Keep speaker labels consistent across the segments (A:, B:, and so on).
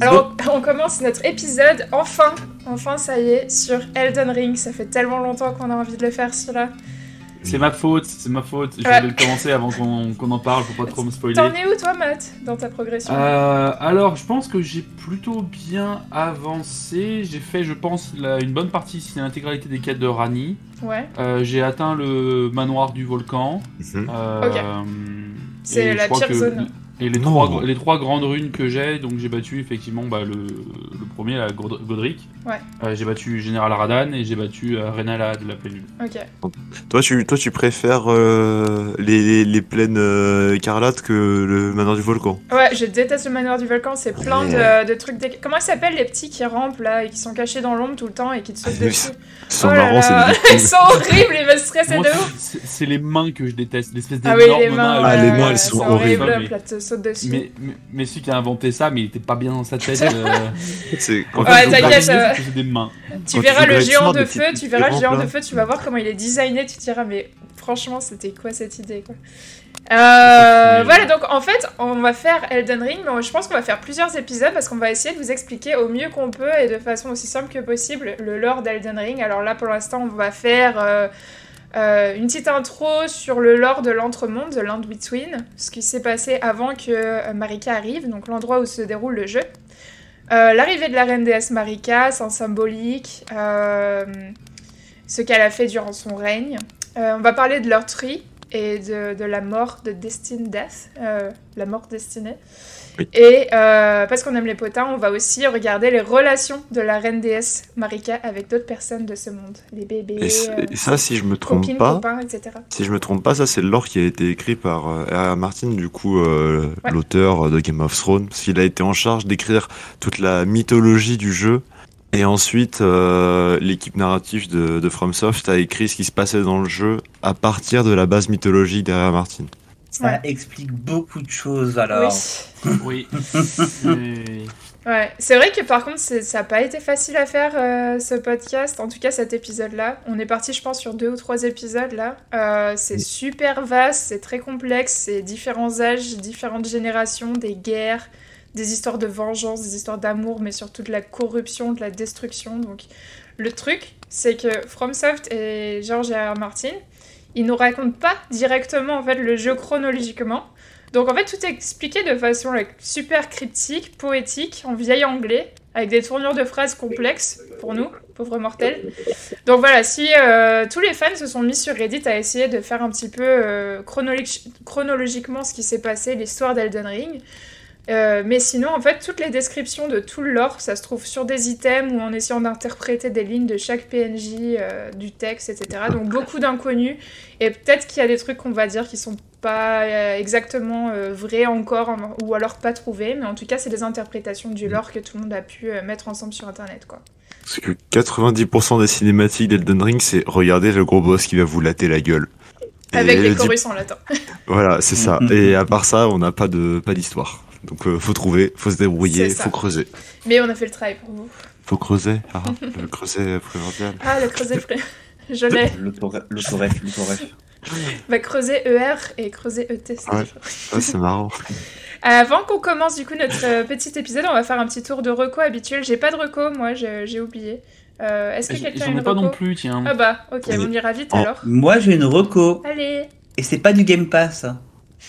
A: Alors, on commence notre épisode, enfin, enfin, ça y est, sur Elden Ring. Ça fait tellement longtemps qu'on a envie de le faire, celui-là.
B: C'est ma faute, c'est ma faute. Je
A: Ouais.
B: vais le commencer avant qu'on qu'on en parle pour pas trop me spoiler.
A: T'en es où, toi, Matt, dans ta progression
C: Ah.
B: Euh, alors, je pense que j'ai plutôt bien avancé. J'ai fait, je pense, la- une bonne partie, si l'intégralité des quêtes de Rani.
A: Ouais.
B: Euh, j'ai atteint le manoir du volcan.
C: Mhm.
B: Euh,
A: Ok.
B: et
A: C'est
B: je
A: la
B: crois
A: pire
B: que-
A: zone.
B: Et les
C: Non.
B: trois, les trois grandes runes que j'ai, donc j'ai battu effectivement bah, le, le premier, la Godric.
A: Ouais.
B: Euh, j'ai battu Général Radan et j'ai battu euh, Rennala de la Plénule.
A: Ok.
C: Toi, tu, toi, tu préfères euh, les, les, les plaines euh, écarlates que le manoir du volcan.
A: Ouais, je déteste le manoir du volcan, c'est plein de,
C: Ouais.
A: de trucs. dé- Comment ils s'appellent les petits qui rampent là et qui sont cachés dans l'ombre tout le temps et qui te sautent
C: Ah, mais
A: dessus
C: Ils
A: Oh
C: sont
A: là
C: marrants, c'est
A: là,
C: des
A: ils
C: victimes.
A: sont horribles, ils me stressent de
B: Moi,
A: ouf.
B: c'est c'est les mains que je déteste, l'espèce
A: Ah
B: d'énorme
A: oui, les mains.
C: Ah,
A: ouais, ouais,
C: les mains, elles
A: ouais,
C: sont
A: c'est
C: horribles.
A: horrible,
B: Mais-
A: là, te sautes dessus.
B: Mais, mais, mais celui qui a inventé ça, mais il était pas bien dans sa tête. euh,
C: C'est-
B: en
C: en
B: fait,
A: Ouais,
B: je
C: fait,
A: t'inquiète,
B: l'organisais,
A: euh.
B: c'est que j'ai des mains.
A: Tu
C: Quand tu
A: verras
C: fais
A: le
C: la
A: géant
C: descente
A: de
C: de
A: feu,
C: petites
A: tu verras le
C: rampes,
A: géant
C: là.
A: de feu, tu vas voir comment il est designé, tu te diras mais franchement c'était quoi cette idée quoi. Euh,
B: C'est-
A: voilà donc en fait on va faire Elden Ring mais je pense qu'on va faire plusieurs épisodes parce qu'on va essayer de vous expliquer au mieux qu'on peut et de façon aussi simple que possible le lore d'Elden Ring. Alors là pour l'instant on va faire euh, euh, une petite intro sur le lore de l'entremonde, de l'And Between, ce qui s'est passé avant que euh, Marika arrive, donc l'endroit où se déroule le jeu. Euh, L'arrivée de la reine déesse Marika, son symbolique, euh, ce qu'elle a fait durant son règne. Euh, on va parler de leur tri et de, de la mort de Destine Death, euh, la mort destinée.
C: Oui.
A: Et euh, parce qu'on aime les potins, on va aussi regarder les relations de la reine déesse Marika avec d'autres personnes de ce monde, les bébés,
C: Et, c-
A: euh,
C: et ça, si je me trompe
A: copines,
C: pas,
A: copains, etc.
C: si je me trompe pas, ça c'est le lore qui a été écrit par euh, R.R. Martin, du coup euh,
A: Ouais.
C: l'auteur de Game of Thrones, parce qu'il a été en charge d'écrire toute la mythologie du jeu. Et ensuite, euh, l'équipe narrative de, de FromSoft a écrit ce qui se passait dans le jeu à partir de la base mythologique d'R.R. Martin.
D: Ça explique beaucoup de choses alors.
A: Oui.
B: Oui. C'est-
A: Ouais, c'est vrai que par contre, c'est- ça n'a pas été facile à faire euh, ce podcast, en tout cas cet épisode-là. On est parti, je pense, sur deux ou trois épisodes là. Euh, c'est
C: Oui.
A: super vaste, c'est très complexe, c'est différents âges, différentes générations, des guerres, des histoires de vengeance, des histoires d'amour, mais surtout de la corruption, de la destruction. Donc, le truc, c'est que FromSoft et George R. R. Martin, ils nous racontent pas directement en fait le jeu chronologiquement. Donc en fait, tout est expliqué de façon like, super cryptique, poétique, en vieil anglais, avec des tournures de phrases complexes pour nous, pauvres mortels. Donc voilà, si euh, tous les fans se sont mis sur Reddit à essayer de faire un petit peu euh, chronologi- chronologiquement ce qui s'est passé, l'histoire d'Elden Ring. Euh, mais sinon, en fait, toutes les descriptions de tout le lore, ça se trouve sur des items ou en essayant d'interpréter des lignes de chaque PNJ, euh, du texte, etc. Donc beaucoup d'inconnus. Et peut-être qu'il y a des trucs qu'on va dire qui sont pas euh, exactement euh, vrais encore en- ou alors pas trouvés. Mais en tout cas, c'est des interprétations
C: Mm.
A: du lore que tout le monde a pu euh, mettre ensemble sur Internet, quoi.
C: Parce que 90% des cinématiques d'Elden Ring, c'est regardez le gros boss qui va vous latter la gueule. Et
A: Avec les
C: le dip-
A: chorus en latin.
C: Voilà, c'est ça.
D: Mhm.
C: Et à part ça, on n'a pas de pas d'histoire. Donc euh, faut trouver, faut se débrouiller,
A: C'est ça.
C: faut creuser.
A: Mais on a fait le travail pour vous.
C: Faut creuser. Ah, le creuset primordial.
A: Ah, le creuset frère. Je l'ai.
C: Mm.
D: L'autoref, l'autoref, l'autoref.
A: Bah, creuset ER et creuset ET. c'est
C: Ouais.
A: chaud.
C: Ah, c'est marrant.
A: Avant qu'on commence du coup notre euh, petit épisode, on va faire un petit tour de reco habituel. J'ai pas de reco, moi, je- j'ai oublié. Euh, Est-ce que
B: J'en
A: quelqu'un a
B: j'en
A: une
B: ai pas
A: reco
B: non plus, tiens.
A: Ah bah, ok,
C: Oui.
A: on ira vite
C: En-
A: alors.
D: Moi j'ai une reco
A: Allez.
D: et c'est pas du Game Pass.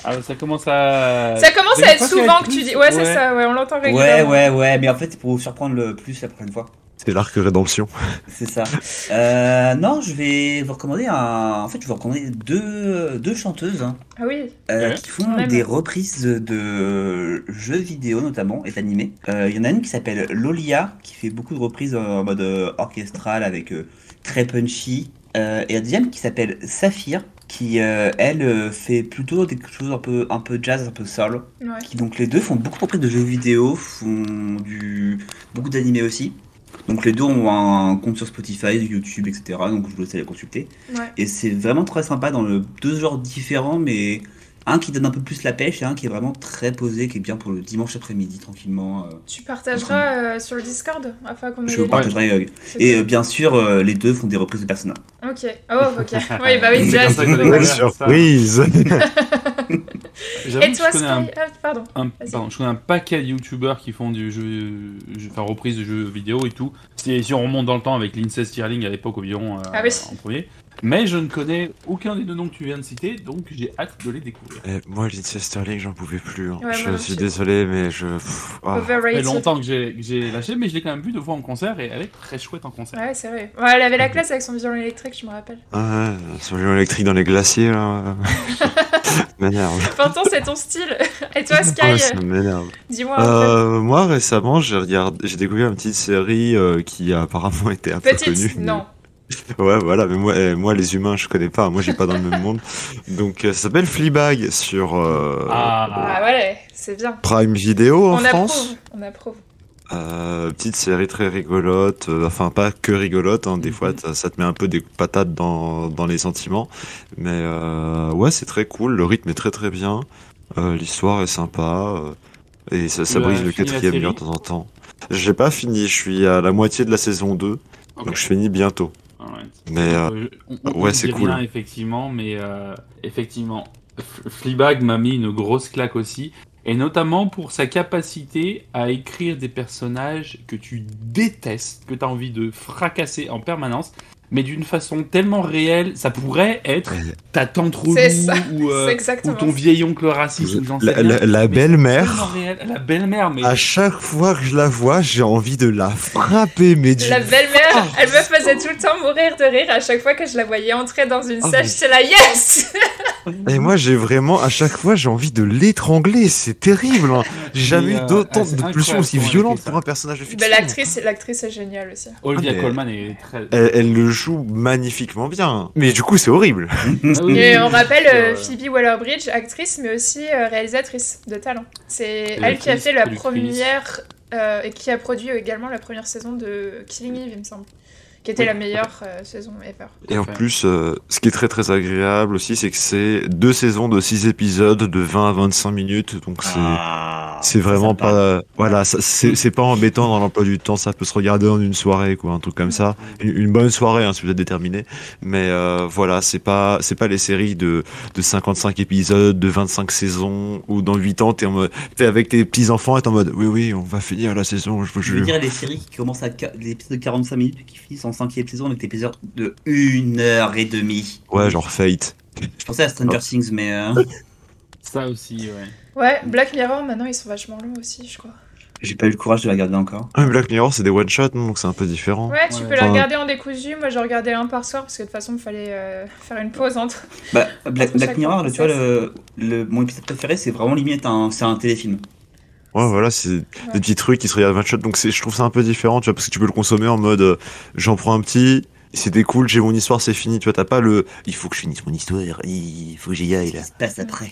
B: Ah, ça commence à.
A: Ça commence
B: Game
A: à être
B: Pass
A: souvent que
B: Active,
A: tu dis. Ouais, c'est ça, ouais, on l'entend
D: Ouais
A: régulièrement.
D: ouais ouais, mais en fait c'est pour vous surprendre le plus la prochaine fois.
C: C'est l'arc rédemption.
D: C'est ça. Euh, non, je vais vous recommander un. En fait, je vais vous recommander deux deux chanteuses hein,
A: Ah oui,
D: euh,
B: Ouais.
D: qui font
A: Même.
D: des reprises de jeux vidéo notamment et d'animés. Euh, Il y en a une qui s'appelle Lolia qui fait beaucoup de reprises en mode euh, orchestral avec euh, très punchy. Euh, et la deuxième qui s'appelle Saphir, qui euh, elle euh, fait plutôt des choses un peu, un peu jazz, un peu soul.
A: ouais.
D: Qui, donc les deux font beaucoup de reprises de jeux vidéo, font du, beaucoup d'animés aussi. Donc les deux ont un compte sur Spotify, YouTube, etc. Donc je vous laisse aller consulter.
A: Ouais.
D: Et c'est vraiment très sympa dans le deux genres différents, mais un qui donne un peu plus la pêche et un qui est vraiment très posé, qui est bien pour le dimanche après-midi tranquillement. euh.
A: Tu partageras euh, sur le Discord afin qu'on ait
D: Je vous
A: les
D: partagerai. euh,
A: liens, c'est
D: Et
A: ça
D: euh, bien sûr, euh, les deux font des reprises de Persona.
A: Ok. Oh, ok. Oui, bah oui,
B: C'est
A: déjà,
B: comme
A: c'est
B: ça que
A: cool, voilà.
B: ça.
C: Surprise
B: J'avoue
A: Et
B: que
A: toi,
B: je
A: Sky
B: connais un,
A: Ah, Pardon.
B: un-
A: Vas-y.
B: pardon, je connais un paquet de youtubeurs qui font du jeu, jeu- enfin reprise de jeux vidéo et tout. Si, si on remonte dans le temps avec Lindsay Stirling à l'époque au Billon euh,
A: Ah oui.
B: en premier. Mais je ne connais aucun des deux noms que tu viens de citer, donc j'ai hâte de les découvrir.
C: Eh, Moi, Lindsay Sterling, j'en pouvais plus. hein.
A: Ouais, moi
C: je
A: non
C: suis
A: plus.
C: désolé, mais je. pff, ah.
B: Ça fait
A: Overrated.
B: longtemps que j'ai que j'ai lâché, mais je l'ai quand même vu deux fois en concert et elle est très chouette en concert.
A: Ouais, c'est vrai. Ouais, elle avait la classe avec son violon électrique, je me rappelle.
C: Ah ouais, sur l'électrique électrique dans les glaciers, là. ça m'énerve.
A: Pourtant, c'est ton style. Et toi,
C: Ah,
A: Sky, euh,
C: ça m'énerve.
A: dis-moi. en
C: Euh, moi, récemment, j'ai regardé, j'ai découvert une petite série euh, qui a apparemment été un
A: fait.
C: peu connue.
A: Petite, non.
C: Ouais, voilà, mais moi, euh, moi, les humains, je connais pas. Moi, j'ai pas dans le même monde. Donc, euh, ça s'appelle Fleabag sur euh,
B: Ah,
A: Ah, ouais, c'est bien.
C: Prime Video en
A: on
C: France.
A: approuve. On approuve.
C: Euh, petite série très rigolote, euh, enfin pas que rigolote, hein, des
B: Mhm.
C: fois ça, ça te met un peu des patates dans, dans les sentiments, mais euh, ouais c'est très cool, le rythme est très très bien, euh, l'histoire est sympa, euh, et ça,
B: Tu
C: ça
B: as
C: brise le
B: fini la
C: quatrième mur de
B: série
C: temps en temps. J'ai pas fini, je suis à la moitié de la saison 2,
B: ok.
C: donc je finis bientôt.
B: Alright.
C: Mais euh,
B: Euh, on- on-
C: ouais,
B: on
C: c'est
B: dit
C: cool.
B: rien, effectivement, mais euh, effectivement, F- Fleabag m'a mis une grosse claque aussi, et notamment pour sa capacité à écrire des personnages que tu détestes, que tu as envie de fracasser en permanence, mais d'une façon tellement réelle, ça pourrait être ta tante Roulou
A: C'est ça,
B: ou, euh,
A: c'est
B: ou
A: exactement.
B: ton
A: ça.
B: vieil oncle raciste, ou j'en sais
C: la,
B: rien. Mais c'est
C: la- la
B: tellement
C: belle-mère,
B: réel, la belle-mère, mais
C: à chaque fois que je la vois, j'ai envie de la frapper, mais du
A: La belle-mère,
C: Oh.
A: elle me faisait tout le temps mourir de rire à chaque fois que je la voyais entrer dans une
C: Oh,
A: salle.
C: mais-
A: C'est la yes
C: Et moi, j'ai vraiment, à chaque fois, j'ai envie de l'étrangler. C'est terrible. hein. J'ai jamais
B: Mais,
C: eu
B: euh,
C: d'autant
B: c'est
C: de pulsions
B: incroyable
C: aussi
B: comment elle
C: violentes
B: fait ça.
C: pour un personnage de fiction.
A: Mais l'actrice, l'actrice est géniale aussi.
B: Olivia
C: Ah, mais-
B: Colman est très...
C: Elle, elle le joue magnifiquement bien. Mais du coup, c'est horrible.
B: Ah oui,
A: Et on
B: oui,
A: rappelle
B: c'est,
A: euh,
B: euh,
A: Phoebe Waller-Bridge, actrice, mais aussi euh, réalisatrice de talent. C'est elle
B: Réalisatrice,
A: qui a fait la
B: productrice.
A: première euh, et qui a produit également la première saison de Killing Eve, il me semble, qui était
B: Oui.
A: la meilleure euh, saison ever.
C: Et en
B: Enfin.
C: plus, euh, ce qui est très très agréable aussi, c'est que c'est deux saisons de six épisodes de 20 à 25 minutes. Donc c'est.
D: Ah,
C: C'est vraiment
D: sympa. Mm.
C: pas, voilà, ça- c'est c'est pas embêtant dans l'emploi du temps, ça peut se regarder en une soirée, quoi, un truc comme ça,
D: Mm.
C: une, une bonne soirée, hein, si vous êtes déterminé. Mais euh, voilà, c'est pas, c'est pas les séries de, de 55 épisodes, de 25 saisons, où dans 8 ans t'es en mode, t'es avec tes petits enfants, et t'es en mode, oui oui, on va finir la saison, je vous
D: Je veux
C: jure.
D: dire, les séries qui commencent à qua- des épisodes de 45 minutes puis qui finissent en 5 saison avec des épisodes de 1 heure et demie.
C: Ouais, genre Fate.
D: Je pensais à Stranger Things, mais. euh,
B: Ça aussi, ouais.
A: Ouais, Black Mirror, maintenant ils sont vachement longs aussi, je crois.
D: J'ai pas eu le courage de la regarder encore.
C: Ah, mais Black Mirror, c'est des one shot, donc c'est un peu différent.
A: Ouais, tu
B: Ouais.
A: peux la
C: Enfin-
A: regarder en décousu. Moi, j'en regardais un par soir parce que de toute façon, il fallait euh, faire une pause entre.
D: Bah, Black,
A: Entre
D: Black
A: chaque
D: Mirror, là, tu vois,
A: princesse.
D: le, le- mon épisode préféré, c'est vraiment limite un, c'est un téléfilm.
C: Ouais, voilà, c'est des petits trucs qui se regardent 20 shots. Donc c'est- je trouve ça un peu différent, tu vois, parce que tu peux le consommer en mode euh, j'en prends un petit, c'était cool, j'ai mon histoire, c'est fini. Tu vois, t'as pas le il faut que je finisse mon histoire, il faut que j'y aille
D: Qu'est-ce
C: là.
D: qui se passe après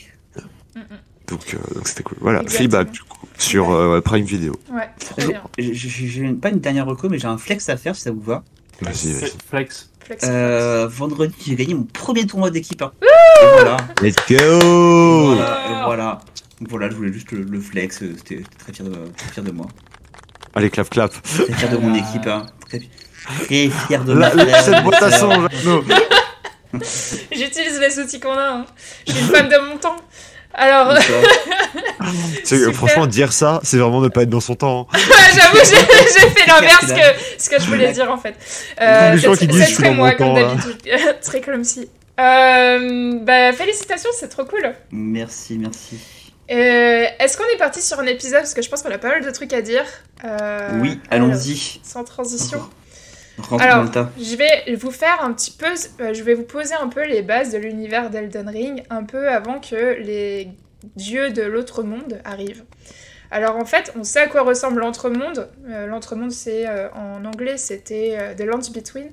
A: Mm, mm.
C: Donc euh, donc c'était cool. Voilà,
A: Exactement.
C: feedback du coup, sur euh, ouais, Prime Video.
A: Ouais, très
D: Je-
A: bien.
D: je- je- J'ai une- pas une dernière reco, mais j'ai un flex à faire si ça vous va.
C: Vas-y, vas-y.
B: Flex.
A: Flex.
D: Euh, vendredi, j'ai gagné mon premier tournoi d'équipe. hein. Et voilà,
C: Let's go
D: voilà, et voilà. Donc voilà, je voulais juste le, le flex. euh, C'était j'étais très fier, de, très fier de moi.
C: Allez, clap, clap.
D: Très fier de mon équipe. Hein. Très, fi- très fier de ma
C: Ah. La- la-
D: frère,
C: cette
D: ma
C: boîte à
D: sœur.
C: son, Jeannot.
A: J'utilise les outils qu'on a. hein. Je suis une femme de mon temps. Alors,
D: Donc, euh,
C: C'est- euh,
A: Super.
C: Franchement, dire ça, c'est vraiment ne pas être dans son temps. hein.
A: J'avoue, j'ai j'ai fait l'inverse que ce que je voulais dire en fait. Euh,
C: Les gens
A: c'est-
C: qui disent,
A: c'est
C: je suis
A: très
C: dans
A: moi,
C: mon
A: comme
C: temps, hein. là.
A: d'habitude. très clumsy. Euh, bah, félicitations, c'est trop cool.
D: Merci, merci.
A: Euh, Est-ce qu'on est parti sur un épisode Parce que je pense qu'on a pas mal de trucs à dire. Euh,
D: oui,
A: alors,
D: allons-y.
A: Sans transition.
D: Rentre
A: Alors,
D: dans le tas.
A: Je vais vous faire un petit peu, euh, je vais vous poser un peu les bases de l'univers d'Elden Ring, un peu avant que les dieux de l'autre monde arrivent. Alors en fait, on sait à quoi ressemble l'entremonde. Euh, l'entremonde, c'est euh, en anglais, c'était euh, The Lands Between.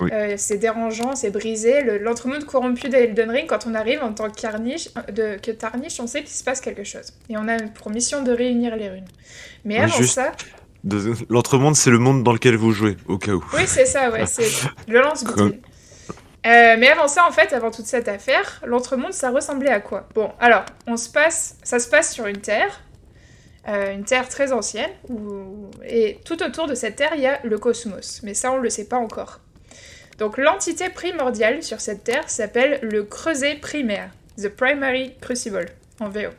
C: Oui.
A: Euh, c'est dérangeant, c'est brisé. Le- l'entremonde corrompu d'Elden Ring, quand on arrive en tant que, Carniche, de, que Tarnish, on sait qu'il se passe quelque chose. Et on a pour mission de réunir les runes. Mais
C: Ouais,
A: avant
C: juste-
A: ça,
C: de- L'entremonde, c'est le monde dans lequel vous jouez, au cas où.
A: Oui, c'est ça, ouais, c'est le lance-bouteille. Euh, mais avant ça, en fait, avant toute cette affaire, l'entremonde, ça ressemblait à quoi Bon, alors, on se passe, ça se passe sur une terre, euh, une terre très ancienne, où- et tout autour de cette terre, il y a le cosmos. Mais ça, on le sait pas encore. Donc, l'entité primordiale sur cette terre s'appelle le creuset primaire, the primary crucible, en VO.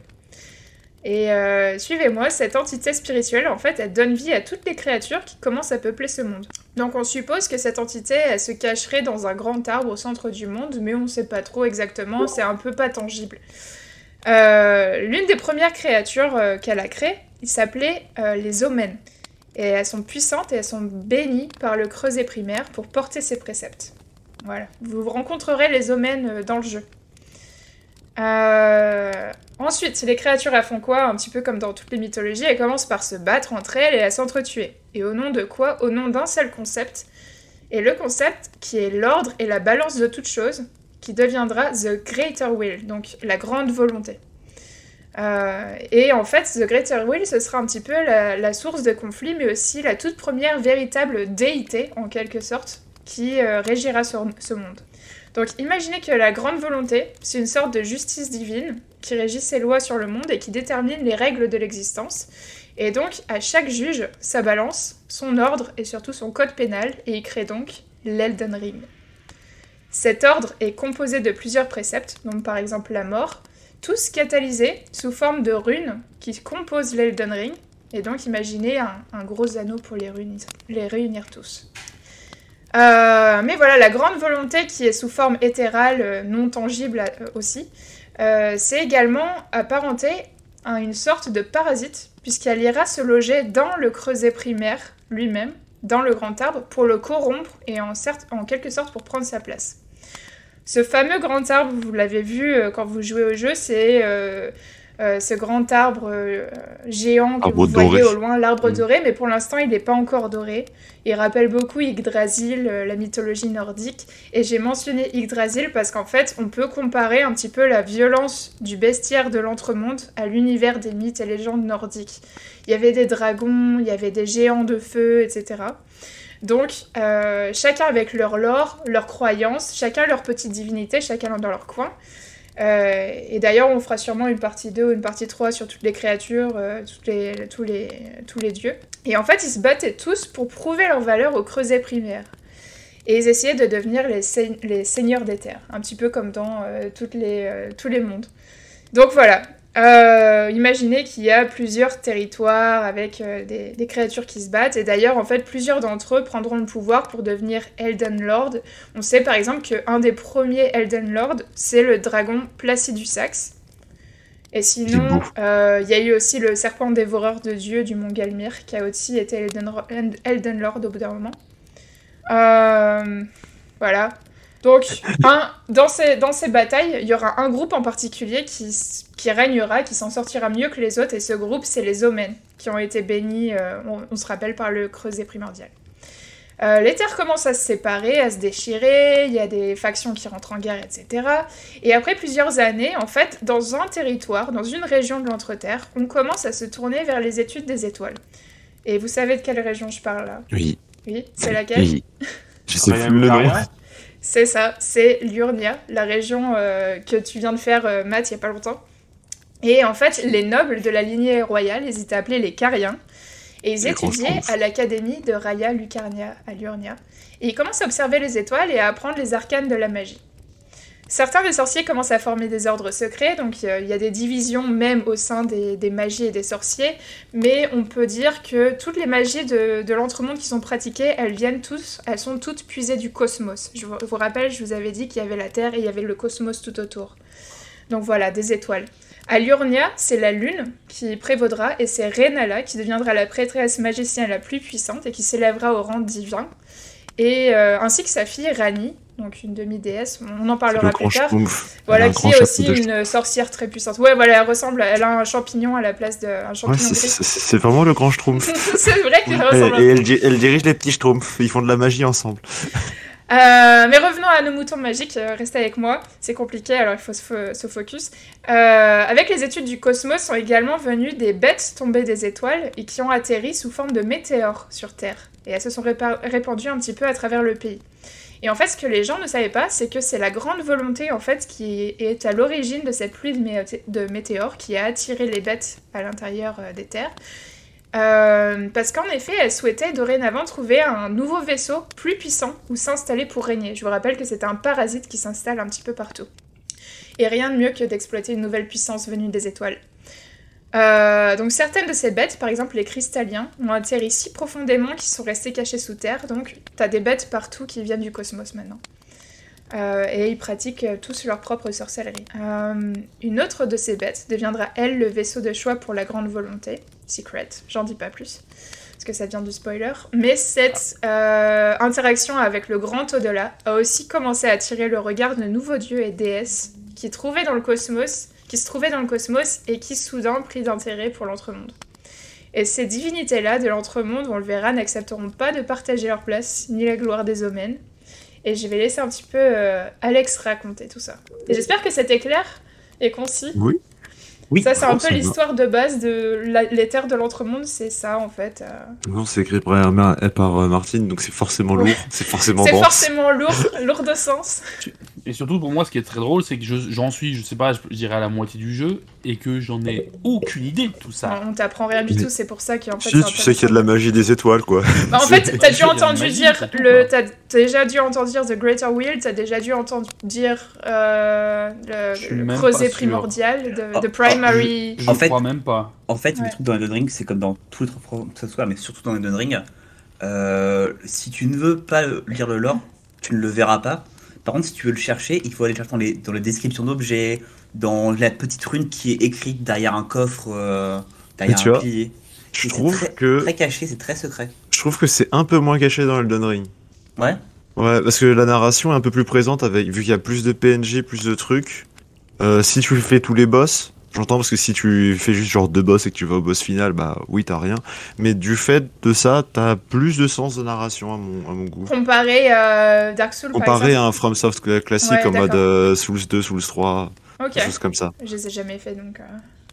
A: Et euh, suivez-moi, cette entité spirituelle, en fait, elle donne vie à toutes les créatures qui commencent à peupler ce monde. Donc on suppose que cette entité, elle se cacherait dans un grand arbre au centre du monde, mais on ne sait pas trop exactement, c'est un peu pas tangible. Euh, L'une des premières créatures euh, qu'elle a créées, il s'appelait euh, les Omen. Et elles sont puissantes et elles sont bénies par le creuset primaire pour porter ses préceptes. Voilà. Vous rencontrerez les Omen euh, dans le jeu. Euh, Ensuite, les créatures, elles font quoi Un petit peu comme dans toutes les mythologies, elles commencent par se battre entre elles et à s'entretuer. Et au nom de quoi Au nom d'un seul concept. Et le concept qui est l'ordre et la balance de toute chose, qui deviendra The Greater Will, donc la grande volonté. Euh, et en fait, The Greater Will, ce sera un petit peu la, la source de conflits, mais aussi la toute première véritable déité, en quelque sorte, qui euh, régira ce- ce monde. Donc imaginez que la grande volonté, c'est une sorte de justice divine qui régit ses lois sur le monde et qui détermine les règles de l'existence. Et donc à chaque juge, sa balance, son ordre et surtout son code pénal, et il crée donc l'Elden Ring. Cet ordre est composé de plusieurs préceptes, donc par exemple la mort, tous catalysés sous forme de runes qui composent l'Elden Ring. Et donc imaginez un, un gros anneau pour les réunir- les réunir tous. Euh, mais voilà, la grande volonté qui est sous forme éthérale, euh, non tangible euh, aussi, euh, c'est également apparenté à une sorte de parasite, puisqu'elle ira se loger dans le creuset primaire lui-même, dans le grand arbre, pour le corrompre et en, certes- en quelque sorte pour prendre sa place. Ce fameux grand arbre, vous l'avez vu euh, quand vous jouez au jeu, c'est euh, euh, ce grand arbre euh, géant que
C: Arbre doré.
A: au loin, l'arbre
B: Mm.
A: doré, mais pour l'instant il n'est pas encore doré. Il rappelle beaucoup Yggdrasil, euh, la mythologie nordique. Et j'ai mentionné Yggdrasil parce qu'en fait, on peut comparer un petit peu la violence du bestiaire de l'entremonde à l'univers des mythes et légendes nordiques. Il y avait des dragons, il y avait des géants de feu, etc. Donc, euh, chacun avec leur lore, leurs croyances, chacun leur petite divinité, chacun dans leur coin. Euh, et d'ailleurs, on fera sûrement une partie 2 ou une partie 3 sur toutes les créatures, euh, toutes les- tous, les, tous les dieux. Et en fait, ils se battaient tous pour prouver leur valeur au creuset primaire. Et ils essayaient de devenir les, sei- les seigneurs des terres, un petit peu comme dans euh, toutes les, euh, tous les mondes. Donc voilà. Euh, imaginez qu'il y a plusieurs territoires avec euh, des, des créatures qui se battent. Et d'ailleurs, en fait, plusieurs d'entre eux prendront le pouvoir pour devenir Elden Lord. On sait par exemple qu'un des premiers Elden Lord, c'est le dragon Placidus Saxe. Et sinon,
C: beau.
A: euh, il y a eu aussi le serpent dévoreur de dieu du mont Galmir, qui a aussi été Elden, Ro- Elden Lord au bout d'un moment. Euh, voilà. Donc, un- dans, ces, dans ces batailles, il y aura un groupe en particulier qui, s- qui régnera, qui s'en sortira mieux que les autres, et ce groupe, c'est les Omen, qui ont été bénis, euh, on, on se rappelle, par le creuset primordial. Euh, les terres commencent à se séparer, à se déchirer, il y a des factions qui rentrent en guerre, etc. Et après plusieurs années, en fait, dans un territoire, dans une région de l'Entreterre, on commence à se tourner vers les études des étoiles. Et vous savez de quelle région je parle là
C: Oui,
A: Oui, c'est laquelle
C: oui. Je sais plus le nom.
B: Ryan
A: C'est ça, c'est l'Urnia, la région euh, que tu viens de faire, euh, Matt, il n'y a pas longtemps. Et en fait, les nobles de la lignée royale, ils étaient appelés les Cariens. Et ils
C: Les grosses
A: étudiaient
C: trompes.
A: à l'académie de Raya Lucarnia à Lurnia. Et ils commencent à observer les étoiles et à apprendre les arcanes de la magie. Certains des sorciers commencent à former des ordres secrets, donc euh, il y a des divisions même au sein des, des magies et des sorciers, mais on peut dire que toutes les magies de, de l'entremonde qui sont pratiquées, elles viennent tous, elles sont toutes puisées du cosmos. Je vous, vous rappelle, je vous avais dit qu'il y avait la Terre et il y avait le cosmos tout autour. Donc voilà, des étoiles. À Liurnia, c'est la lune qui prévaudra et c'est Rhenala qui deviendra la prêtresse magicienne la plus puissante et qui s'élèvera au rang divin. Et euh, ainsi que sa fille Rani, donc une demi-déesse, on en
C: C'est le
A: parlera plus
C: grand
A: tard.
C: schtroumpf.
A: Voilà,
C: Elle a un
A: qui
C: grand
A: est
C: chapeau
A: aussi
C: de
A: une sorcière très puissante. Ouais, voilà, elle ressemble, elle a un champignon à la place d'un
C: Ouais,
A: champignon
C: c'est-
A: gris.
C: c'est c'est vraiment le grand schtroumpf.
A: C'est vrai qu'elle
C: Et,
A: ressemble.
C: et elle, di- elle dirige les petits schtroumpfs. Ils font de la magie ensemble.
A: Euh, mais revenons à nos moutons magiques, euh, restez avec moi, c'est compliqué, alors il faut se, fo- se focus. Euh, avec les études du cosmos sont également venues des bêtes tombées des étoiles et qui ont atterri sous forme de météores sur Terre. Et elles se sont répa- répandues un petit peu à travers le pays. Et en fait, ce que les gens ne savaient pas, c'est que c'est la grande volonté en fait qui est à l'origine de cette pluie de, mé- de météores qui a attiré les bêtes à l'intérieur euh, des terres. Euh, parce qu'en effet, elle souhaitait dorénavant trouver un nouveau vaisseau plus puissant où s'installer pour régner. Je vous rappelle que c'est un parasite qui s'installe un petit peu partout. Et rien de mieux que d'exploiter une nouvelle puissance venue des étoiles. Euh, donc certaines de ces bêtes, par exemple les cristalliens, ont atterri si profondément qu'ils sont restés cachés sous terre. Donc t'as des bêtes partout qui viennent du cosmos maintenant. Euh, et ils pratiquent euh, tous leur propre sorcellerie. Euh, une autre de ces bêtes deviendra, elle, le vaisseau de choix pour la grande volonté. Secret, j'en dis pas plus, parce que ça vient du spoiler. Mais cette euh, interaction avec le grand au-delà a aussi commencé à attirer le regard de nouveaux dieux et déesses qui, trouvaient dans le cosmos, qui se trouvaient dans le cosmos et qui soudain prit d'intérêt pour l'entremonde. Et ces divinités-là de l'entremonde, on le verra, n'accepteront pas de partager leur place ni la gloire des homènes. Et je vais laisser un petit peu euh, Alex raconter tout ça. Et j'espère que c'était clair et concis.
C: Oui. Oui.
A: Ça, c'est un
C: Oh,
A: peu
C: va.
A: l'histoire de base de la- les terres de l'entremonde, c'est ça en fait. euh.
C: Non, c'est écrit par, euh, par euh, Martine, donc c'est forcément
A: Ouais.
C: lourd, c'est forcément
A: C'est
C: dense.
A: forcément lourd, lourd de sens.
B: Et surtout, pour moi, ce qui est très drôle, c'est que je- j'en suis, je sais pas, je, je dirais à la moitié du jeu, et que j'en ai aucune idée de tout ça.
A: Non, on t'apprend rien du
C: Mais-
A: tout, c'est pour ça qu'en fait.
C: Si,
A: c'est
C: tu sais qu'il y a de la magie des étoiles, quoi.
A: Bah, en fait, t'as
B: C'est-
A: dû
B: il y a de la
A: entendre
B: magie,
A: dire
B: c'est tout,
A: le,
B: quoi.
A: t'as t'as déjà dû entendre dire The Greater Will, t'as déjà dû entendre dire euh,
B: Je suis
A: le, le
B: même
A: creuset
B: pas sûr.
A: primordial, de-
D: Ah,
A: the primary.
B: Je
D: En fait-
B: crois même pas.
D: En fait,
A: Ouais.
D: le truc dans Elden Ring, c'est comme dans tout les que ce soit, mais surtout dans Elden Ring, euh, si tu ne veux pas lire le lore, tu ne le verras pas. Par contre, si tu veux le chercher, il faut aller le chercher dans les, dans les descriptions d'objets, dans la petite rune qui est écrite derrière un coffre, euh, derrière
C: tu
D: un
C: vois,
D: pilier.
C: Je
D: C'est
C: trouve
D: très-
C: que
D: Très caché, c'est très secret.
C: je trouve que c'est un peu moins caché dans Elden Ring.
D: Ouais.
C: Ouais, parce que la narration est un peu plus présente avec vu qu'il y a plus de PNJ, plus de trucs. Euh, si tu fais tous les boss, j'entends parce que si tu fais juste genre deux boss et que tu vas au boss final, bah oui t'as rien. Mais du fait de ça, t'as plus de sens de narration à mon, à mon goût.
A: Comparé à Dark Souls, par
C: Comparé
A: exemple.
C: à un FromSoft cla- classique
A: Ouais,
C: en mode
A: d'accord.
C: euh, Souls 2, Souls 3,
A: Ok,
C: des choses comme ça.
A: je les ai jamais fait donc. euh,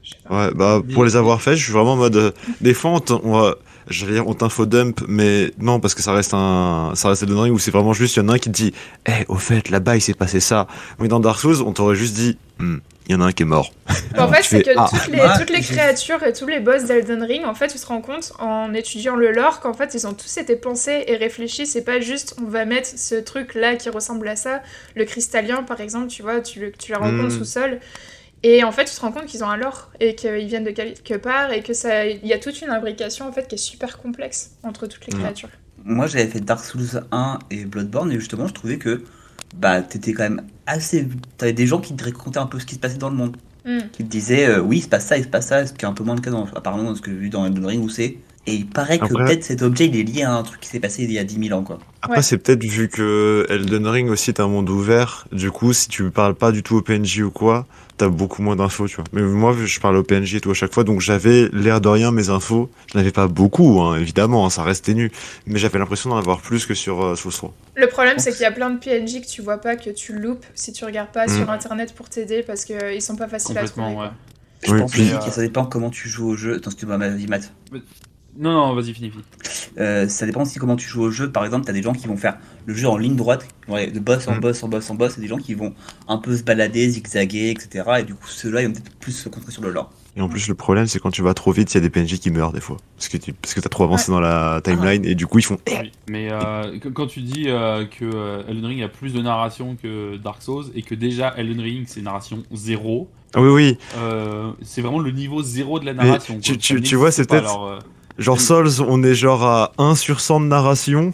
A: je sais pas.
C: Ouais, bah pour les avoir faits, je suis vraiment en mode. euh, des fois, on, t'in- on va- je vais dire, on t'info dump, mais non, parce que ça reste un, ça reste Elden Ring où c'est vraiment juste, il y en a un qui te dit, eh, au fait, là-bas, il s'est passé ça. Mais dans Dark Souls, on t'aurait juste dit, Hmm, il y en a un qui est mort.
A: Bah, En
C: Alors,
A: fait,
C: tu
A: c'est
C: fais,
A: que
C: ah.
A: toutes, les,
D: Moi,
A: toutes les
D: j'ai-
A: créatures et tous les boss d'Elden Ring, en fait, tu te rends compte en étudiant le lore qu'en fait, ils ont tous été pensés et réfléchis. C'est pas juste on va mettre ce truc là qui ressemble à ça. Le cristallien, par exemple, tu vois, tu, le, tu la rencontres
C: Mm.
A: sous sol. Et en fait, tu te rends compte qu'ils ont un lore et qu'ils viennent de quelque part et que ça, il y a toute une imbrication en fait qui est super complexe entre toutes les
C: Mm.
A: créatures.
D: Moi, j'avais fait Dark Souls 1 et Bloodborne, et justement, je trouvais que bah, t'étais quand même assez. T'avais des gens qui te racontaient un peu ce qui se passait dans le monde.
A: Mm.
D: qui te disait euh, oui il se passe ça, il se passe ça, ce qui est un peu moins le cas dans, apparemment dans ce que j'ai vu dans Elden Ring où c'est. Et il paraît que
C: Après-
D: peut-être cet objet il est lié à un truc qui s'est passé il y a 10 000 ans quoi.
C: Après,
A: Ouais.
C: c'est peut-être vu que Elden Ring aussi est un monde ouvert. Du coup, si tu parles pas du tout au PNJ ou quoi, t'as beaucoup moins d'infos, tu vois. Mais moi, je parle au PNJ et tout à chaque fois, donc j'avais l'air de rien mes infos. Je n'avais pas beaucoup, hein, évidemment, hein, ça restait nu. Mais j'avais l'impression d'en avoir plus que sur euh, Souls 3.
A: Le problème, c'est qu'il y a plein de PNJ que tu vois pas, que tu loupes si tu regardes pas
C: Mm.
A: sur internet pour t'aider parce qu'ils sont pas faciles à trouver.
B: Complètement, ouais.
D: Je
C: Oui,
D: pense
C: puis-
D: aussi que ça dépend comment tu joues au jeu. Attends, excuse-moi, ma vie, Matt.
B: Non, non, vas-y, finis, finis.
D: Euh, ça dépend aussi comment tu joues au jeu. Par exemple, t'as des gens qui vont faire le jeu en ligne droite, qui vont aller de boss en
C: Mm.
D: boss en boss en boss, et des gens qui vont un peu se balader, zigzaguer, etc. Et du coup, ceux-là ils vont peut-être plus se concentrer sur le lore.
C: Et en plus, le problème, c'est quand tu vas trop vite, il y a des PNJ qui meurent des fois. Parce que tu parce que t'as trop avancé dans la timeline et du coup, ils font. eh.
B: Oui, Mais euh, que- quand tu dis euh, que euh, Elden Ring a plus de narration que Dark Souls et que déjà Elden Ring c'est narration zéro,
C: Ah oui, oui.
B: euh, c'est vraiment le niveau zéro de la
C: Mais
B: narration. quoi.
C: tu-
B: Ça
C: tu- tu
B: n'existe
C: vois, c'est
B: pas,
C: peut-être-
B: alors, euh,
C: Genre Souls, on est genre à 1 sur 100 de narration.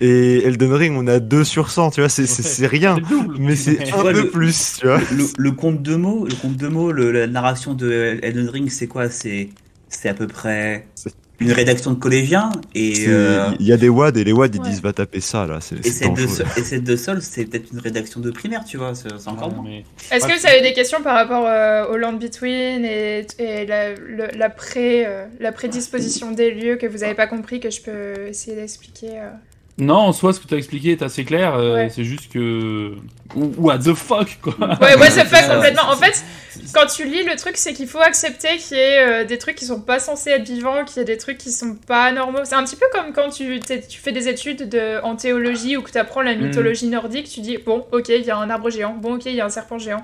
C: Et Elden Ring, on a 2 sur 100. Tu vois, c'est- c'est c'est rien.
B: c'est le double.
C: Mais c'est un
D: Ouais,
C: peu
D: le-
C: plus, tu vois.
D: Le, le compte de mots, le compte de mots, le- la narration de Elden Ring, c'est quoi C'est c'est à peu près
C: C'est-
D: une rédaction de collégiens et
C: C'est-
D: euh,
C: Il y a des WAD et les WAD, ils
A: Ouais.
C: disent va taper ça là. C'est
D: Et
C: c'est
D: cette de,
C: dangereux.
D: sol, et cette de sol, c'est peut-être une rédaction de primaire, tu vois, c'est c'est encore
C: Ah,
B: Non,
D: moins.
B: mais-
A: Est-ce que
B: Ouais.
A: vous avez des questions par rapport euh, au Land Between et, et la, le- la, pré, euh, la prédisposition des lieux que vous n'avez pas compris que je peux essayer d'expliquer euh,
B: Non, en soi, ce que t'as expliqué est assez clair. euh,
A: Ouais.
B: C'est juste que. Ou- What the fuck, quoi.
A: Ouais, what the
D: c'est
A: fuck,
D: ça.
A: complètement. En fait,
B: c'est-
A: quand tu lis, le truc, c'est qu'il faut accepter qu'il y ait euh, des trucs qui sont pas censés être vivants, qu'il y ait des trucs qui sont pas normaux. C'est un petit peu comme quand tu, t'es- tu fais des études de, en théologie ou que tu apprends la
B: Hmm.
A: mythologie nordique, tu dis, bon, ok, il y a un arbre géant, bon, ok, il y a un serpent géant.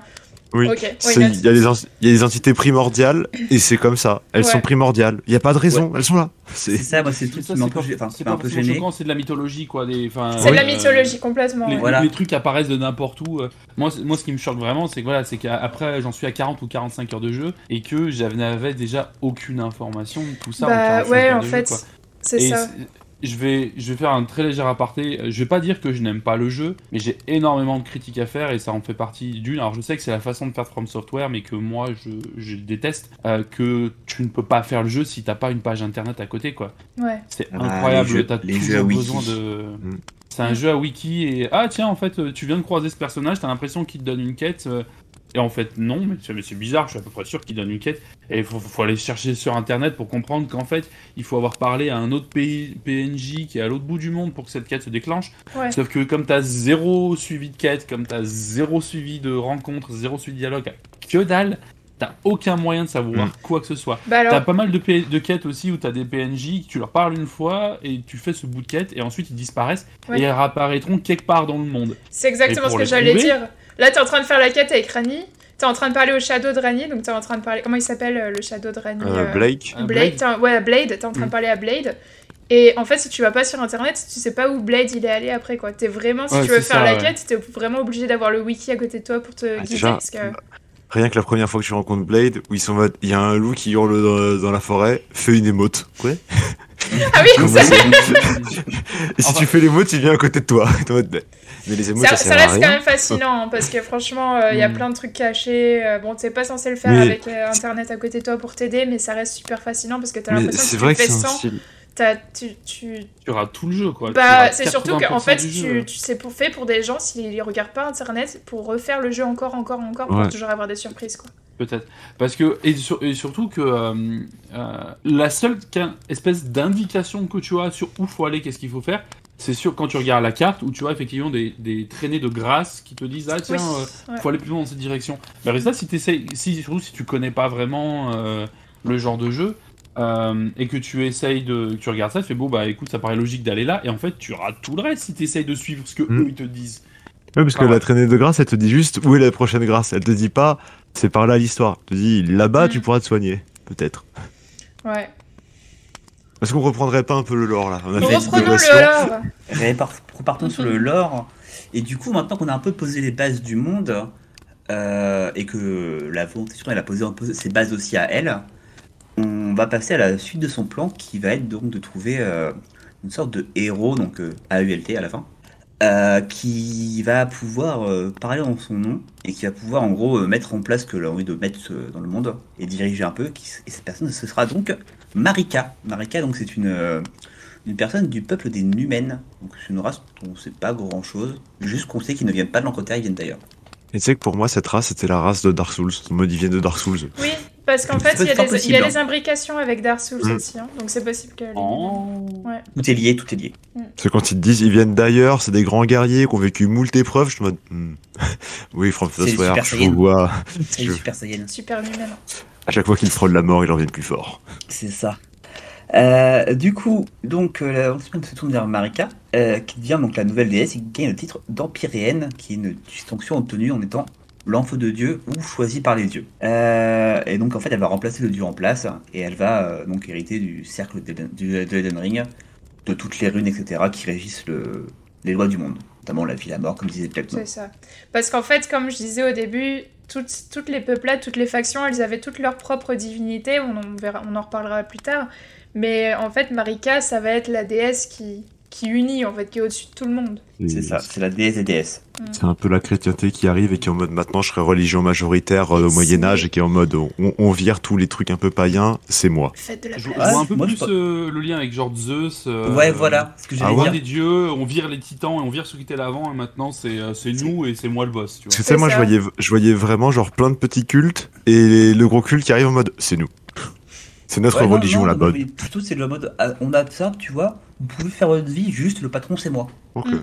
C: Oui,
A: Ok, why
C: C'est-
A: not
C: Il y, a des en- il y a des entités primordiales et c'est comme ça. Elles
A: Ouais.
C: sont primordiales. Il n'y a pas de raison, elles sont là. C'est-
D: C'est ça, moi, c'est le
B: c'est
D: truc
B: ça,
D: qui m'a un
B: c'est
D: peu
B: pas-
D: gê- enfin, qui
B: c'est
D: m'a
B: pas
D: un peu
B: forcément
D: gêné.
B: choquant, c'est de la mythologie, quoi. des- enfin,
A: C'est de la
B: euh,
A: mythologie, complètement.
B: Les,
A: ouais.
D: Voilà.
B: les trucs apparaissent de n'importe où. euh. Moi, c'est- moi, ce qui me choque vraiment, c'est que voilà, c'est qu'après, j'en suis à 40 ou 45 heures de jeu et que j'avais n'avais déjà aucune information de tout ça. en
A: bah
B: 45
A: ouais,
B: heures
A: en
B: de jeu,
A: fait,
B: quoi.
A: c'est
B: Et
A: ça.
B: c'est- Je vais, je vais faire un très léger aparté. Euh, Je vais pas dire que je n'aime pas le jeu, mais j'ai énormément de critiques à faire et ça en fait partie d'une. Alors je sais que c'est la façon de faire From Software, mais que moi je, je déteste euh, que tu ne peux pas faire le jeu si t'as pas une page internet à côté, quoi.
A: Ouais.
B: C'est
D: Ah, les
B: incroyable.
D: jeux-
B: T'as
D: les jeux à
B: toujours
D: wiki.
B: besoin de.
C: Mm.
B: C'est un jeu à wiki et ah tiens en fait euh, tu viens de croiser ce personnage, t'as l'impression qu'il te donne une quête. euh, Et en fait, non, mais c'est mais c'est bizarre, je suis à peu près sûr qu'il donne une quête. Et il faut, faut aller chercher sur Internet pour comprendre qu'en fait, il faut avoir parlé à un autre pays- PNJ qui est à l'autre bout du monde pour que cette quête se déclenche.
A: Ouais.
B: Sauf que comme t'as zéro suivi de quête, comme t'as zéro suivi de rencontre, zéro suivi de dialogue, que dalle, t'as aucun moyen de savoir
C: Mm.
B: quoi que ce soit.
A: Bah alors,
B: T'as pas mal de, P- de quêtes aussi où t'as des PNJ, tu leur parles une fois et tu fais ce bout de quête et ensuite ils disparaissent
A: Ouais.
B: et ils réapparaîtront quelque part dans le monde.
A: C'est exactement
B: Et
A: ce
B: pour
A: que
B: les
A: j'allais
B: trouver-
A: dire. Là, t'es en train de faire la quête avec Rani. T'es en train de parler au Shadow de Rani. Donc, t'es en train de parler. Comment il s'appelle euh, le Shadow de Rani
C: Euh,
A: euh,
C: Blake,
B: Ah,
A: Blade. t'es en- Ouais, à Blade. T'es en train de
B: Mm.
A: parler à Blade. Et en fait, si tu vas pas sur internet, tu sais pas où Blade il est allé après quoi. T'es vraiment, si
B: Ouais,
A: tu veux
B: c'est
A: faire
B: ça,
A: la
B: ouais.
A: quête, t'es vraiment obligé d'avoir le wiki à côté de toi pour te guider.
C: Ah, déjà,
A: parce que...
C: rien que la première fois que tu rencontres Blade, où ils sont en mode, il y a un loup qui hurle dans, dans la forêt, fais une émote. Ouais.
A: Ah oui, ça,
C: Et si
B: Enfin-
C: tu fais l'émote, il vient à côté de toi. T'es en mode, mais mais les émotes,
A: ça,
C: ça,
A: ça
C: sert à
A: reste quand
C: rien.
A: même fascinant hein, parce que franchement, euh, il y a
B: Mm.
A: plein de trucs cachés. euh, bon, t'es pas censé le faire
C: Mais-
A: avec euh, internet à côté de toi pour t'aider, mais ça reste super fascinant parce que t'as
C: Mais
A: l'impression
C: c'est
A: que
C: vrai
A: tu
C: que
A: fais
C: c'est un
A: sans.
C: style.
A: t'as- tu- tu,
B: tu auras tout le jeu quoi. Tu
A: Bah,
B: auras
A: c'est surtout qu'en
B: 80%
A: fait,
B: du jeu.
A: tu, tu sais pour fait pour des gens s'ils ne regardent pas internet pour refaire le jeu encore, encore, encore pour
C: Ouais.
A: toujours avoir des surprises quoi.
B: euh, Peut-être. Parce que, et, sur- et surtout que euh, euh, la seule qu'un- espèce d'indication que tu as sur où faut aller, qu'est-ce qu'il faut faire, c'est sûr quand tu regardes la carte où tu as effectivement des, des traînées de grâce qui te disent Ah tiens,
A: Oui,
B: euh,
A: ouais.
B: faut aller plus loin dans cette direction. Mais ça, si, t'essayes- si, surtout si tu connais pas vraiment euh, le genre de jeu. euh, et que tu essayes de. que tu regardes ça, tu fais bon, bah écoute, ça paraît logique d'aller là, et en fait, tu rates tout le reste si tu essayes de suivre ce que
C: Mm.
D: Hmm.
B: eux ils te disent.
C: Oui, parce que
B: Ah ouais.
C: la traînée de grâce, elle te dit juste où est la prochaine grâce. Elle te dit pas, c'est par là l'histoire. Elle te dit, là-bas,
A: Mm.
C: tu pourras te soigner, peut-être.
A: Ouais.
C: Est-ce qu'on reprendrait pas un peu le lore là On a une
A: Reprenons
C: digression.
A: le alors.
D: Répar- Repartons sur le lore. Et du coup, maintenant qu'on a un peu posé les bases du monde, euh, et que la volonté suprême, elle a posé, posé ses bases aussi à elle, on va passer à la suite de son plan qui va être donc de trouver euh, une sorte de héros, donc euh, AULT à la fin, euh, qui va pouvoir euh, parler en son nom et qui va pouvoir en gros euh, mettre en place ce que l'on a envie de mettre euh, dans le monde et diriger un peu. qui s- et cette personne, ce sera donc Marika. Marika, donc c'est une. euh, une personne du peuple des Numènes. Donc c'est une race dont on ne sait pas grand chose, juste qu'on sait qu'ils ne viennent pas de l'Angleterre, ils viennent d'ailleurs.
C: Et tu sais que pour moi, cette race, c'était la race de Dark Souls. On me dit, ils viennent de Dark Souls.
A: Oui, parce qu'en
D: C'est
A: fait, il y, a
D: fort
A: des- il y a
D: possible,
A: des imbrications avec Dark Souls
C: Mm.
A: aussi, hein, donc c'est possible que. les-
B: hein. Oh.
D: Tout est lié, tout est lié.
C: Parce que quand ils te disent, ils viennent d'ailleurs, c'est des grands guerriers qui ont vécu moult épreuves, je suis en mode, hmm. oui, From
D: C'est les
C: Software,
D: Super
C: je
D: Saiyans.
C: vous vois.
D: C'est
C: Je-
D: les Super Saiyan.
A: Super hein. humaine.
C: À chaque fois qu'ils frôlent la mort, ils en viennent plus fort.
D: C'est ça. Euh, du coup, donc, euh, la- on se tourne vers Marika, euh, qui devient donc la nouvelle déesse et qui gagne le titre d'Empyréenne, qui est une distinction obtenue en étant l'enfant de Dieu ou choisi par les dieux. Euh, et donc, en fait, elle va remplacer le dieu en place et elle va euh, donc hériter du cercle d'Eden- du- de Elden Ring, de toutes les runes, etc., qui régissent le- les lois du monde, notamment la vie, la mort, comme disait Platon.
A: C'est ça. Parce qu'en fait, comme je disais au début, toutes, toutes les peuplades, toutes les factions, elles avaient toutes leurs propres divinités. On en, verra- on en reparlera plus tard. Mais en fait, Marika, ça va être la déesse qui, qui unit, en fait, qui est au-dessus de tout le monde.
D: C'est ça, c'est la déesse des déesses.
C: C'est un peu la chrétienté qui arrive et qui est en mode maintenant je serai religion majoritaire euh, au Moyen Âge et qui est en mode on, on vire tous les trucs un peu païens, c'est moi.
A: Faites de la
B: Je, je
A: place.
B: vois un peu
D: Moi, je
B: plus
D: pense-
B: euh, le lien avec genre Zeus. euh,
D: ouais, voilà, ce que
C: Ah
D: j'allais
B: On
C: ouais
B: vire
D: dire.
B: des dieux, on vire les titans et on vire ceux qui étaient là avant et maintenant c'est euh, c'est nous et c'est moi le boss, tu
C: Parce
B: vois.
C: que tu sais,
A: C'est
C: moi je
A: ça.
C: voyais, je voyais vraiment genre plein de petits cultes et le gros culte qui arrive en mode c'est nous. C'est notre
D: Ouais, non,
C: religion
D: non,
C: la
D: non,
C: bonne.
D: mais plutôt c'est le mode ah, on euh, a ça, tu vois, vous pouvez faire votre vie, juste le patron c'est moi.
C: Ok.
A: Mm.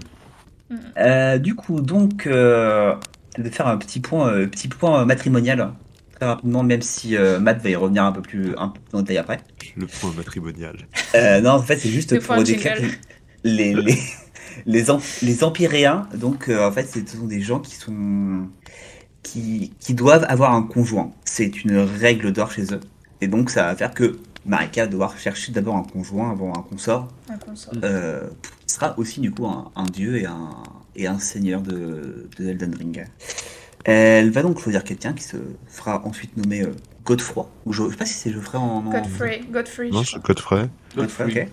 D: Euh, du coup, donc, euh, je vais faire un petit point, euh, petit point euh, matrimonial très rapidement, même si euh, Matt va y revenir un peu plus, un peu plus en détail après.
C: Le point matrimonial.
D: Euh, non, en fait, c'est juste
A: Le
D: pour
A: point
D: décrire
A: jingle.
D: les, les, les, les, em- les empyréens. Donc, euh, en fait, ce sont des gens qui sont qui, qui doivent avoir un conjoint. C'est une règle d'or chez eux. Et donc, ça va faire que Marika va devoir chercher d'abord un conjoint avant un consort.
A: Un consort.
D: Euh, qui sera aussi, du coup, un, un dieu et un, et un seigneur de, de Elden Ring. Elle va donc choisir quelqu'un qui se fera ensuite nommer euh, Godefroy. Ou je, je sais pas si c'est Geoffrey en... en-
A: Godfrey, Godfrey.
C: Non,
A: je
C: c'est code frais.
D: Godefroy,
B: Oui.
D: ok. Et
B: Moi,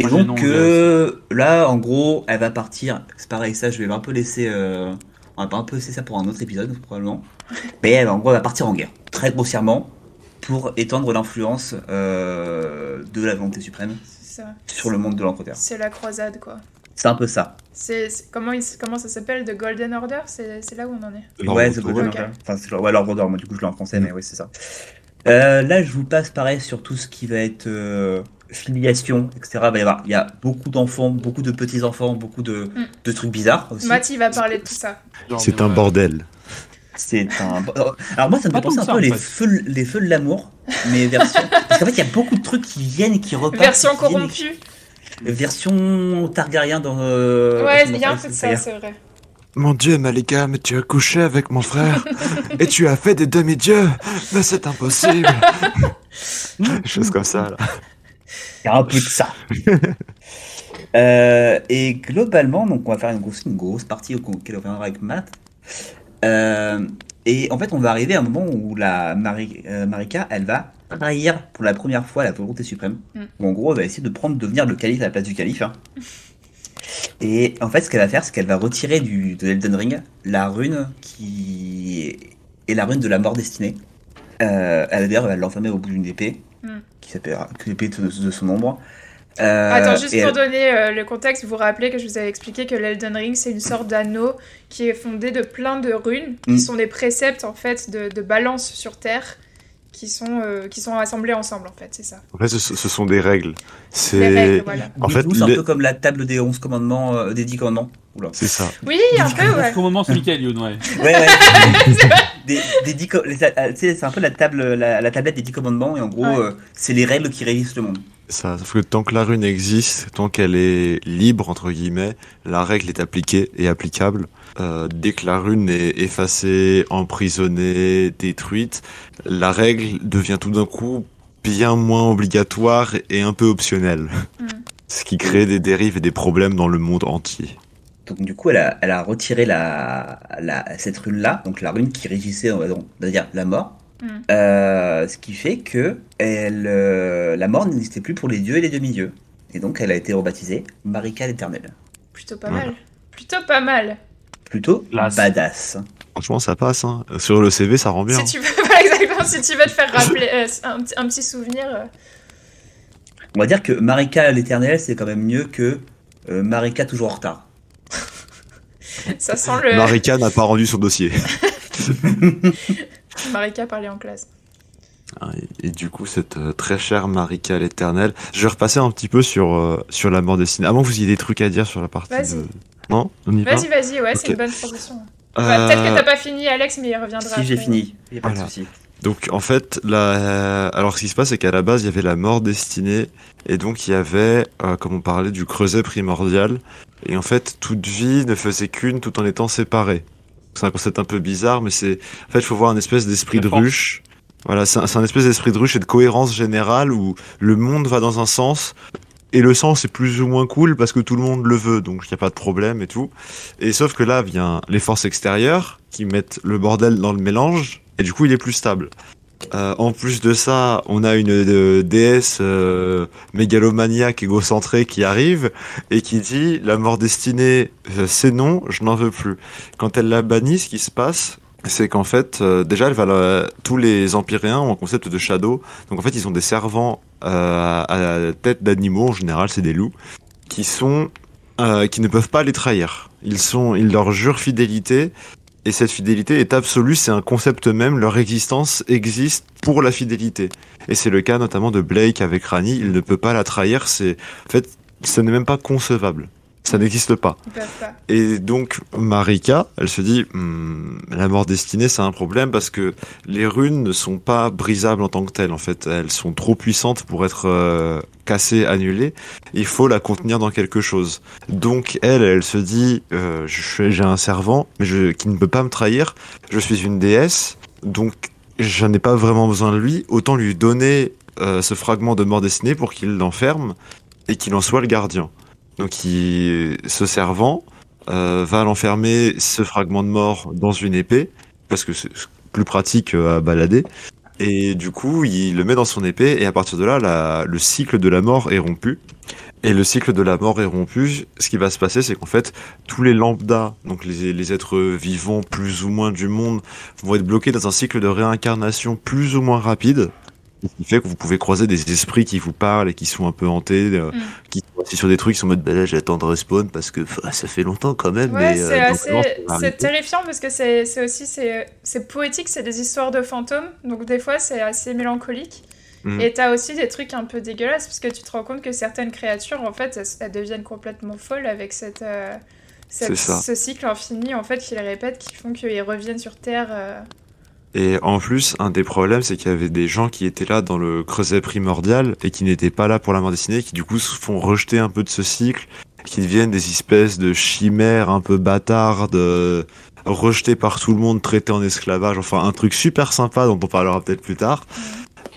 B: j'ai le nom
D: donc
B: de-
D: euh, là, en gros, elle va partir. C'est pareil, ça, je vais un peu laisser. euh, on va un peu laisser ça pour un autre épisode probablement. Mais elle, en gros, elle va partir en guerre, très grossièrement, pour étendre l'influence euh, de la volonté suprême
A: C'est ça.
D: sur le monde de l'Angleterre.
A: C'est la croisade, quoi.
D: C'est un peu ça.
A: C'est c'est- comment, il s- comment ça s'appelle The Golden Order C'est c'est là où on en est.
D: ouais, c'est
A: Order.
D: Golden Order. Enfin, c'est genre- ouais, l'ordre d'or. Moi, du coup, je l'ai en
B: Mm.
D: français, mais oui, c'est ça. Euh, là, je vous passe pareil sur tout ce qui va être euh, filiation, etc. Il va y avoir, il y a beaucoup d'enfants, beaucoup de petits enfants, beaucoup de,
A: Mm.
D: de trucs bizarres aussi.
A: Matt, il va parler de tout ça.
B: Genre,
C: C'est
B: euh,
C: un bordel.
D: C'est un. Alors moi, ça me
B: Pas
D: fait penser
B: tant
D: un
B: que ça,
D: peu
B: en
D: les
B: fait.
D: feux, les feux de l'amour, mais version. Parce qu'en fait, il y a beaucoup de trucs qui viennent et qui repartent.
A: Version
D: qui viennent et qui-
A: corrompue.
D: Version Targaryen dans. euh,
A: ouais,
D: Game
A: il
D: of
A: y a un
D: Thrones,
A: peu de ça,
D: c'est-à-dire.
A: c'est vrai.
C: Mon dieu, Malika, mais tu as couché avec mon frère et tu as fait des demi-dieux. Mais c'est impossible. Des choses comme ça. Là.
D: Il y a un peu de ça. Euh, et globalement, donc on va faire une grosse, une grosse partie au- auquel on reviendra avec Matt. Euh, et en fait, on va arriver à un moment où la Mari- euh, Marika, elle va trahir pour la première fois la volonté suprême.
A: Mm.
D: Où en gros, elle va essayer de prendre, devenir le calife à la place du calife. hein. Et en fait, ce qu'elle va faire, c'est qu'elle va retirer du, de Elden Ring la rune qui est la rune de la mort destinée. Euh, elle d'ailleurs, elle va l'enfermer au bout d'une épée
A: Mm.
D: qui s'appelle que l'épée de, de son ombre. Euh,
A: Attends, juste
D: et
A: pour
D: elle-
A: donner euh, le contexte, vous vous rappelez que je vous avais expliqué que l'Elden Ring, c'est une sorte d'anneau qui est fondé de plein de runes,
D: Mm.
A: qui sont des préceptes, en fait, de, de balance sur Terre, qui sont, euh, qui sont assemblés ensemble, en fait, c'est ça.
C: En fait, ce, ce sont des règles.
A: Les règles,
C: C'est
A: voilà.
C: En
D: du
C: fait,
D: coup, c'est un
C: les-
D: peu comme la table des 11 commandements, euh, des 10 commandements. Oula.
C: c'est ça.
A: Oui, un peu, ouais.
B: Au moment, c'est Michael Youn, ouais.
D: Ouais, ouais. des, des 10 co- les- euh, tu sais, c'est un peu la, table, la, la tablette des 10 commandements, et en gros,
A: Ouais.
D: euh, c'est les règles qui régissent le monde.
C: Ça, sauf que tant que la rune existe, tant qu'elle est libre, entre guillemets, la règle est appliquée et applicable. Euh, dès que la rune est effacée, emprisonnée, détruite, la règle devient tout d'un coup bien moins obligatoire et un peu optionnelle.
A: Mm.
C: Ce qui crée des dérives et des problèmes dans le monde entier.
D: Donc, du coup, elle a, elle a retiré la, la, cette rune-là, donc la rune qui régissait, on va donc- on va dire, la mort.
A: Mm.
D: Euh, ce qui fait que elle, euh, la mort n'existait plus pour les dieux et les demi-dieux. Et donc, elle a été rebaptisée Marika l'Éternelle.
A: Plutôt pas mal. Plutôt pas mal.
D: Plutôt
B: Classe.
D: badass.
C: Franchement, ça passe. Hein. Sur le CV, ça rend bien. hein.
A: Si tu veux, voilà, exactement, si tu veux te faire rappeler euh, un, petit- un petit souvenir. euh,
D: On va dire que Marika l'éternel, c'est quand même mieux que euh, Marika toujours en retard.
A: Ça sent le.
C: Marika n'a pas rendu son dossier.
A: Marika parlait en classe.
C: Hein, Et, et du coup, cette euh, très chère Marika l'éternelle. Je vais repasser un petit peu sur, euh, sur la mort destinée. Avant que vous ayez des trucs à dire sur la partie.
A: Vas-y.
C: de- Non On y va
A: Vas-y, vas-y, ouais, c'est
C: Ok.
A: une bonne transition. Bah,
C: Euh,
A: Peut-être que t'as pas fini, Alex, mais il reviendra.
D: Si j'ai
A: après.
D: fini, il a pas
C: Voilà.
D: de souci.
C: Donc en fait, la... alors ce qui se passe, c'est qu'à la base, il y avait la mort destinée, et donc il y avait, euh, comme on parlait, du creuset primordial, et en fait, toute vie ne faisait qu'une tout en étant séparée. C'est un concept un peu bizarre, mais c'est... En fait, il faut voir un espèce d'esprit
B: La
C: de
B: force.
C: ruche. Voilà, c'est un, c'est un espèce d'esprit de ruche et de cohérence générale où le monde va dans un sens, et le sens est plus ou moins cool parce que tout le monde le veut, donc il n'y a pas de problème et tout. Et sauf que là, vient les forces extérieures qui mettent le bordel dans le mélange, et du coup, il est plus stable. Euh, en plus de ça, on a une euh, déesse euh, mégalomaniaque, égocentrée qui arrive et qui dit la mort destinée, euh, c'est non, je n'en veux plus. Quand elle la bannit, ce qui se passe, c'est qu'en fait, euh, déjà, elle va la- tous les empyréens ont un concept de shadow. Donc en fait, ils ont des servants euh, à la tête d'animaux, en général, c'est des loups, qui sont euh, qui ne peuvent pas les trahir. Ils sont, ils leur jurent fidélité et cette fidélité est absolue, c'est un concept même, leur existence existe pour la fidélité. Et c'est le cas notamment de Blake avec Rani, il ne peut pas la trahir, c'est en fait ce n'est même pas concevable. Ça n'existe pas.
A: Ils peuvent pas.
C: Et donc, Marika, elle se dit, Hmm, la mort destinée, c'est un problème parce que les runes ne sont pas brisables en tant que telles. En fait, elles sont trop puissantes pour être euh, cassées, annulées. Il faut la contenir dans quelque chose. Donc, elle, elle se dit, euh, je suis- j'ai un servant mais je, qui ne peut pas me trahir. Je suis une déesse, donc j'en ai pas vraiment besoin de lui. Autant lui donner euh, ce fragment de mort destinée pour qu'il l'enferme et qu'il en soit le gardien. Donc, il, ce servant euh, va l'enfermer ce fragment de mort dans une épée parce que c'est plus pratique euh, à balader. Et du coup, il le met dans son épée et à partir de là, la- le cycle de la mort est rompu. Et le cycle de la mort est rompu. Ce qui va se passer, c'est qu'en fait, tous les lambdas, donc les, les êtres vivants plus ou moins du monde, vont être bloqués dans un cycle de réincarnation plus ou moins rapide. Ce qui fait que vous pouvez croiser des esprits qui vous parlent et qui sont un peu hantés, euh,
A: Mm.
C: qui sont assis sur des trucs, qui sont en mode, bah là, j'attends de respawn parce que pff, ça fait longtemps quand même.
A: Ouais,
C: mais, euh,
A: c'est
C: donc,
A: assez-
C: non, ça va
A: c'est
C: arriver.
A: terrifiant parce que c'est c'est aussi c'est c'est poétique, c'est des histoires de fantômes, donc des fois c'est assez mélancolique.
C: Mhm.
A: Et t'as aussi des trucs un peu dégueulasses parce que tu te rends compte que certaines créatures, en fait, elles, elles deviennent complètement folles avec cette, euh, cette-
C: C'est ça.
A: ce cycle infini, en fait, qu'ils répètent, qui font qu'ils reviennent sur Terre. euh,
C: Et en plus, un des problèmes, c'est qu'il y avait des gens qui étaient là dans le creuset primordial et qui n'étaient pas là pour la mort dessinée, qui du coup se font rejeter un peu de ce cycle, qui deviennent des espèces de chimères un peu bâtardes, euh, rejetées par tout le monde, traitées en esclavage, enfin un truc super sympa dont on parlera peut-être plus tard.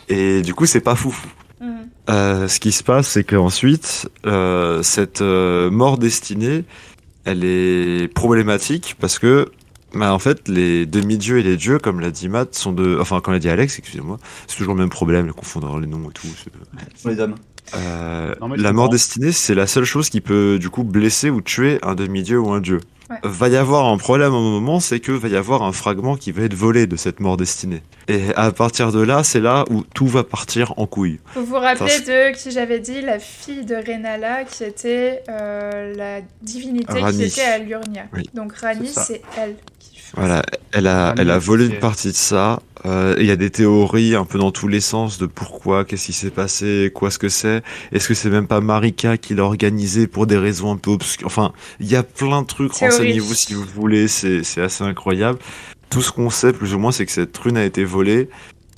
C: Et du coup, c'est pas fou.
A: mhm.
C: Euh, ce qui se passe, c'est qu'ensuite, euh, cette euh, mort destinée, elle est problématique parce que, bah, en fait, les demi-dieux et les dieux, comme l'a dit Matt, sont de. Enfin, comme l'a dit Alex, excusez-moi, c'est toujours le même problème, le confondre les noms et tout. c'est-
D: Pour les hommes.
C: euh,
B: Non, mais je
C: la mort
B: comprends.
C: destinée, c'est la seule chose qui peut du coup blesser ou tuer un demi-dieu ou un dieu. Euh,
A: Ouais.
C: Va y avoir un problème à un moment, c'est que va y avoir un fragment qui va être volé de cette mort destinée. Et à partir de là, c'est là où tout va partir en couille.
A: Vous vous rappelez
C: Parce-
A: de qui j'avais dit, la fille de Rennala, qui était euh, la divinité
C: Rani.
A: qui était à Lurnia.
C: Oui,
A: Donc Rani,
B: c'est ça.
A: c'est elle qui fait
C: Voilà, elle a,
B: Ah,
C: elle a
B: mais
C: volé
B: c'est-
C: une partie de ça. Euh, Il y a des théories un peu dans tous les sens de pourquoi, qu'est-ce qui s'est passé, quoi ce que c'est. Est-ce que c'est même pas Marika qui l'a organisé pour des raisons un peu obscures Enfin, il y a plein de trucs,
A: Théorie.
C: renseignez-vous si vous voulez, c'est c'est assez incroyable. Tout ce qu'on sait plus ou moins, c'est que cette rune a été volée.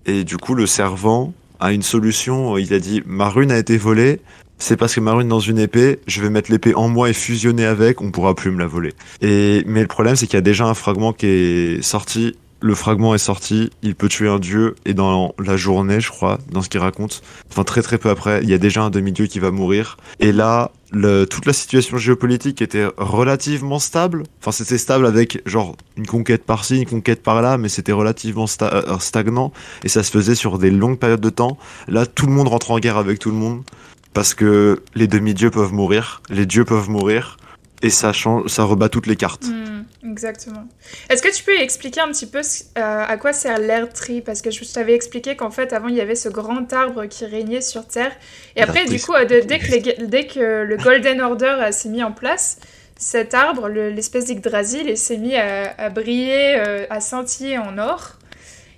C: Et du coup, le servant a une solution. Il a dit, ma rune a été volée. C'est parce que ma rune dans une épée, je vais mettre l'épée en moi et fusionner avec, on pourra plus me la voler. Et, mais le problème, c'est qu'il y a déjà un fragment qui est sorti. Le fragment est sorti, il peut tuer un dieu, et dans la journée, je crois, dans ce qu'il raconte, enfin très très peu après, il y a déjà un demi-dieu qui va mourir. Et là, le- toute la situation géopolitique était relativement stable. Enfin, c'était stable avec genre une conquête par-ci, une conquête par-là, mais c'était relativement sta- euh, stagnant, et ça se faisait sur des longues périodes de temps. Là, tout le monde rentre en guerre avec tout le monde, parce que les demi-dieux peuvent mourir, les dieux peuvent mourir, et ça, change, ça rebat toutes les cartes.
A: Hmm, exactement. Est-ce que tu peux expliquer un petit peu ce- euh, à quoi sert l'air tri Parce que je t'avais expliqué qu'en fait, avant, il y avait ce grand arbre qui régnait sur Terre. Et après,
C: L'Airtree,
A: du coup, euh, de- dès, que les ga- dès que le Golden Order euh, s'est mis en place, cet arbre, le- l'espèce d'Yggdrasil, il s'est mis à, à briller, euh, à scintiller en or.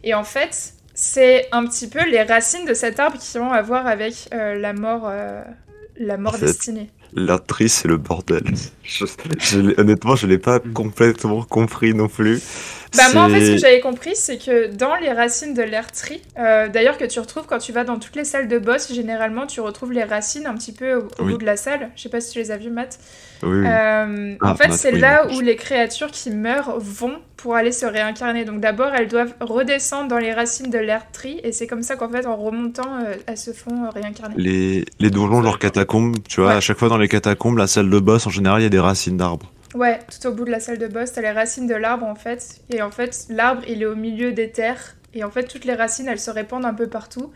A: Et en fait, c'est un petit peu les racines de cet arbre qui ont à voir avec euh, la mort, euh, la mort
C: En fait,
A: destinée.
C: L'actrice, c'est le bordel. Je- je l'ai- honnêtement, je l'ai pas complètement compris non plus.
A: Bah moi en fait ce
C: C'est-
A: que j'avais compris c'est que dans les racines de l'air tri, euh, d'ailleurs que tu retrouves quand tu vas dans toutes les salles de boss, généralement tu retrouves les racines un petit peu au, au
C: Oui.
A: bout de la salle, je sais pas si tu les as vues Matt.
C: Oui, oui.
A: Euh, en
C: Ah,
A: fait
C: Matt,
A: c'est
C: oui,
A: là
C: oui.
A: où les créatures qui meurent vont pour aller se réincarner. Donc d'abord elles doivent redescendre dans les racines de l'air tri et c'est comme ça qu'en fait en remontant euh, elles se font euh, réincarner.
C: les, les donjons, genre catacombes, tu vois,
A: Ouais.
C: à chaque fois dans les catacombes, la salle de boss, en général, il y a des racines d'arbres.
A: Ouais, tout au bout de la salle de boss, t'as les racines de l'arbre en fait. Et en fait, l'arbre, il est au milieu des terres. Et en fait, toutes les racines, elles se répandent un peu partout.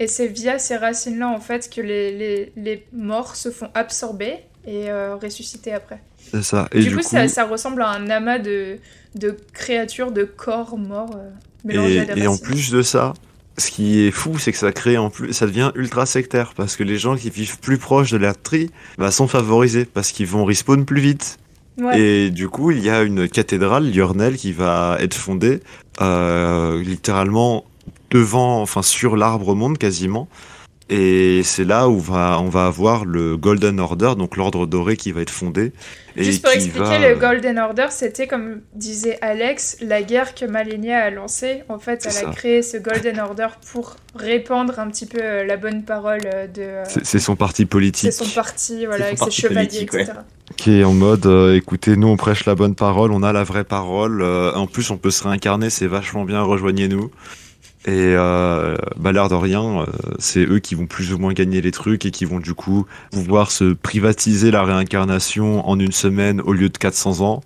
A: Et c'est via ces racines-là, en fait, que les, les, les morts se font absorber et euh, ressusciter après.
C: C'est ça. Et
A: du,
C: du,
A: coup, ça, ça ressemble à un amas de, de créatures, de corps morts euh, mélangés à des
C: et, et en
A: racines.
C: plus de ça, ce qui est fou, c'est que ça crée en plus, ça devient ultra sectaire parce que les gens qui vivent plus proche de l'actrice bah, sont favorisés parce qu'ils vont respawn plus vite.
A: Ouais.
C: Et du coup, il y a une cathédrale, Liornel, qui va être fondée euh, littéralement devant, enfin sur l'arbre monde quasiment. Et c'est là où va, on va avoir le Golden Order, donc l'ordre doré qui va être fondé. Et
A: Juste pour
C: qui
A: expliquer,
C: va- euh,
A: le Golden Order, c'était, comme disait Alex, la guerre que Malenia a lancée. En fait,
C: C'est
A: elle a
C: ça.
A: créé ce Golden Order pour répandre un petit peu euh, la bonne parole euh, de... euh,
C: C'est c'est son parti politique
A: c'est son parti, voilà,
D: son
A: avec ses
D: parti
A: chevaliers,
D: politique,
A: etc.
C: qui est en mode euh, écoutez, nous on prêche la bonne parole, on a la vraie parole. euh, en plus, on peut se réincarner, c'est vachement bien, rejoignez-nous. Et euh, bah, l'air de rien, euh, c'est eux qui vont plus ou moins gagner les trucs et qui vont du coup pouvoir se privatiser la réincarnation en une semaine au lieu de 400 ans.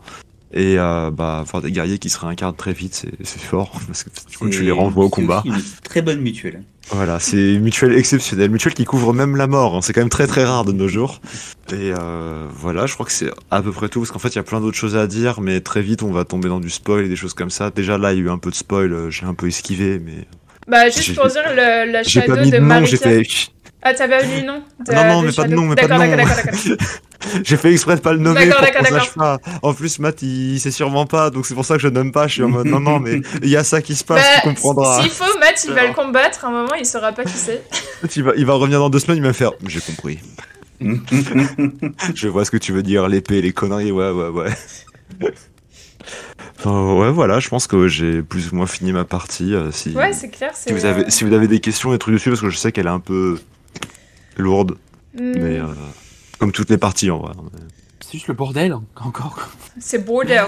C: Et euh, bah, avoir des guerriers qui se réincarnent très vite, c'est- c'est fort. Parce que du coup, tu les renvoies au
D: C'est aussi
C: combat.
D: une très bonne mutuelle.
C: Voilà, c'est une mutuelle exceptionnelle, mutuelle qui couvre même la mort, hein. c'est quand même très très rare de nos jours. Et euh, voilà, je crois que c'est à peu près tout, parce qu'en fait il y a plein d'autres choses à dire, mais très vite on va tomber dans du spoil et des choses comme ça. Déjà là il y a eu un peu de spoil, euh, j'ai un peu esquivé, mais...
A: Bah, juste
C: J'ai-
A: pour dire, le, la
C: J'ai
A: shadow
C: pas mis
A: de
C: de nom, j'ai
A: Marika...
C: fait... Chut.
A: Ah, t'avais pas mis le nom de-
C: Non, non,
A: de
C: mais pas de
A: Shadow.
C: nom, mais pas de
A: D'accord,
C: nom.
A: d'accord, d'accord, d'accord.
C: J'ai fait exprès de pas le nommer
A: D'accord,
C: pour
A: d'accord,
C: qu'on sache pas. En plus Matt il sait sûrement pas, donc c'est pour ça que je nomme pas, je suis en mode non non mais il y a ça qui se passe,
A: Bah,
C: tu comprendras.
A: S'il faut, Matt, il va
C: Alors.
A: le combattre. À un moment, il saura pas qui c'est.
C: Il va, il va revenir dans deux semaines, il va me faire... J'ai compris. Je vois ce que tu veux dire, l'épée, les conneries, ouais, ouais, ouais. Enfin, ouais, voilà, je pense que j'ai plus ou moins fini ma partie. euh, si,
A: Ouais, c'est clair. c'est,
C: si, vous
A: euh,
C: avez, si vous avez des questions, des trucs dessus, parce que je sais qu'elle est un peu lourde,
A: hmm,
C: mais euh, comme toutes les parties en vrai.
B: C'est juste le bordel, en- encore. quoi.
A: C'est hein. border.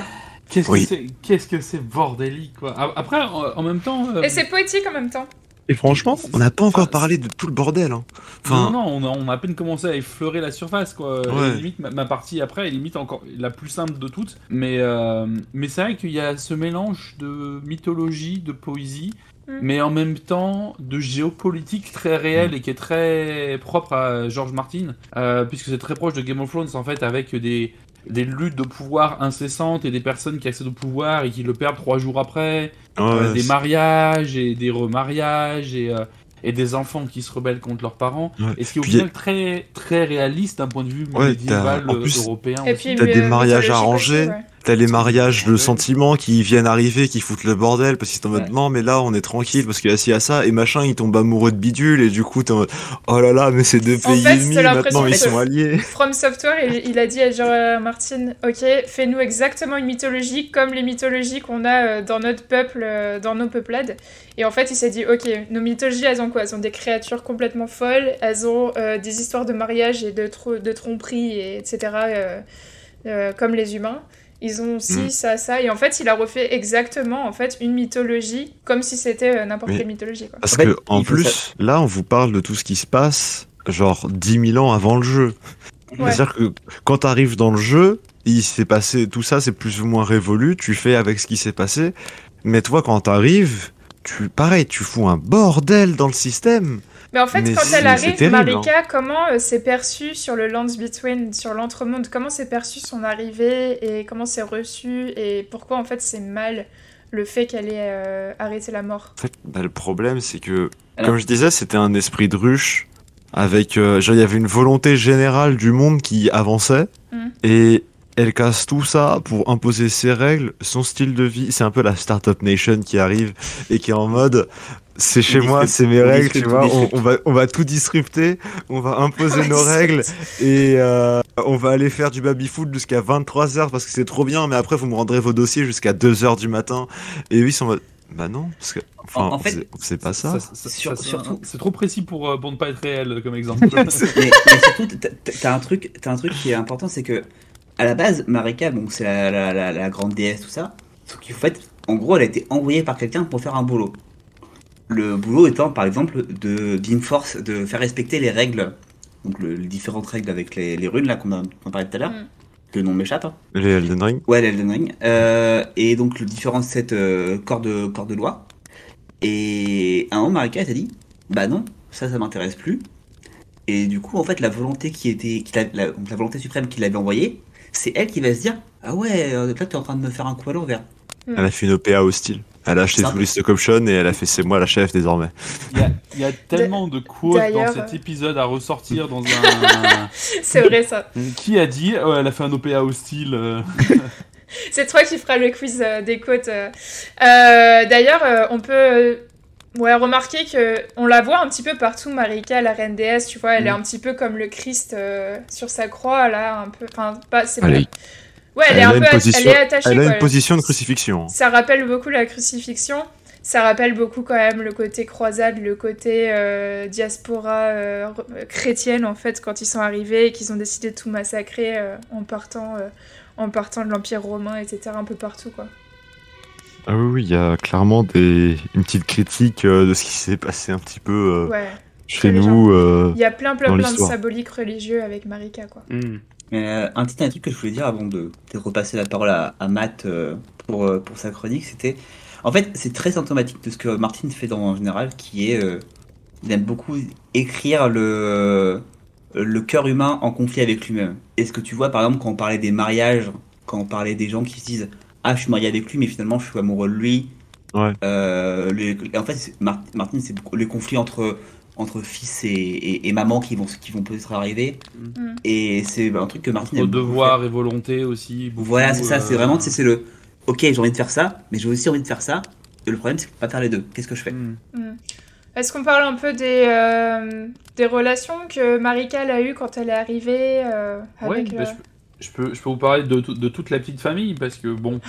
B: Qu'est-ce
C: Oui.
B: que c'est qu'est-ce que c'est bordélique, quoi. A- Après, en en même temps. euh,
A: Et c'est poétique en même temps.
C: Et franchement, on n'a pas encore parlé de tout le bordel. Hein. Enfin,
B: Non, non, on a, on a à peine commencé à effleurer la surface, quoi.
C: Ouais.
B: Et Limite, ma, ma partie après est limite encore la plus simple de toutes. Mais, euh, mais c'est vrai qu'il y a ce mélange de mythologie, de poésie,
A: Mm.
B: mais en même temps de géopolitique très
C: Mm.
B: réelle et qui est très propre à George Martin, euh, puisque c'est très proche de Game of Thrones, en fait, avec des, des luttes de pouvoir incessantes et des personnes qui accèdent au pouvoir et qui le perdent trois jours après.
C: Ah ouais,
B: Euh, des
C: c'est-
B: mariages et des remariages et, euh, et des enfants qui se rebellent contre leurs parents.
C: Ouais.
B: Et ce qui est au
C: Puis y a-
B: final très, très réaliste d'un point de vue
C: Ouais,
B: médiéval
C: t'as- en plus-
B: euh, européen.
A: Et
B: aussi.
A: puis,
C: T'as des
A: euh,
C: mariages
A: mythologique
C: arrangés.
A: aussi, ouais.
C: T'as les mariages, le sentiment qui viennent arriver, qui foutent le bordel, parce qu'ils sont en mode
D: Ouais.
C: non, mais là on est tranquille, parce qu'il y a ci, à ça, et machin, ils tombent amoureux de bidule, et du coup t'es en mode oh là là, mais c'est deux
A: En
C: pays
A: fait,
C: ennemis,
A: t'as l'impression
C: maintenant ils
A: que-
C: sont alliés.
A: From Software, il, il a dit euh, à George Martin Ok, fais-nous exactement une mythologie comme les mythologies qu'on a euh, dans notre peuple, euh, dans nos peuplades. Et en fait, il s'est dit Ok, nos mythologies, elles ont quoi Elles ont des créatures complètement folles, elles ont euh, des histoires de mariage et de, tro- de tromperies, et etc., euh, euh, comme les humains. Ils ont aussi
C: Mm.
A: ça, ça. Et en fait, il a refait exactement en fait, une mythologie comme si c'était euh, n'importe
C: Oui.
A: quelle mythologie. Quoi.
C: Parce
D: En fait,
C: que, en
D: il faut
C: plus, là on vous parle de tout ce qui se passe, genre 10 000 ans avant le jeu.
A: Ouais.
C: C'est-à-dire que quand t'arrives dans le jeu, il s'est passé, tout ça c'est plus ou moins révolu, tu fais avec ce qui s'est passé, mais toi quand t'arrives, tu, pareil, tu fous un bordel dans le système.
A: Mais en fait,
C: Mais
A: quand
C: c'est-
A: elle
C: c'est
A: arrive,
C: terrible, hein.
A: Marika, comment euh, c'est perçu sur le Lands Between, sur l'entremonde Comment c'est perçu son arrivée et comment c'est reçu et pourquoi en fait c'est mal le fait qu'elle ait euh, arrêté la mort
C: En fait, bah, le problème, c'est que,
D: Alors-
C: comme je disais, c'était un esprit de ruche. Avec, euh, genre, il y avait une volonté générale du monde qui avançait.
A: Mhm.
C: Et elle casse tout ça pour imposer ses règles, son style de vie. C'est un peu la Startup Nation qui arrive et qui est en mode. C'est chez
D: On
C: moi,
D: disrupte-
C: c'est mes
D: on
C: règles,
D: disrupte,
C: tu
D: on
C: vois. On,
D: disrupte.
C: on va, on va tout disrupter, on va imposer
A: Ouais,
C: nos
A: c'est-
C: règles et euh, on va aller faire du baby-foot jusqu'à 23h parce que c'est trop bien, mais après vous me rendrez vos dossiers jusqu'à 2h du matin. Et eux ils sont en mode, bah non, parce que. Enfin,
D: En- en
C: on
D: fait,
C: faisait- on faisait pas ça.
D: Sur-
B: c'est-
D: surtout-
B: C'est trop précis pour, euh, pour ne pas être réel comme exemple.
D: mais, mais surtout, t'as- t'as t'as un truc, t'as un truc qui est important, c'est que à la base, Marika, bon, c'est la, la, la, la grande déesse, tout ça. Sauf qu'en fait, en gros, elle a été envoyée par quelqu'un pour faire un boulot. Le boulot étant, par exemple, de d'Inforce, de faire respecter les règles, donc le- les différentes règles avec les, les runes là qu'on a- qu'on parlait tout à l'heure.
A: Mm.
D: Le nom m'échappe. hein.
C: Les Elden Ring
D: Ouais, l'Elden Ring. Euh, et donc, le différent de cette euh, corps, de, corps de loi. Et à un moment, Marika, elle t'a dit Bah non, ça, ça m'intéresse plus. Et du coup, en fait, la volonté qui était. qui l'a- la, donc la volonté suprême qui l'avait envoyée, c'est elle qui va se dire Ah ouais, euh, là, t'es en train de me faire un coup à l'envers.
C: Elle a fait une OPA hostile. Elle a acheté
D: Ça.
C: tous les stock options et elle a fait c'est moi la chef désormais.
B: Il y a, il y a tellement de quotes dans
A: d'ailleurs,
B: cet
A: euh,
B: épisode à ressortir dans un.
A: C'est vrai ça.
B: qui a dit Oh, Elle a fait un OPA hostile. euh.
A: C'est toi qui feras le quiz euh, des côtes. euh. Euh, D'ailleurs, euh, on peut euh, Ouais, remarquez que on la voit un petit peu partout, Marika, la reine déesse, tu vois, elle
D: Mm.
A: est un petit peu comme le Christ euh, sur sa croix, là, un peu. Enfin, pas. C'est
C: Elle est-
A: Ouais, elle, est
C: elle
A: un
C: a une
A: peu.
C: position-
A: Elle est attachée.
C: Elle a
A: quoi.
C: une position de crucifixion.
A: Ça rappelle beaucoup la crucifixion. Ça rappelle beaucoup quand même le côté croisade, le côté euh, diaspora euh, re- chrétienne en fait quand ils sont arrivés et qu'ils ont décidé de tout massacrer euh, en partant euh, en partant de l'empire romain, etc. Un peu partout quoi.
C: Ah oui, oui, il y a clairement des... une petite critique euh, de ce qui s'est passé un petit peu euh,
A: Ouais.
C: chez
A: les
C: nous. euh,
A: Il y a plein plein
C: Dans
A: plein de
C: l'histoire.
A: symboliques religieux avec Marika quoi.
C: Mm.
B: Hmm.
D: Mais euh, un petit un truc que je voulais dire avant de peut-être repasser la parole à, à Matt euh, pour, euh, pour sa chronique, c'était. En fait, c'est très symptomatique de ce que Martin fait dans, en général, qui est. euh, il aime beaucoup écrire le, euh, le cœur humain en conflit avec lui-même. Et ce que tu vois, par exemple, quand on parlait des mariages, quand on parlait des gens qui se disent Ah, je suis marié avec lui, mais finalement, je suis amoureux de lui.
C: Ouais.
D: Euh, les- et en fait, c'est- Mar- Martin, c'est beaucoup- le conflit entre, entre fils et, et- et maman qui vont, qui vont peut-être arriver.
A: Mm.
D: Et c'est un truc que Martin
B: Au
D: aime beaucoup faire.
B: devoir et volonté aussi. beaucoup,
D: Voilà, c'est ça, c'est
B: euh,
D: vraiment, c'est c'est le ok, j'ai envie de faire ça, mais j'ai aussi envie de faire ça. Et le problème, c'est de pas faire les deux. Qu'est-ce que je fais
B: hmm.
A: Est-ce qu'on parle un peu des, euh, des relations que Marika a eues quand elle est arrivée euh,
B: Ouais,
A: avec
B: bah,
A: le-
B: je, peux- je peux, je peux vous parler de, tout- de toute la petite famille parce que bon,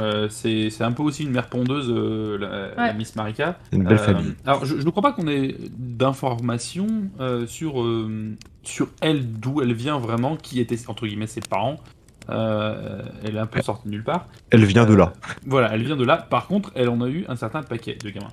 B: euh, c'est c'est un peu aussi une mère pondeuse, euh, la, la
A: Ouais.
B: Miss Marika.
C: Une belle
B: Euh,
C: famille.
B: Alors, je, je ne crois pas qu'on ait d'informations euh, sur, euh, sur elle, d'où elle vient vraiment, qui étaient entre guillemets ses parents. Euh, elle est un peu sortie de nulle part.
C: Elle vient de là.
B: Voilà, elle vient de là. Par contre, elle en a eu un certain paquet de gamins.